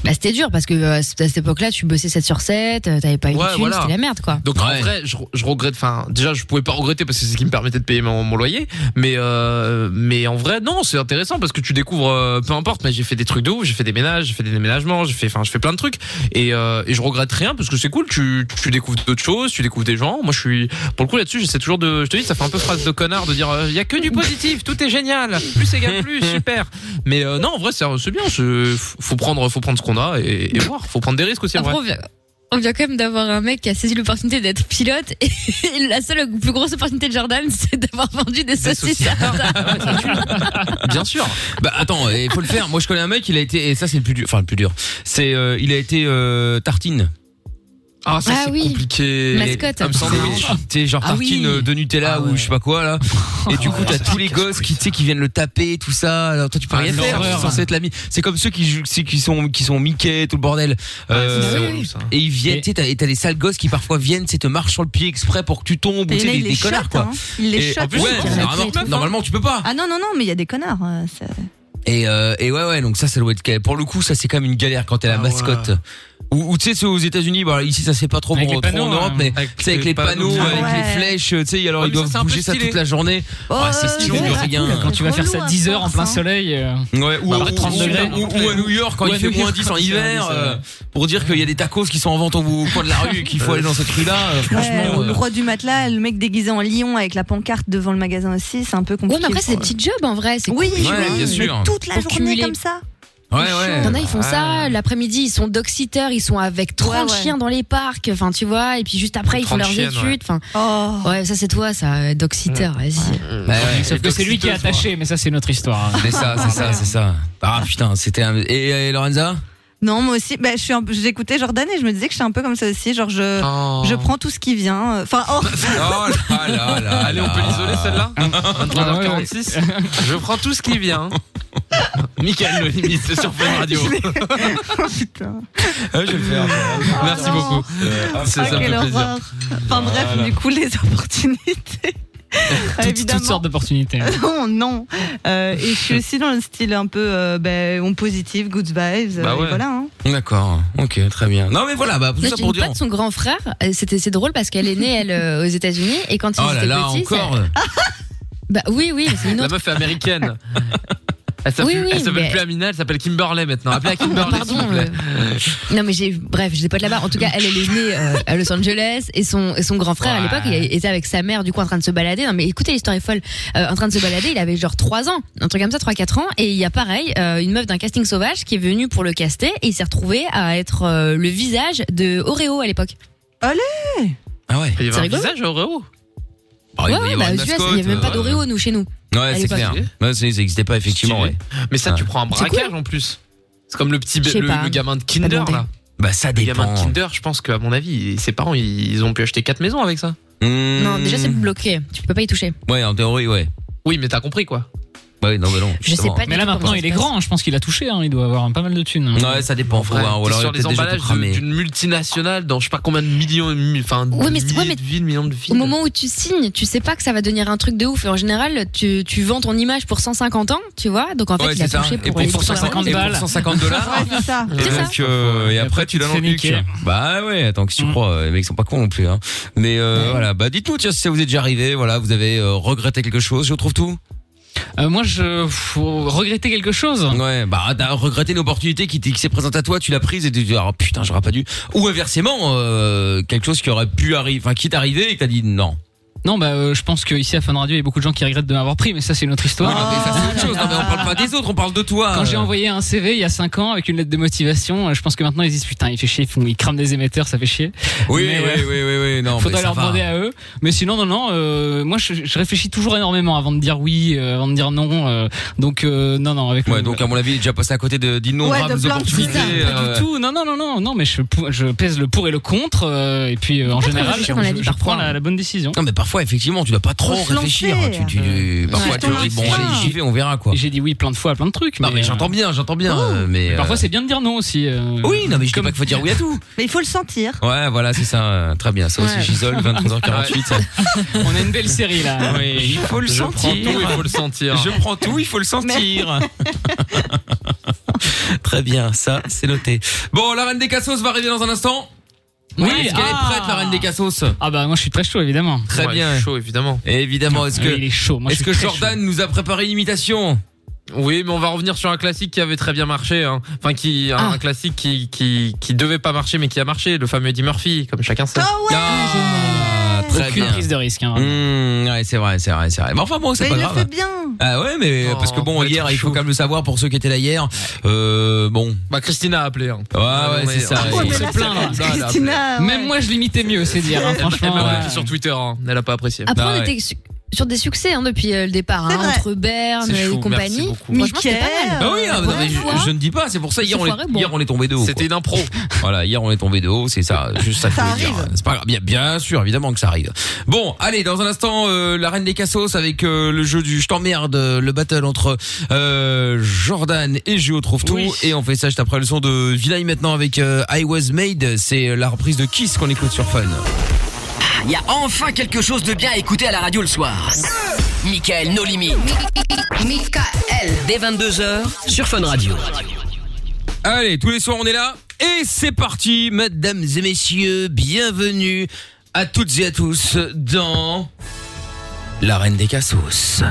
Speaker 2: Bah c'était dur parce que euh, à cette époque-là, tu bossais 7 sur 7, euh, t'avais pas une
Speaker 5: Ouais,
Speaker 2: thune,
Speaker 5: voilà.
Speaker 2: c'était la merde quoi.
Speaker 5: Donc en vrai, je, je regrette. Enfin, déjà, je pouvais pas regretter parce que c'est ce qui me permettait de payer mon, mon loyer. Mais euh, mais en vrai, non, c'est intéressant parce que tu découvres, euh, peu importe. Mais j'ai fait des trucs de ouf, j'ai fait des ménages, j'ai fait des déménagements, j'ai fait, enfin, je fais plein de trucs et euh, et je regrette rien parce que c'est cool. Tu tu découvres d'autres choses, tu découvres des gens. Moi, je suis pour le coup là-dessus, j'essaie toujours de. Je te dis, ça fait un peu phrase de connard de dire, euh, il y a que du positif, tout est génial, plus égale plus, super. Mais euh, non, en vrai, c'est c'est bien. c'est- Faut prendre, faut prendre ce qu'on a et, et voir. Faut prendre des risques aussi. En
Speaker 2: Après,
Speaker 5: vrai.
Speaker 2: on, vient, on vient quand même d'avoir un mec qui a saisi l'opportunité d'être pilote et la seule plus grosse opportunité de Jordan, c'est d'avoir vendu des, saucisses.
Speaker 1: Bien sûr. Bah attends, il faut le faire. Moi je connais un mec, il a été et ça c'est le plus dur, enfin le plus dur. C'est euh, il a été euh, tartine.
Speaker 5: Ah
Speaker 2: ça, Ah c'est oui.
Speaker 5: compliqué.
Speaker 2: Mascotte.
Speaker 1: Comme sandwich.
Speaker 5: Ah.
Speaker 1: Tu sais, genre
Speaker 5: Ah oui.
Speaker 1: tartine euh, de Nutella ou je sais pas quoi là. Et du coup, t'as tous les gosses qui, tu sais, qui viennent le taper, tout ça. Alors, toi, tu peux
Speaker 5: Ah,
Speaker 1: rien faire.
Speaker 5: l'horreur.
Speaker 1: t'es censé être l'ami. C'est comme ceux qui, jouent- c'est- qui sont, qui sont Mickey, tout le bordel. Euh,
Speaker 5: c'est relou, ça.
Speaker 1: et ils viennent, tu sais, t'as- et t'as les sales gosses qui parfois viennent, c'est te marchent sur le pied exprès pour que tu tombes, ou
Speaker 4: Et
Speaker 1: tu sais,
Speaker 4: là,
Speaker 1: des,
Speaker 4: ils les
Speaker 1: des connards
Speaker 4: shotent,
Speaker 1: quoi.
Speaker 4: hein. Ils les
Speaker 1: Et-
Speaker 4: shotent.
Speaker 1: en plus,
Speaker 4: Ouais,
Speaker 1: c'est-
Speaker 4: c'est
Speaker 1: normalement-
Speaker 4: un truc, hein.
Speaker 1: normalement, tu peux pas.
Speaker 4: Ah non, non, non, mais il y a des connards. euh, c'est-
Speaker 1: Et, euh, et ouais, ouais, donc ça, ça doit être. Pour le coup, ça, c'est quand même une galère quand
Speaker 5: Ah,
Speaker 1: t'es la mascotte. Ou, ou tu sais, c'est aux États-Unis, bah, ici, ça c'est pas trop
Speaker 5: Avec
Speaker 1: bon,
Speaker 5: les
Speaker 1: trop
Speaker 5: panneaux,
Speaker 1: en Europe,
Speaker 5: hein.
Speaker 1: mais
Speaker 5: Avec
Speaker 1: tu sais, avec
Speaker 5: les
Speaker 1: les
Speaker 5: panneaux,
Speaker 1: panneaux, avec
Speaker 5: ouais.
Speaker 1: les flèches, tu sais, alors
Speaker 5: Ouais,
Speaker 1: ils
Speaker 5: mais ça,
Speaker 1: doivent
Speaker 5: c'est un peu
Speaker 1: bouger ça
Speaker 5: stylé.
Speaker 1: toute la journée.
Speaker 5: Oh,
Speaker 1: Ouais, c'est
Speaker 5: ouais,
Speaker 1: stylé
Speaker 5: ouais,
Speaker 1: de
Speaker 5: ouais,
Speaker 1: rien.
Speaker 5: cool,
Speaker 3: Quand tu vas faire ça 10 heures en plein soleil.
Speaker 1: Ouais, ou,
Speaker 3: Bah,
Speaker 1: ou-
Speaker 3: à 30
Speaker 1: ou-
Speaker 3: degrés.
Speaker 1: ou- ou à New York quand
Speaker 3: Ou à
Speaker 1: il fait
Speaker 3: New
Speaker 1: moins
Speaker 3: York,
Speaker 1: 10 en
Speaker 3: quand il fait
Speaker 1: hiver,
Speaker 3: moins 10,
Speaker 1: euh, pour dire qu'il y a des tacos qui sont en vente au coin de la rue et qu'il faut aller dans cette rue-là, euh,
Speaker 4: Ouais,
Speaker 1: franchement.
Speaker 4: le
Speaker 1: euh,
Speaker 4: roi du matelas, le mec déguisé en lion avec la pancarte devant le magasin aussi, c'est un peu
Speaker 2: Ouais,
Speaker 4: compliqué. euh,
Speaker 2: mais après, c'est des petits jobs en vrai. c'est
Speaker 4: Oui,
Speaker 2: cool,
Speaker 4: oui,
Speaker 2: tu vois.
Speaker 1: bien sûr.
Speaker 4: toute la
Speaker 2: Pour
Speaker 4: journée
Speaker 2: cumuler.
Speaker 4: comme ça.
Speaker 1: Ouais, ouais.
Speaker 2: T'en as, ils font ça, l'après-midi, ils sont dog-sitters, ils sont avec 30
Speaker 4: Ouais, ouais.
Speaker 2: chiens dans les parcs, enfin, tu vois, et puis juste après, ils font
Speaker 3: 30
Speaker 2: leurs
Speaker 3: chiennes, ouais.
Speaker 2: études, enfin. Ouais, ça, c'est toi, ça, euh, dog-sitter, vas-y.
Speaker 1: Bah ouais,
Speaker 3: Sauf
Speaker 1: les
Speaker 3: que c'est lui qui est
Speaker 1: toxiteuses, moi.
Speaker 3: attaché, mais ça c'est une autre histoire. hein.
Speaker 1: C'est ça, c'est ça, c'est ça. Ah putain, c'était un. Et, et Lorenza
Speaker 4: Non, moi aussi, bah, je suis un peu- j'écoutais Jordan et je me disais que je suis un peu comme ça aussi, genre je,
Speaker 1: Oh.
Speaker 4: je prends tout ce qui vient. euh, Enfin, oh.
Speaker 1: là là Ah là.
Speaker 5: Allez, on peut l'isoler celle-là 23h46. Je prends tout ce qui vient. Michael le limite c'est sur Fun Radio.
Speaker 1: Ouais, Ah, je vais le faire.
Speaker 5: Merci beaucoup.
Speaker 1: euh,
Speaker 5: C'est
Speaker 4: Ah,
Speaker 5: ça me fait
Speaker 4: quelle
Speaker 5: plaisir.
Speaker 4: horreur. Enfin bref,
Speaker 3: Voilà.
Speaker 4: du coup, les opportunités.
Speaker 3: Toutes, toutes sortes d'opportunités.
Speaker 4: Non, non. Euh, et je suis aussi dans le style un peu euh, ben, on positive, good vibes. euh,
Speaker 1: Bah
Speaker 4: et
Speaker 1: ouais.
Speaker 4: voilà. hein.
Speaker 1: D'accord, ok, très bien. Non mais voilà, bah, tout
Speaker 2: Moi,
Speaker 1: ça
Speaker 2: j'ai
Speaker 1: pour
Speaker 2: une
Speaker 1: dire.
Speaker 2: pote, son grand frère, euh, c'était c'est drôle parce qu'elle est née elle euh, aux États-Unis et quand ils
Speaker 1: Oh là
Speaker 2: étaient
Speaker 1: là,
Speaker 5: Ah,
Speaker 2: petits, ça-
Speaker 1: encore
Speaker 2: Bah oui, oui, c'est une
Speaker 5: La
Speaker 2: autre.
Speaker 5: meuf est américaine. Elle s'appelle
Speaker 2: Oui,
Speaker 5: plus-
Speaker 2: oui,
Speaker 5: elle s'appelle
Speaker 2: mais-
Speaker 5: plus Amina, elle s'appelle Kimberley maintenant. Appelez à Kimberley, s'il vous plaît.
Speaker 2: Non mais j'ai bref, je l'ai pas de là-bas. En tout cas, elle elle est née euh, à Los Angeles et son et son grand frère à l'époque, il était avec sa mère du coup en train de se balader. Non mais écoutez, l'histoire est folle. Euh, en train de se balader, il avait genre 3 ans, un truc comme ça, 3 4 ans et il y a pareil euh, une meuf d'un casting sauvage qui est venue pour le caster et il s'est retrouvé à être euh, le visage de Oreo à l'époque.
Speaker 4: Allez
Speaker 1: Ah ouais.
Speaker 5: Il y
Speaker 2: C'est
Speaker 5: avait un
Speaker 2: rigolo.
Speaker 5: visage Oreo.
Speaker 1: Ah, il
Speaker 2: Ouais,
Speaker 1: doit y
Speaker 2: ouais,
Speaker 1: avoir
Speaker 2: bah,
Speaker 1: une
Speaker 2: tu vois,
Speaker 1: mascotte,
Speaker 2: il n'y avait même pas
Speaker 1: euh,
Speaker 2: d'Oreo nous chez nous. à
Speaker 1: Ouais, c'est
Speaker 2: l'époque.
Speaker 1: clair. Ouais, ça n'existait pas effectivement, ouais.
Speaker 2: Ah.
Speaker 5: Mais ça, tu prends un
Speaker 1: C'est
Speaker 5: braquage en plus. C'est comme le petit bé-
Speaker 1: Je sais
Speaker 5: le,
Speaker 1: pas.
Speaker 5: le gamin de Kinder
Speaker 1: demandé.
Speaker 5: là.
Speaker 1: Bah ça
Speaker 5: Le gamin de
Speaker 1: dépend.
Speaker 5: Kinder, je pense qu'à mon avis, ses parents ils ont pu acheter 4 maisons avec ça.
Speaker 1: Hmm.
Speaker 2: Non, déjà c'est bloqué, tu peux pas y toucher.
Speaker 1: Ouais, en théorie, ouais.
Speaker 5: Oui, mais t'as compris quoi.
Speaker 1: Bah oui, non, bah non.
Speaker 2: Je sais pas du
Speaker 3: Mais là
Speaker 2: tout
Speaker 3: maintenant,
Speaker 2: comment
Speaker 3: il
Speaker 2: ça
Speaker 3: est
Speaker 2: se passe.
Speaker 3: grand. Je pense qu'il a touché. hein, Il doit avoir un pas mal de thunes. hein.
Speaker 1: Ouais, ça dépend. Faut
Speaker 5: Ouais,
Speaker 1: voir. Ou
Speaker 5: t'es
Speaker 1: alors,
Speaker 5: sur
Speaker 1: il a
Speaker 5: les
Speaker 1: peut-être déjà tout
Speaker 5: emballages de-
Speaker 1: cramé.
Speaker 5: d'une multinationale dans je sais pas combien de millions, mi- enfin de
Speaker 2: Ouais, mais c'est-
Speaker 5: milliers
Speaker 2: ouais, mais-
Speaker 5: de villes, millions de villes.
Speaker 2: Au moment où tu signes, tu sais pas que ça va devenir un truc de ouf. Et en général, tu, tu vends ton image pour 150 ans, tu vois. Donc en fait,
Speaker 1: Ouais,
Speaker 2: il a
Speaker 1: c'est ça.
Speaker 2: touché
Speaker 1: Et
Speaker 2: pour,
Speaker 1: pour
Speaker 2: les
Speaker 1: 150
Speaker 2: 200
Speaker 1: balles.
Speaker 2: euros.
Speaker 1: 150 dollars.
Speaker 4: Ouais, c'est ça.
Speaker 1: Et, donc, euh, et après, tu l'as dans le cul. Bah ouais, attends, qu'est-ce que tu crois Les mecs sont pas cons non plus. Hein. Mais euh, voilà, bah dites-nous, tiens, si ça vous est déjà arrivé, voilà, vous avez euh, regretté quelque chose, je trouve tout
Speaker 3: Euh, moi, je faut regretter quelque chose.
Speaker 1: Ouais, bah t'as regretté une opportunité qui, t- qui s'est présentée à toi, tu l'as prise et tu te dis, ah putain, j'aurais pas dû. Ou inversement, euh, quelque chose qui aurait pu arriver, enfin qui est arrivé et que t'as dit non.
Speaker 3: Non, bah, euh, je pense qu'ici à Fun Radio, il y a beaucoup de gens qui regrettent de m'avoir pris, mais ça, c'est une autre histoire.
Speaker 1: Autre chose, non Ah, mais on parle pas des autres, on parle de toi.
Speaker 3: Quand j'ai
Speaker 1: Euh,
Speaker 3: envoyé un CV il y a 5 ans avec une lettre de motivation, euh, je pense que maintenant ils disent putain, il fait chier, ils, font, ils crament des émetteurs, ça fait chier.
Speaker 1: Oui,
Speaker 3: Mais,
Speaker 1: oui,
Speaker 3: euh,
Speaker 1: oui, oui, oui, non.
Speaker 3: Faudra
Speaker 1: mais ça
Speaker 3: leur
Speaker 1: va.
Speaker 3: demander à eux. Mais sinon, non, non, euh, moi je, je réfléchis toujours énormément avant de dire oui, euh, avant de dire non. euh, donc, euh, non, non, avec
Speaker 1: Ouais, donc à mon avis, il est déjà passé à côté de hein. d'innombrables opportunités. euh,
Speaker 3: Pas du tout. Non, non, non, non, non, mais je, pou- je pèse le pour et le contre, euh, et puis euh, en
Speaker 1: Pas trop
Speaker 3: général, je,
Speaker 1: réfléchir dans la vie,
Speaker 3: je
Speaker 1: parfois.
Speaker 3: prends la, la bonne décision.
Speaker 1: Non, mais parfois, effectivement, tu dois pas trop
Speaker 3: Faut se lancer.
Speaker 1: réfléchir. hein, Tu, tu- tu- parfois,
Speaker 3: Ouais.
Speaker 1: tu te dis, bon,
Speaker 3: Ouais.
Speaker 1: allez, j'y vais, on verra quoi.
Speaker 3: J'ai dit oui plein de fois à plein de trucs. Oh.
Speaker 1: Non, mais j'entends bien, j'entends bien, euh, mais, euh,
Speaker 3: Parfois, c'est bien de dire non aussi. euh,
Speaker 1: Oui, non, mais je dis pas qu'il faut dire oui à tout.
Speaker 4: Mais il faut le sentir.
Speaker 1: Ouais, voilà, c'est ça. euh, Très bien. Ça aussi,
Speaker 3: Ouais.
Speaker 1: j'isole, 23h48. ça.
Speaker 3: On a une belle série là.
Speaker 1: Oui, il faut le
Speaker 5: Je prends
Speaker 1: sentir.
Speaker 5: tout, il faut le sentir.
Speaker 1: Je prends tout, il faut le sentir. Très bien, ça, c'est noté. Bon, la reine des cassos va arriver dans un instant.
Speaker 3: Oui,
Speaker 1: est-ce qu'elle est prête, la reine des cassos
Speaker 3: Ah bah moi je suis très chaud évidemment.
Speaker 1: Très
Speaker 5: Ouais,
Speaker 1: bien.
Speaker 5: je suis chaud évidemment.
Speaker 1: Évidemment, est-ce que
Speaker 3: Oui, il est chaud, moi, je
Speaker 1: est-ce que
Speaker 3: suis très
Speaker 1: Jordan nous a préparé une imitation
Speaker 5: Oui, mais on va revenir sur un classique qui avait très bien marché. hein. Enfin, qui
Speaker 2: Ah.
Speaker 5: un classique qui, qui qui devait pas marcher mais qui a marché. Le fameux Eddie Murphy, comme chacun sait.
Speaker 1: Ah, très
Speaker 3: Aucune
Speaker 1: bien.
Speaker 3: prise de risque. hein.
Speaker 1: Mmh, ouais, c'est vrai, c'est vrai, c'est vrai. Mais enfin bon, c'est
Speaker 4: Mais
Speaker 1: pas
Speaker 4: il le
Speaker 1: grave.
Speaker 4: fait bien.
Speaker 1: Ah ouais, mais
Speaker 5: Oh,
Speaker 1: euh, parce que bon, hier, il faut quand même le savoir pour ceux qui étaient là hier. Euh, bon.
Speaker 5: Bah, Christina a appelé.
Speaker 1: Ouais, ouais, c'est ça.
Speaker 5: Ah, ouais, mais là, ça va, Christina,
Speaker 3: Même moi je l'imitais mieux, c'est dire.
Speaker 1: Bah,
Speaker 3: hein,
Speaker 5: Elle
Speaker 3: franchement.
Speaker 5: m'a marqué sur Twitter. hein. Elle a pas apprécié.
Speaker 2: Après, on était su- sur des succès hein, depuis euh, le départ, hein, entre Berne
Speaker 5: C'est
Speaker 2: et
Speaker 5: chou, merci
Speaker 2: compagnie.
Speaker 5: beaucoup.
Speaker 2: Franchement, c'était pas mal.
Speaker 1: Bah oui, hein, non, mais je, je ne dis pas, c'est pour ça hier
Speaker 2: C'est
Speaker 1: on, est,
Speaker 2: foiré, bon.
Speaker 1: hier on est tombé de haut. C'était
Speaker 5: une impro.
Speaker 1: voilà, hier on est tombé de haut, c'est ça, juste ça que je voulais dire. C'est pas grave, bien, bien sûr, évidemment que ça arrive. Bon, allez, dans un instant, euh, la reine des cassos avec euh, le jeu du je t'emmerde, euh, le battle entre euh, Jordan et Géo trouve tout. Et on fait ça juste après le son de Vilaï maintenant avec euh, I Was Made, c'est la reprise de Kiss qu'on écoute sur Fun.
Speaker 7: Il y a enfin quelque chose de bien à écouter à la radio le soir. Michael No Limites. Michael. Dès 22h sur Fun Radio.
Speaker 1: Allez, tous les soirs on est là et c'est parti, mesdames et messieurs, bienvenue à toutes et à tous dans la reine des cassos.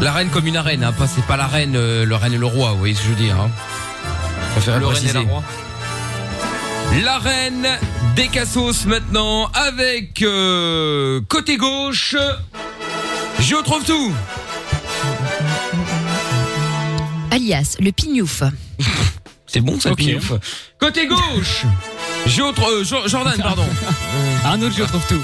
Speaker 1: La reine comme une arène, hein, pas c'est pas la reine, euh, le reine et le roi, vous voyez ce que je veux dire. Hein. Je préfère
Speaker 5: Le reine et
Speaker 1: préciser.
Speaker 5: la roi.
Speaker 1: La reine des cassos maintenant avec euh, côté gauche, je trouve tout.
Speaker 2: Alias, le pignouf.
Speaker 1: C'est bon ça,
Speaker 2: Ok.
Speaker 1: le pignouf Côté gauche Géo tro- euh, Jo- Jordan, pardon.
Speaker 3: Un autre, je trouve tout.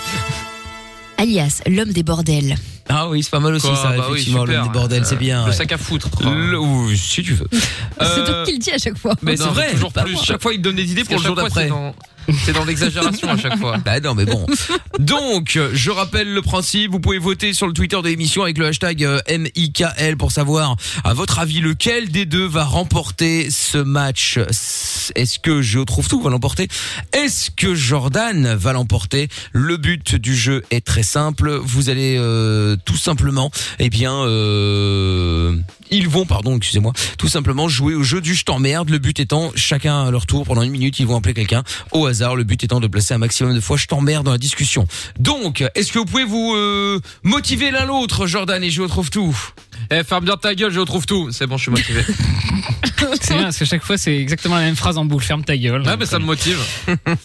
Speaker 2: Alias, l'homme des bordels.
Speaker 1: Ah oui, c'est pas mal aussi
Speaker 5: Quoi,
Speaker 1: ça,
Speaker 5: bah oui,
Speaker 1: effectivement,
Speaker 5: super.
Speaker 1: le bordel, c'est bien.
Speaker 5: Le
Speaker 1: ouais.
Speaker 5: sac à foutre.
Speaker 1: Le- ou, si tu veux.
Speaker 2: C'est
Speaker 1: Euh,
Speaker 2: toi qui le dis à chaque fois.
Speaker 1: mais c'est vrai,
Speaker 5: toujours
Speaker 1: pas
Speaker 5: plus.
Speaker 1: moi. Chaque fois, il te donne des idées pour
Speaker 5: Parce
Speaker 1: le jour
Speaker 5: qu'à chaque
Speaker 1: d'après.
Speaker 5: fois, C'est dans, c'est dans l'exagération à chaque fois.
Speaker 1: Bah non, mais bon. Donc, euh, je rappelle le principe. Vous pouvez voter sur le Twitter de l'émission avec le hashtag euh, MIKL pour savoir, à votre avis, lequel des deux va remporter ce match plus. Est-ce que Géo trouve tout va l'emporter Est-ce que Jordan va l'emporter Le but du jeu est très simple. Vous allez euh, tout simplement, eh bien, euh, ils vont, pardon, excusez-moi, tout simplement jouer au jeu du je t'emmerde. Le but étant, chacun à leur tour, pendant une minute, ils vont appeler quelqu'un au hasard. Le but étant de placer un maximum de fois je t'emmerde dans la discussion. Donc, est-ce que vous pouvez vous euh, motiver l'un l'autre, Jordan et Géo trouve tout
Speaker 5: Eh, ferme bien ta gueule, Géo trouve tout. C'est bon, je suis motivé.
Speaker 3: C'est bien parce que chaque fois c'est exactement la même phrase en boucle. Ferme ta gueule.
Speaker 5: Ah, bah ça me motive.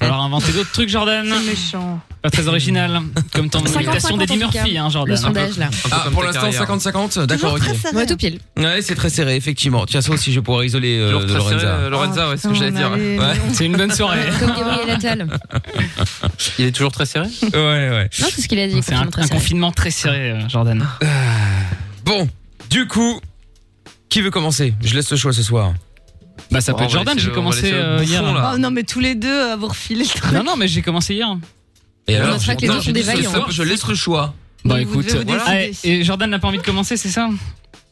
Speaker 3: Alors inventer d'autres trucs, Jordan.
Speaker 4: méchant.
Speaker 3: Pas très original. hein. Comme ton
Speaker 2: 50-50
Speaker 3: imitation d'Eddie
Speaker 2: en tout cas,
Speaker 3: Murphy, hein, Jordan.
Speaker 2: le sondage, là.
Speaker 1: Ah, pour l'instant, 50-50, d'accord, ok.
Speaker 2: Ouais, tout pile.
Speaker 1: Ouais, c'est très serré, effectivement. Tiens, ça aussi, je vais pouvoir isoler euh,
Speaker 5: Toujours
Speaker 1: de
Speaker 5: très serré,
Speaker 1: Lorenza.
Speaker 5: euh, Lorenza, ouais, c'est ce
Speaker 2: Oh,
Speaker 5: que j'allais dire. ouais.
Speaker 3: C'est une bonne soirée.
Speaker 2: Comme Gabriel Attal. Non,
Speaker 5: Il est toujours très serré
Speaker 1: Ouais, ouais.
Speaker 2: c'est ce qu'il a dit.
Speaker 3: C'est un,
Speaker 2: confinement très
Speaker 3: un
Speaker 2: serré.
Speaker 3: confinement très serré, euh, Jordan.
Speaker 1: Ah. Bon, du coup, qui veut commencer Je laisse le choix ce soir.
Speaker 3: Bah, ça peut être Jordan, j'ai commencé euh, hier.
Speaker 4: Oh non, mais tous les deux à vous refiler le truc.
Speaker 3: Non, non, mais j'ai commencé hier.
Speaker 1: Et
Speaker 4: alors, notera que les Jordan, deux sont des vaillants.
Speaker 1: Je laisse le choix.
Speaker 3: Bah
Speaker 4: Vous
Speaker 3: écoute,
Speaker 4: devez vous
Speaker 3: voilà.
Speaker 4: décider.
Speaker 3: Ah, et Jordan n'a pas envie de commencer, c'est ça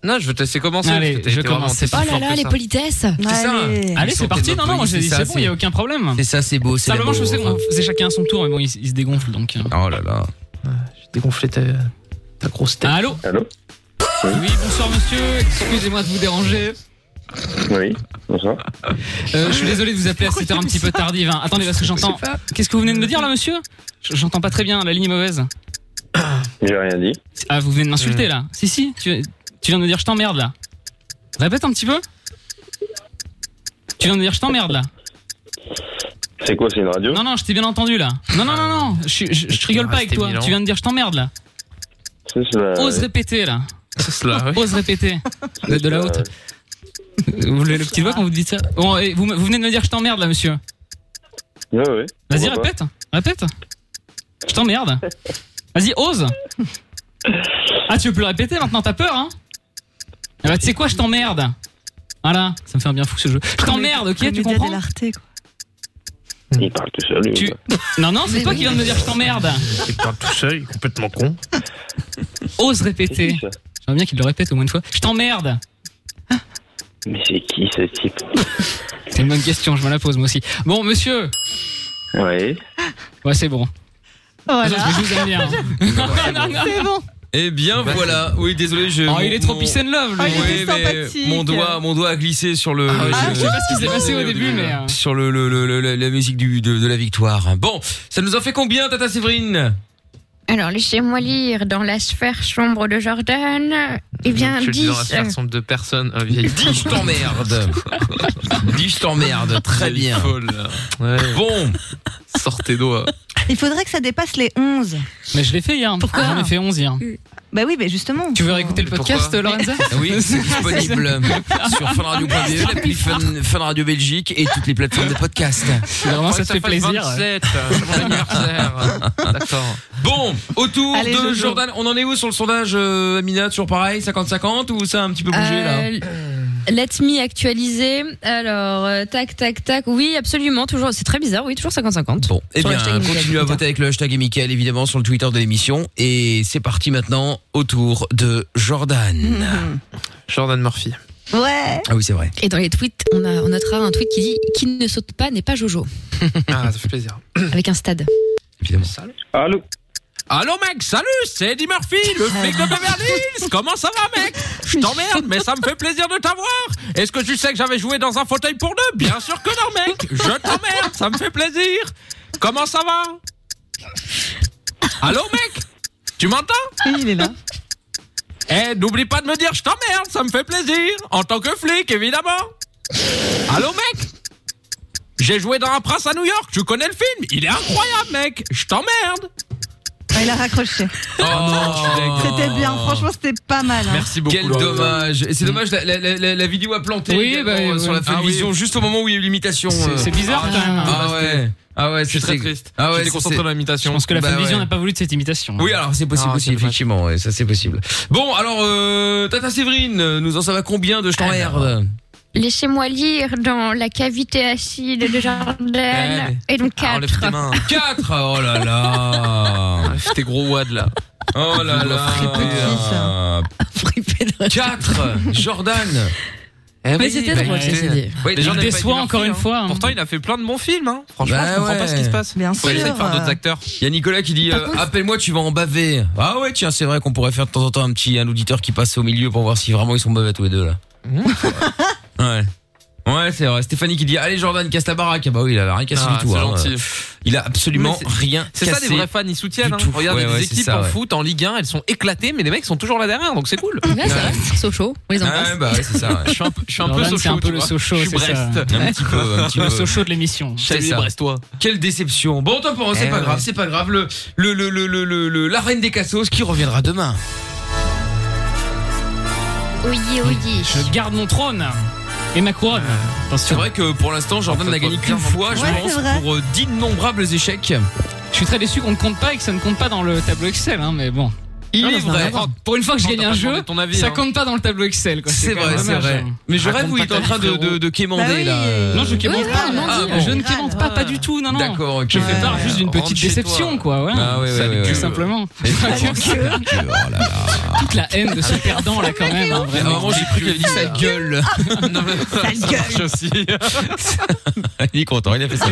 Speaker 5: Non, je veux te laisser commencer.
Speaker 3: Allez,
Speaker 5: parce que t'as
Speaker 3: je
Speaker 5: été vraiment-
Speaker 3: commence.
Speaker 5: t'es si
Speaker 2: Oh là
Speaker 5: fort
Speaker 2: là,
Speaker 5: que
Speaker 2: les
Speaker 5: ça.
Speaker 2: politesses. hein.
Speaker 3: Allez, c'est parti. Non, non, j'ai dit c'est bon, il n'y a aucun problème.
Speaker 1: C'est ça, c'est beau. C'est
Speaker 3: Simplement, je
Speaker 1: beau.
Speaker 3: sais qu'on faisait chacun à son tour, mais bon, il, s- il se dégonfle donc. euh.
Speaker 1: Oh là là.
Speaker 5: J'ai dégonflé ta, ta grosse tête.
Speaker 3: Allô
Speaker 5: Allô
Speaker 3: Oui, bonsoir monsieur, excusez-moi de vous déranger.
Speaker 11: Oui, bonsoir.
Speaker 3: Euh, je suis désolé de vous appeler à cette heure un petit peu tardive. hein. Attendez, parce que j'entends. Qu'est-ce que vous venez de me dire là, monsieur J- J'entends pas très bien, la ligne est mauvaise.
Speaker 11: J'ai rien dit.
Speaker 3: Ah, vous venez de m'insulter là Si, si, tu, tu viens de me dire je t'emmerde là. Répète un petit peu Tu viens de me dire je t'emmerde là
Speaker 11: C'est quoi, c'est une radio
Speaker 3: Non, non, je t'ai bien entendu là. Non, non, non, non, je, suis- je- je te rigole pas avec toi.
Speaker 11: Mille ans.
Speaker 3: Tu viens de dire je t'emmerde là.
Speaker 11: C'est cela.
Speaker 12: Euh,
Speaker 3: Ose répéter là.
Speaker 5: C'est cela, oui.
Speaker 3: Ose répéter. De, de la haute. Vous voulez le petit doigt quand vous dites ça Bon, et vous, me- vous venez de me dire je t'emmerde là, monsieur.
Speaker 11: Ouais, ouais.
Speaker 3: Vas-y,
Speaker 11: Pourquoi
Speaker 3: répète. Répète. Je t'emmerde. Vas-y, ose. Ah, tu veux plus le répéter maintenant T'as peur, hein Ah bah, tu sais quoi, je t'emmerde. Voilà, ça me fait un bien fou ce jeu. Je t'emmerde, ok Tu comprends
Speaker 11: pas Il parle tout seul, lui.
Speaker 3: Tu- Non, non, c'est toi qui viens de me dire je t'emmerde.
Speaker 5: Il parle tout seul, il est complètement con.
Speaker 3: Ose répéter.
Speaker 11: C'est qui, ça
Speaker 3: J'aimerais bien qu'il le répète au moins une fois. Je t'emmerde.
Speaker 11: Mais c'est qui ce type
Speaker 3: C'est une bonne question, je me la pose moi aussi. Bon, monsieur.
Speaker 11: Oui.
Speaker 3: Ouais, c'est bon.
Speaker 4: Voilà.
Speaker 3: Je vous aime bien.
Speaker 4: Oh, C'est bon.
Speaker 1: Eh bien voilà, oui désolé je.
Speaker 3: Oh, il est trop
Speaker 1: mon-
Speaker 3: peace and love, lui.
Speaker 4: Ah, il
Speaker 1: Oui,
Speaker 4: était
Speaker 1: mais
Speaker 4: sympathique.
Speaker 1: mon doigt, mon doigt a glissé sur le.
Speaker 3: Ah,
Speaker 1: le-
Speaker 3: je sais pas ce qui s'est passé au début, mais, euh,
Speaker 1: Sur le, le- le- le- la musique du, de, de la victoire. Bon, ça nous en fait combien, Tata Séverine
Speaker 14: Alors, laissez-moi lire dans la sphère sombre de Jordan. Eh bien,
Speaker 5: Je le dis
Speaker 14: 10.
Speaker 5: dans la sphère sombre de euh, personnes. Un vieil.
Speaker 1: Dis je t'emmerde. Dis je t'emmerde, très
Speaker 5: Vieille
Speaker 1: bien.
Speaker 5: folle, là. Ouais.
Speaker 1: Bon,
Speaker 5: sortez doigts.
Speaker 4: Il faudrait que ça dépasse les 11.
Speaker 3: Mais je l'ai fait hier.
Speaker 4: Pourquoi
Speaker 3: J'en ai fait 11 hier.
Speaker 4: Bah oui, mais justement.
Speaker 3: Tu veux réécouter le podcast,
Speaker 5: pourquoi
Speaker 3: Lorenza
Speaker 1: Ah Oui, c'est disponible sur funradio.be, E, l'appli Fun, Fun Radio Belgique et toutes les plateformes de podcast.
Speaker 3: Vraiment,
Speaker 5: Ouais,
Speaker 3: ça te fait
Speaker 5: fasse
Speaker 3: plaisir.
Speaker 5: 27, euh, c'est mon anniversaire. D'accord.
Speaker 1: Bon, autour
Speaker 4: Allez,
Speaker 1: de
Speaker 4: Jojo.
Speaker 1: Jordan, on en est où sur le sondage, euh, Amina Toujours pareil, 50-50 ou ça a un petit peu bougé là
Speaker 2: Euh, Let me actualiser. Alors, euh, tac, tac, tac. Oui, absolument. Toujours. C'est très bizarre. Oui, toujours 50-50.
Speaker 1: Bon, eh
Speaker 2: Sur
Speaker 1: bien,
Speaker 2: le hashtag
Speaker 1: continuez
Speaker 2: Mickaël,
Speaker 1: à voter avec le hashtag et Mickaël, évidemment, sur le Twitter de l'émission. Et c'est parti maintenant, autour de Jordan.
Speaker 5: Jordan Murphy.
Speaker 4: Ouais.
Speaker 1: Ah oui, c'est vrai.
Speaker 2: Et dans les tweets, on, a, on notera un tweet qui dit Qui ne saute pas n'est pas Jojo.
Speaker 5: Ah, ça fait plaisir.
Speaker 2: Avec un stade.
Speaker 1: Évidemment.
Speaker 13: Allô
Speaker 5: Allô mec, salut, c'est Eddie Murphy, le flic de Beverly Hills. Comment ça va mec Je t'emmerde, mais ça me fait plaisir de t'avoir. Est-ce que tu sais que j'avais joué dans un fauteuil pour deux Bien sûr que non mec. Je t'emmerde, ça me fait plaisir. Comment ça va Allô mec, tu m'entends
Speaker 4: Il est là.
Speaker 5: Eh, n'oublie pas de me dire je t'emmerde, ça me fait plaisir. En tant que flic, évidemment. Allô mec J'ai joué dans Un prince à New York, tu connais le film Il est incroyable mec, je t'emmerde.
Speaker 4: Ah, il a raccroché.
Speaker 1: Oh,
Speaker 4: C'était bien. Franchement, c'était pas mal. hein.
Speaker 5: Merci beaucoup.
Speaker 1: Quel
Speaker 5: Laurent.
Speaker 1: dommage. Et C'est dommage, la, la- la- la- la vidéo a planté
Speaker 3: Oui,
Speaker 1: également,
Speaker 3: bah,
Speaker 1: euh,
Speaker 3: oui.
Speaker 1: sur la fin
Speaker 5: Ah
Speaker 1: de
Speaker 5: oui.
Speaker 1: vision, juste au moment où il y a eu l'imitation. euh.
Speaker 3: C'est bizarre quand même.
Speaker 1: Ah ouais. Ah ouais,
Speaker 5: Je suis
Speaker 1: c'est-
Speaker 5: très
Speaker 1: c'est-
Speaker 5: triste.
Speaker 1: Ah ouais,
Speaker 5: J'étais
Speaker 1: c'est-
Speaker 5: concentré
Speaker 1: c'est-
Speaker 5: dans l'imitation.
Speaker 3: Je pense que la
Speaker 1: Bah
Speaker 3: Funvision
Speaker 1: ouais.
Speaker 3: n'a pas voulu de cette imitation.
Speaker 1: Oui, alors c'est possible
Speaker 5: Ah,
Speaker 1: aussi,
Speaker 5: c'est dommage.
Speaker 1: effectivement, ouais, ça c'est possible. Bon, alors, euh, Tata Séverine, euh, nous en savons combien de je t'emmerde
Speaker 14: Laissez-moi lire dans la cavité acide de Jordan.
Speaker 1: Allez.
Speaker 14: Et donc
Speaker 5: Ah,
Speaker 14: 4.
Speaker 5: enlève tes mains.
Speaker 1: 4 Oh là là
Speaker 5: Enlève tes gros wads là.
Speaker 1: Oh là Euh,
Speaker 3: Ah,
Speaker 5: dois fripper
Speaker 1: là 4 Jordan
Speaker 5: Eh Eh
Speaker 2: Mais
Speaker 5: oui,
Speaker 2: c'était
Speaker 5: bah
Speaker 2: drôle,
Speaker 5: écoutez,
Speaker 2: ceci dit.
Speaker 5: ouais, les
Speaker 3: Il
Speaker 5: gens n'aiment pas
Speaker 3: déçoit
Speaker 5: Eddie
Speaker 3: encore
Speaker 5: Murphy,
Speaker 3: une
Speaker 5: hein.
Speaker 3: fois, hein.
Speaker 5: Pourtant, il a fait plein de bons films. Hein. Franchement,
Speaker 1: Bah
Speaker 5: je comprends
Speaker 1: ouais.
Speaker 5: pas ce qui se passe.
Speaker 1: Bien
Speaker 5: Faut essayer de
Speaker 1: sûr.
Speaker 5: faire d'autres acteurs.
Speaker 1: Il y a Nicolas qui dit euh, appelle-moi, tu vas en baver. Ah ouais, tiens, c'est vrai qu'on pourrait faire de temps en temps un petit un auditeur qui passe au milieu pour voir si vraiment ils sont mauvais tous les deux là.
Speaker 5: Mmh.
Speaker 1: ouais. Ouais, c'est vrai. Stéphanie qui dit allez Jordan casse ta baraque. Ah bah oui, il a rien cassé
Speaker 5: Ah,
Speaker 1: du tout.
Speaker 5: c'est
Speaker 1: hein.
Speaker 5: gentil.
Speaker 1: Il a absolument
Speaker 5: Mais c'est-
Speaker 1: rien
Speaker 5: C'est
Speaker 1: cassé.
Speaker 5: ça, des vrais fans, ils soutiennent.
Speaker 1: du
Speaker 5: Hein.
Speaker 1: tout.
Speaker 5: Regardez
Speaker 1: Ouais, ouais,
Speaker 5: des
Speaker 1: c'est
Speaker 5: équipes
Speaker 1: ça,
Speaker 5: en
Speaker 1: ouais.
Speaker 5: foot, en Ligue 1, elles sont éclatées, mais les mecs sont toujours là derrière, donc c'est cool.
Speaker 2: Ouais, c'est vrai. Sochaux, on les embrasse.
Speaker 1: bah ouais, c'est ça. ouais.
Speaker 5: Je suis un peu, je suis un peu
Speaker 3: Jordan,
Speaker 5: Sochaux,
Speaker 3: c'est un peu
Speaker 5: tu
Speaker 3: le
Speaker 5: vois.
Speaker 3: Sochaux,
Speaker 5: Je suis
Speaker 3: c'est ça.
Speaker 5: Brest.
Speaker 1: Un petit peu, un petit
Speaker 3: Le
Speaker 1: peu.
Speaker 3: Sochaux de l'émission.
Speaker 1: C'est ça. Quelle déception. Bon, tant pour, c'est
Speaker 5: Eh
Speaker 1: pas
Speaker 5: ouais.
Speaker 1: grave, c'est pas grave. Le, le, le, le, le, le- le- la reine des cassos qui reviendra demain.
Speaker 14: Oui, oui.
Speaker 3: Je garde mon trône et ma couronne.
Speaker 1: Euh, C'est vrai que pour l'instant, Jordan n'a gagné qu'une fois, je
Speaker 3: Ouais, c'est
Speaker 1: pense,
Speaker 3: vrai.
Speaker 1: pour euh, d'innombrables échecs.
Speaker 3: Je suis très déçu qu'on ne compte pas et que ça ne compte pas dans le tableau Excel, hein, mais bon.
Speaker 1: Il est vrai.
Speaker 5: Oh,
Speaker 3: Pour une fois que je
Speaker 1: Non,
Speaker 3: gagne
Speaker 1: t'as
Speaker 3: un
Speaker 1: pas
Speaker 3: jeu,
Speaker 1: demandé ton avis,
Speaker 3: ça
Speaker 1: hein.
Speaker 3: compte pas dans le tableau Excel. quoi.
Speaker 1: C'est
Speaker 3: quand
Speaker 1: vrai,
Speaker 3: même
Speaker 1: c'est
Speaker 3: dommage,
Speaker 1: vrai.
Speaker 3: hein.
Speaker 1: Mais je
Speaker 3: Raconte
Speaker 1: rêve où il est
Speaker 3: pas
Speaker 1: en
Speaker 3: ta
Speaker 1: train de,
Speaker 3: vie,
Speaker 1: de,
Speaker 3: frérot.
Speaker 1: de quémander
Speaker 3: Bah oui.
Speaker 1: là. euh.
Speaker 3: Non, je quémande
Speaker 1: Ah,
Speaker 3: pas.
Speaker 1: bon.
Speaker 3: Je ne quémande pas, pas du tout. Non, non.
Speaker 1: D'accord, ok.
Speaker 3: Je fais part juste d'une
Speaker 1: Rentre
Speaker 3: petite
Speaker 1: chez toi.
Speaker 3: déception, quoi. ouais.
Speaker 1: Ah, ouais, ouais,
Speaker 3: Ça
Speaker 1: ouais,
Speaker 3: gueule,
Speaker 1: ouais.
Speaker 3: simplement.
Speaker 1: Et franchement, oh ça gueule,
Speaker 3: Toute la haine de ce perdant, là, quand même. hein,
Speaker 1: À un
Speaker 3: vraiment.
Speaker 1: moment, Ah, j'ai cru qu'il avait dit sa gueule. Ah, non,
Speaker 3: Sa gueule.
Speaker 1: marche aussi. il est content, il a fait ça.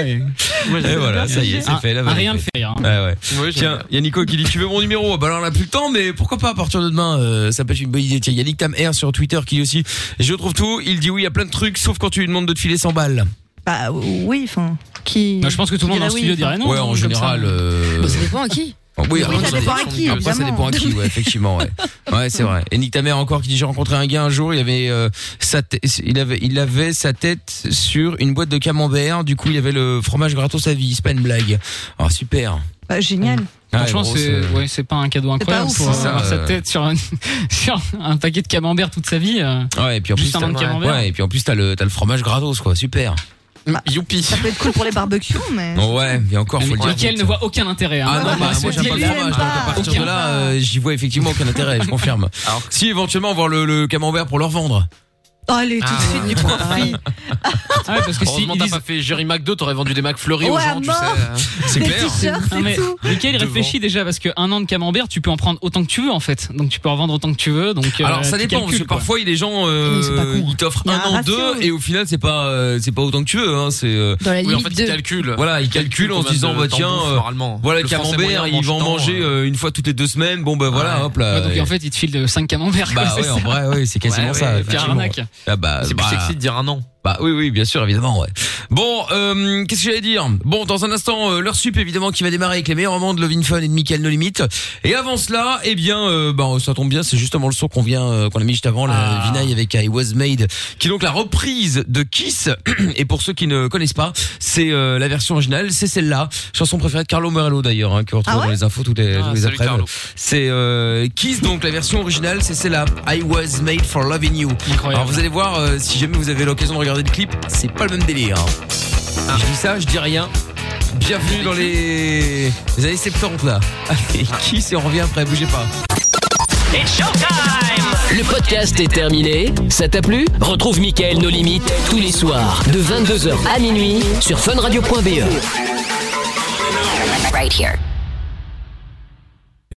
Speaker 1: Et voilà, ça y est, c'est
Speaker 3: Ah,
Speaker 1: fait. la
Speaker 3: ah,
Speaker 1: vanne est
Speaker 3: rien ne
Speaker 1: faite.
Speaker 3: fait rire.
Speaker 1: Ouais, ouais.
Speaker 5: Oui,
Speaker 1: Tiens, il y a Nico qui dit Tu veux mon numéro Ah, Bah alors, on n'a plus le temps, mais pourquoi pas à partir de demain euh, Ça peut être une bonne idée. Tiens, il y a Nick Tam R sur Twitter qui dit aussi Je trouve tout. Il dit oui à plein de trucs, sauf quand tu lui demandes de te filer 100 balles.
Speaker 4: Bah oui, enfin, qui.
Speaker 3: Bah, je pense que tout le
Speaker 4: qui
Speaker 3: monde dans le
Speaker 4: dirait
Speaker 3: studio
Speaker 4: oui,
Speaker 3: dirait
Speaker 4: enfin.
Speaker 3: non.
Speaker 1: ouais, en général. euh,
Speaker 2: Bah, Ça dépend à qui. Bah,
Speaker 1: Ah Oui,
Speaker 4: Oui,
Speaker 1: alors,
Speaker 4: ça dépend à qui,
Speaker 1: Après, ça
Speaker 4: évidemment.
Speaker 1: dépend à qui, ouais, effectivement, ouais. Ouais, c'est vrai. Et Nick ta mère encore qui dit j'ai rencontré un gars un jour, il avait euh, sa tête- il avait il avait sa tête sur une boîte de camembert, du coup il avait le fromage gratos à vie, c'est pas une blague. Ah super.
Speaker 4: Bah, génial.
Speaker 3: Franchement,
Speaker 1: gros,
Speaker 3: c'est
Speaker 1: c'est-
Speaker 3: ouais, c'est pas un cadeau incroyable
Speaker 4: ouf,
Speaker 3: pour
Speaker 1: hein.
Speaker 3: avoir
Speaker 1: Ça,
Speaker 3: sa
Speaker 1: euh,
Speaker 3: tête sur un, sur un paquet de camembert toute sa vie. euh.
Speaker 1: Ouais, et puis en plus
Speaker 3: Juste un
Speaker 1: t'as
Speaker 3: nom de camembert.
Speaker 1: ouais, et puis en plus t'as le t'as le fromage gratos quoi, super. Youpi.
Speaker 4: Bah, Ça peut être cool pour les barbecues, mais.
Speaker 1: Ouais, mais encore faut le dire.
Speaker 3: Ah, Michael ne voit aucun intérêt. hein.
Speaker 1: Ah non,
Speaker 3: Vraiment,
Speaker 1: bah, moi
Speaker 3: il
Speaker 1: j'aime pas
Speaker 3: aime
Speaker 1: le fromage, donc à partir de
Speaker 3: Aucun.
Speaker 1: là, euh, j'y vois effectivement aucun intérêt, je confirme. Alors, si éventuellement voir le, le camembert pour leur vendre.
Speaker 4: Allez, tout de suite, du profit.
Speaker 3: Ah ouais, Ah. parce que si
Speaker 5: Heureusement, t'as pas fait Jerry McDo, t'aurais vendu des McFlurry
Speaker 4: Ouais,
Speaker 5: aux
Speaker 4: Oh, à
Speaker 5: gens, tu
Speaker 4: mort.
Speaker 1: hein.
Speaker 5: sais.
Speaker 4: C'est Des clair. t-shirts, c'est
Speaker 3: Non, mais
Speaker 4: tout.
Speaker 3: Michael réfléchit déjà parce que un an de camembert, tu peux en prendre autant que tu veux en fait. Donc tu peux en vendre autant que tu veux. Donc euh,
Speaker 1: Alors ça
Speaker 3: tu
Speaker 1: dépend parce
Speaker 3: calcules,
Speaker 1: que
Speaker 3: quoi.
Speaker 1: parfois il y a des gens euh,
Speaker 3: Ils sont pas cons.
Speaker 1: ils t'offrent
Speaker 3: Il y
Speaker 1: un,
Speaker 3: a un
Speaker 1: an
Speaker 3: ratio.
Speaker 1: deux et au final c'est pas euh, c'est pas autant que tu veux hein, c'est euh,
Speaker 3: Dans la Oui, en limite fait, ils de-
Speaker 5: calculent.
Speaker 1: voilà ils
Speaker 5: Ils calculent
Speaker 1: calculent en se
Speaker 5: combien
Speaker 1: disant
Speaker 5: de
Speaker 1: bah
Speaker 5: temps
Speaker 1: tiens
Speaker 5: bouffe,
Speaker 1: euh,
Speaker 5: normalement.
Speaker 1: voilà
Speaker 5: Le
Speaker 1: le
Speaker 5: Français
Speaker 1: camembert
Speaker 5: moyen
Speaker 1: il
Speaker 5: mange
Speaker 1: va en
Speaker 5: tant,
Speaker 1: manger euh, une fois toutes les deux semaines bon bah voilà hop là
Speaker 3: Ouais, donc
Speaker 1: et-
Speaker 3: en fait, il te file 5 camemberts. quoi,
Speaker 1: bah
Speaker 3: c'est
Speaker 1: ouais
Speaker 3: ça.
Speaker 1: en vrai oui c'est quasiment
Speaker 3: Ouais,
Speaker 1: ça
Speaker 3: ouais,
Speaker 1: effectivement.
Speaker 3: pire arnaque.
Speaker 1: Ah, bah,
Speaker 5: C'est plus sexy de dire un an.
Speaker 1: bah oui oui bien sûr évidemment ouais bon euh, qu'est-ce que j'allais dire bon dans un instant euh, leur sup évidemment qui va démarrer avec les meilleurs moments de Lovin Fun et de Michael No Limite et avant cela eh bien euh, bah, ça tombe bien c'est justement le son qu'on vient euh, qu'on a mis juste avant
Speaker 5: Ah.
Speaker 1: la Vinay avec I Was Made qui est donc la reprise de Kiss et pour ceux qui ne connaissent pas c'est euh, la version originale c'est celle-là chanson préférée de Carlo Morello d'ailleurs hein, qui retrouve
Speaker 5: Ah
Speaker 1: dans les infos tous les, tous les
Speaker 5: salut
Speaker 1: après
Speaker 5: Carlo.
Speaker 1: c'est euh, Kiss donc la version originale c'est celle-là I Was Made for Loving You alors vous allez voir euh, si jamais vous avez l'occasion de regarder le clip c'est pas le même délire hein.
Speaker 5: Ah.
Speaker 1: je dis ça je dis rien bienvenue dans les, les années 70 là
Speaker 5: Ah.
Speaker 1: allez Kiss et on revient après bougez pas
Speaker 7: Le podcast est terminé. Ça t'a plu Retrouve Mickaël Nos Limites tous les soirs E. de 22h à minuit sur funradio.be.
Speaker 15: Right here.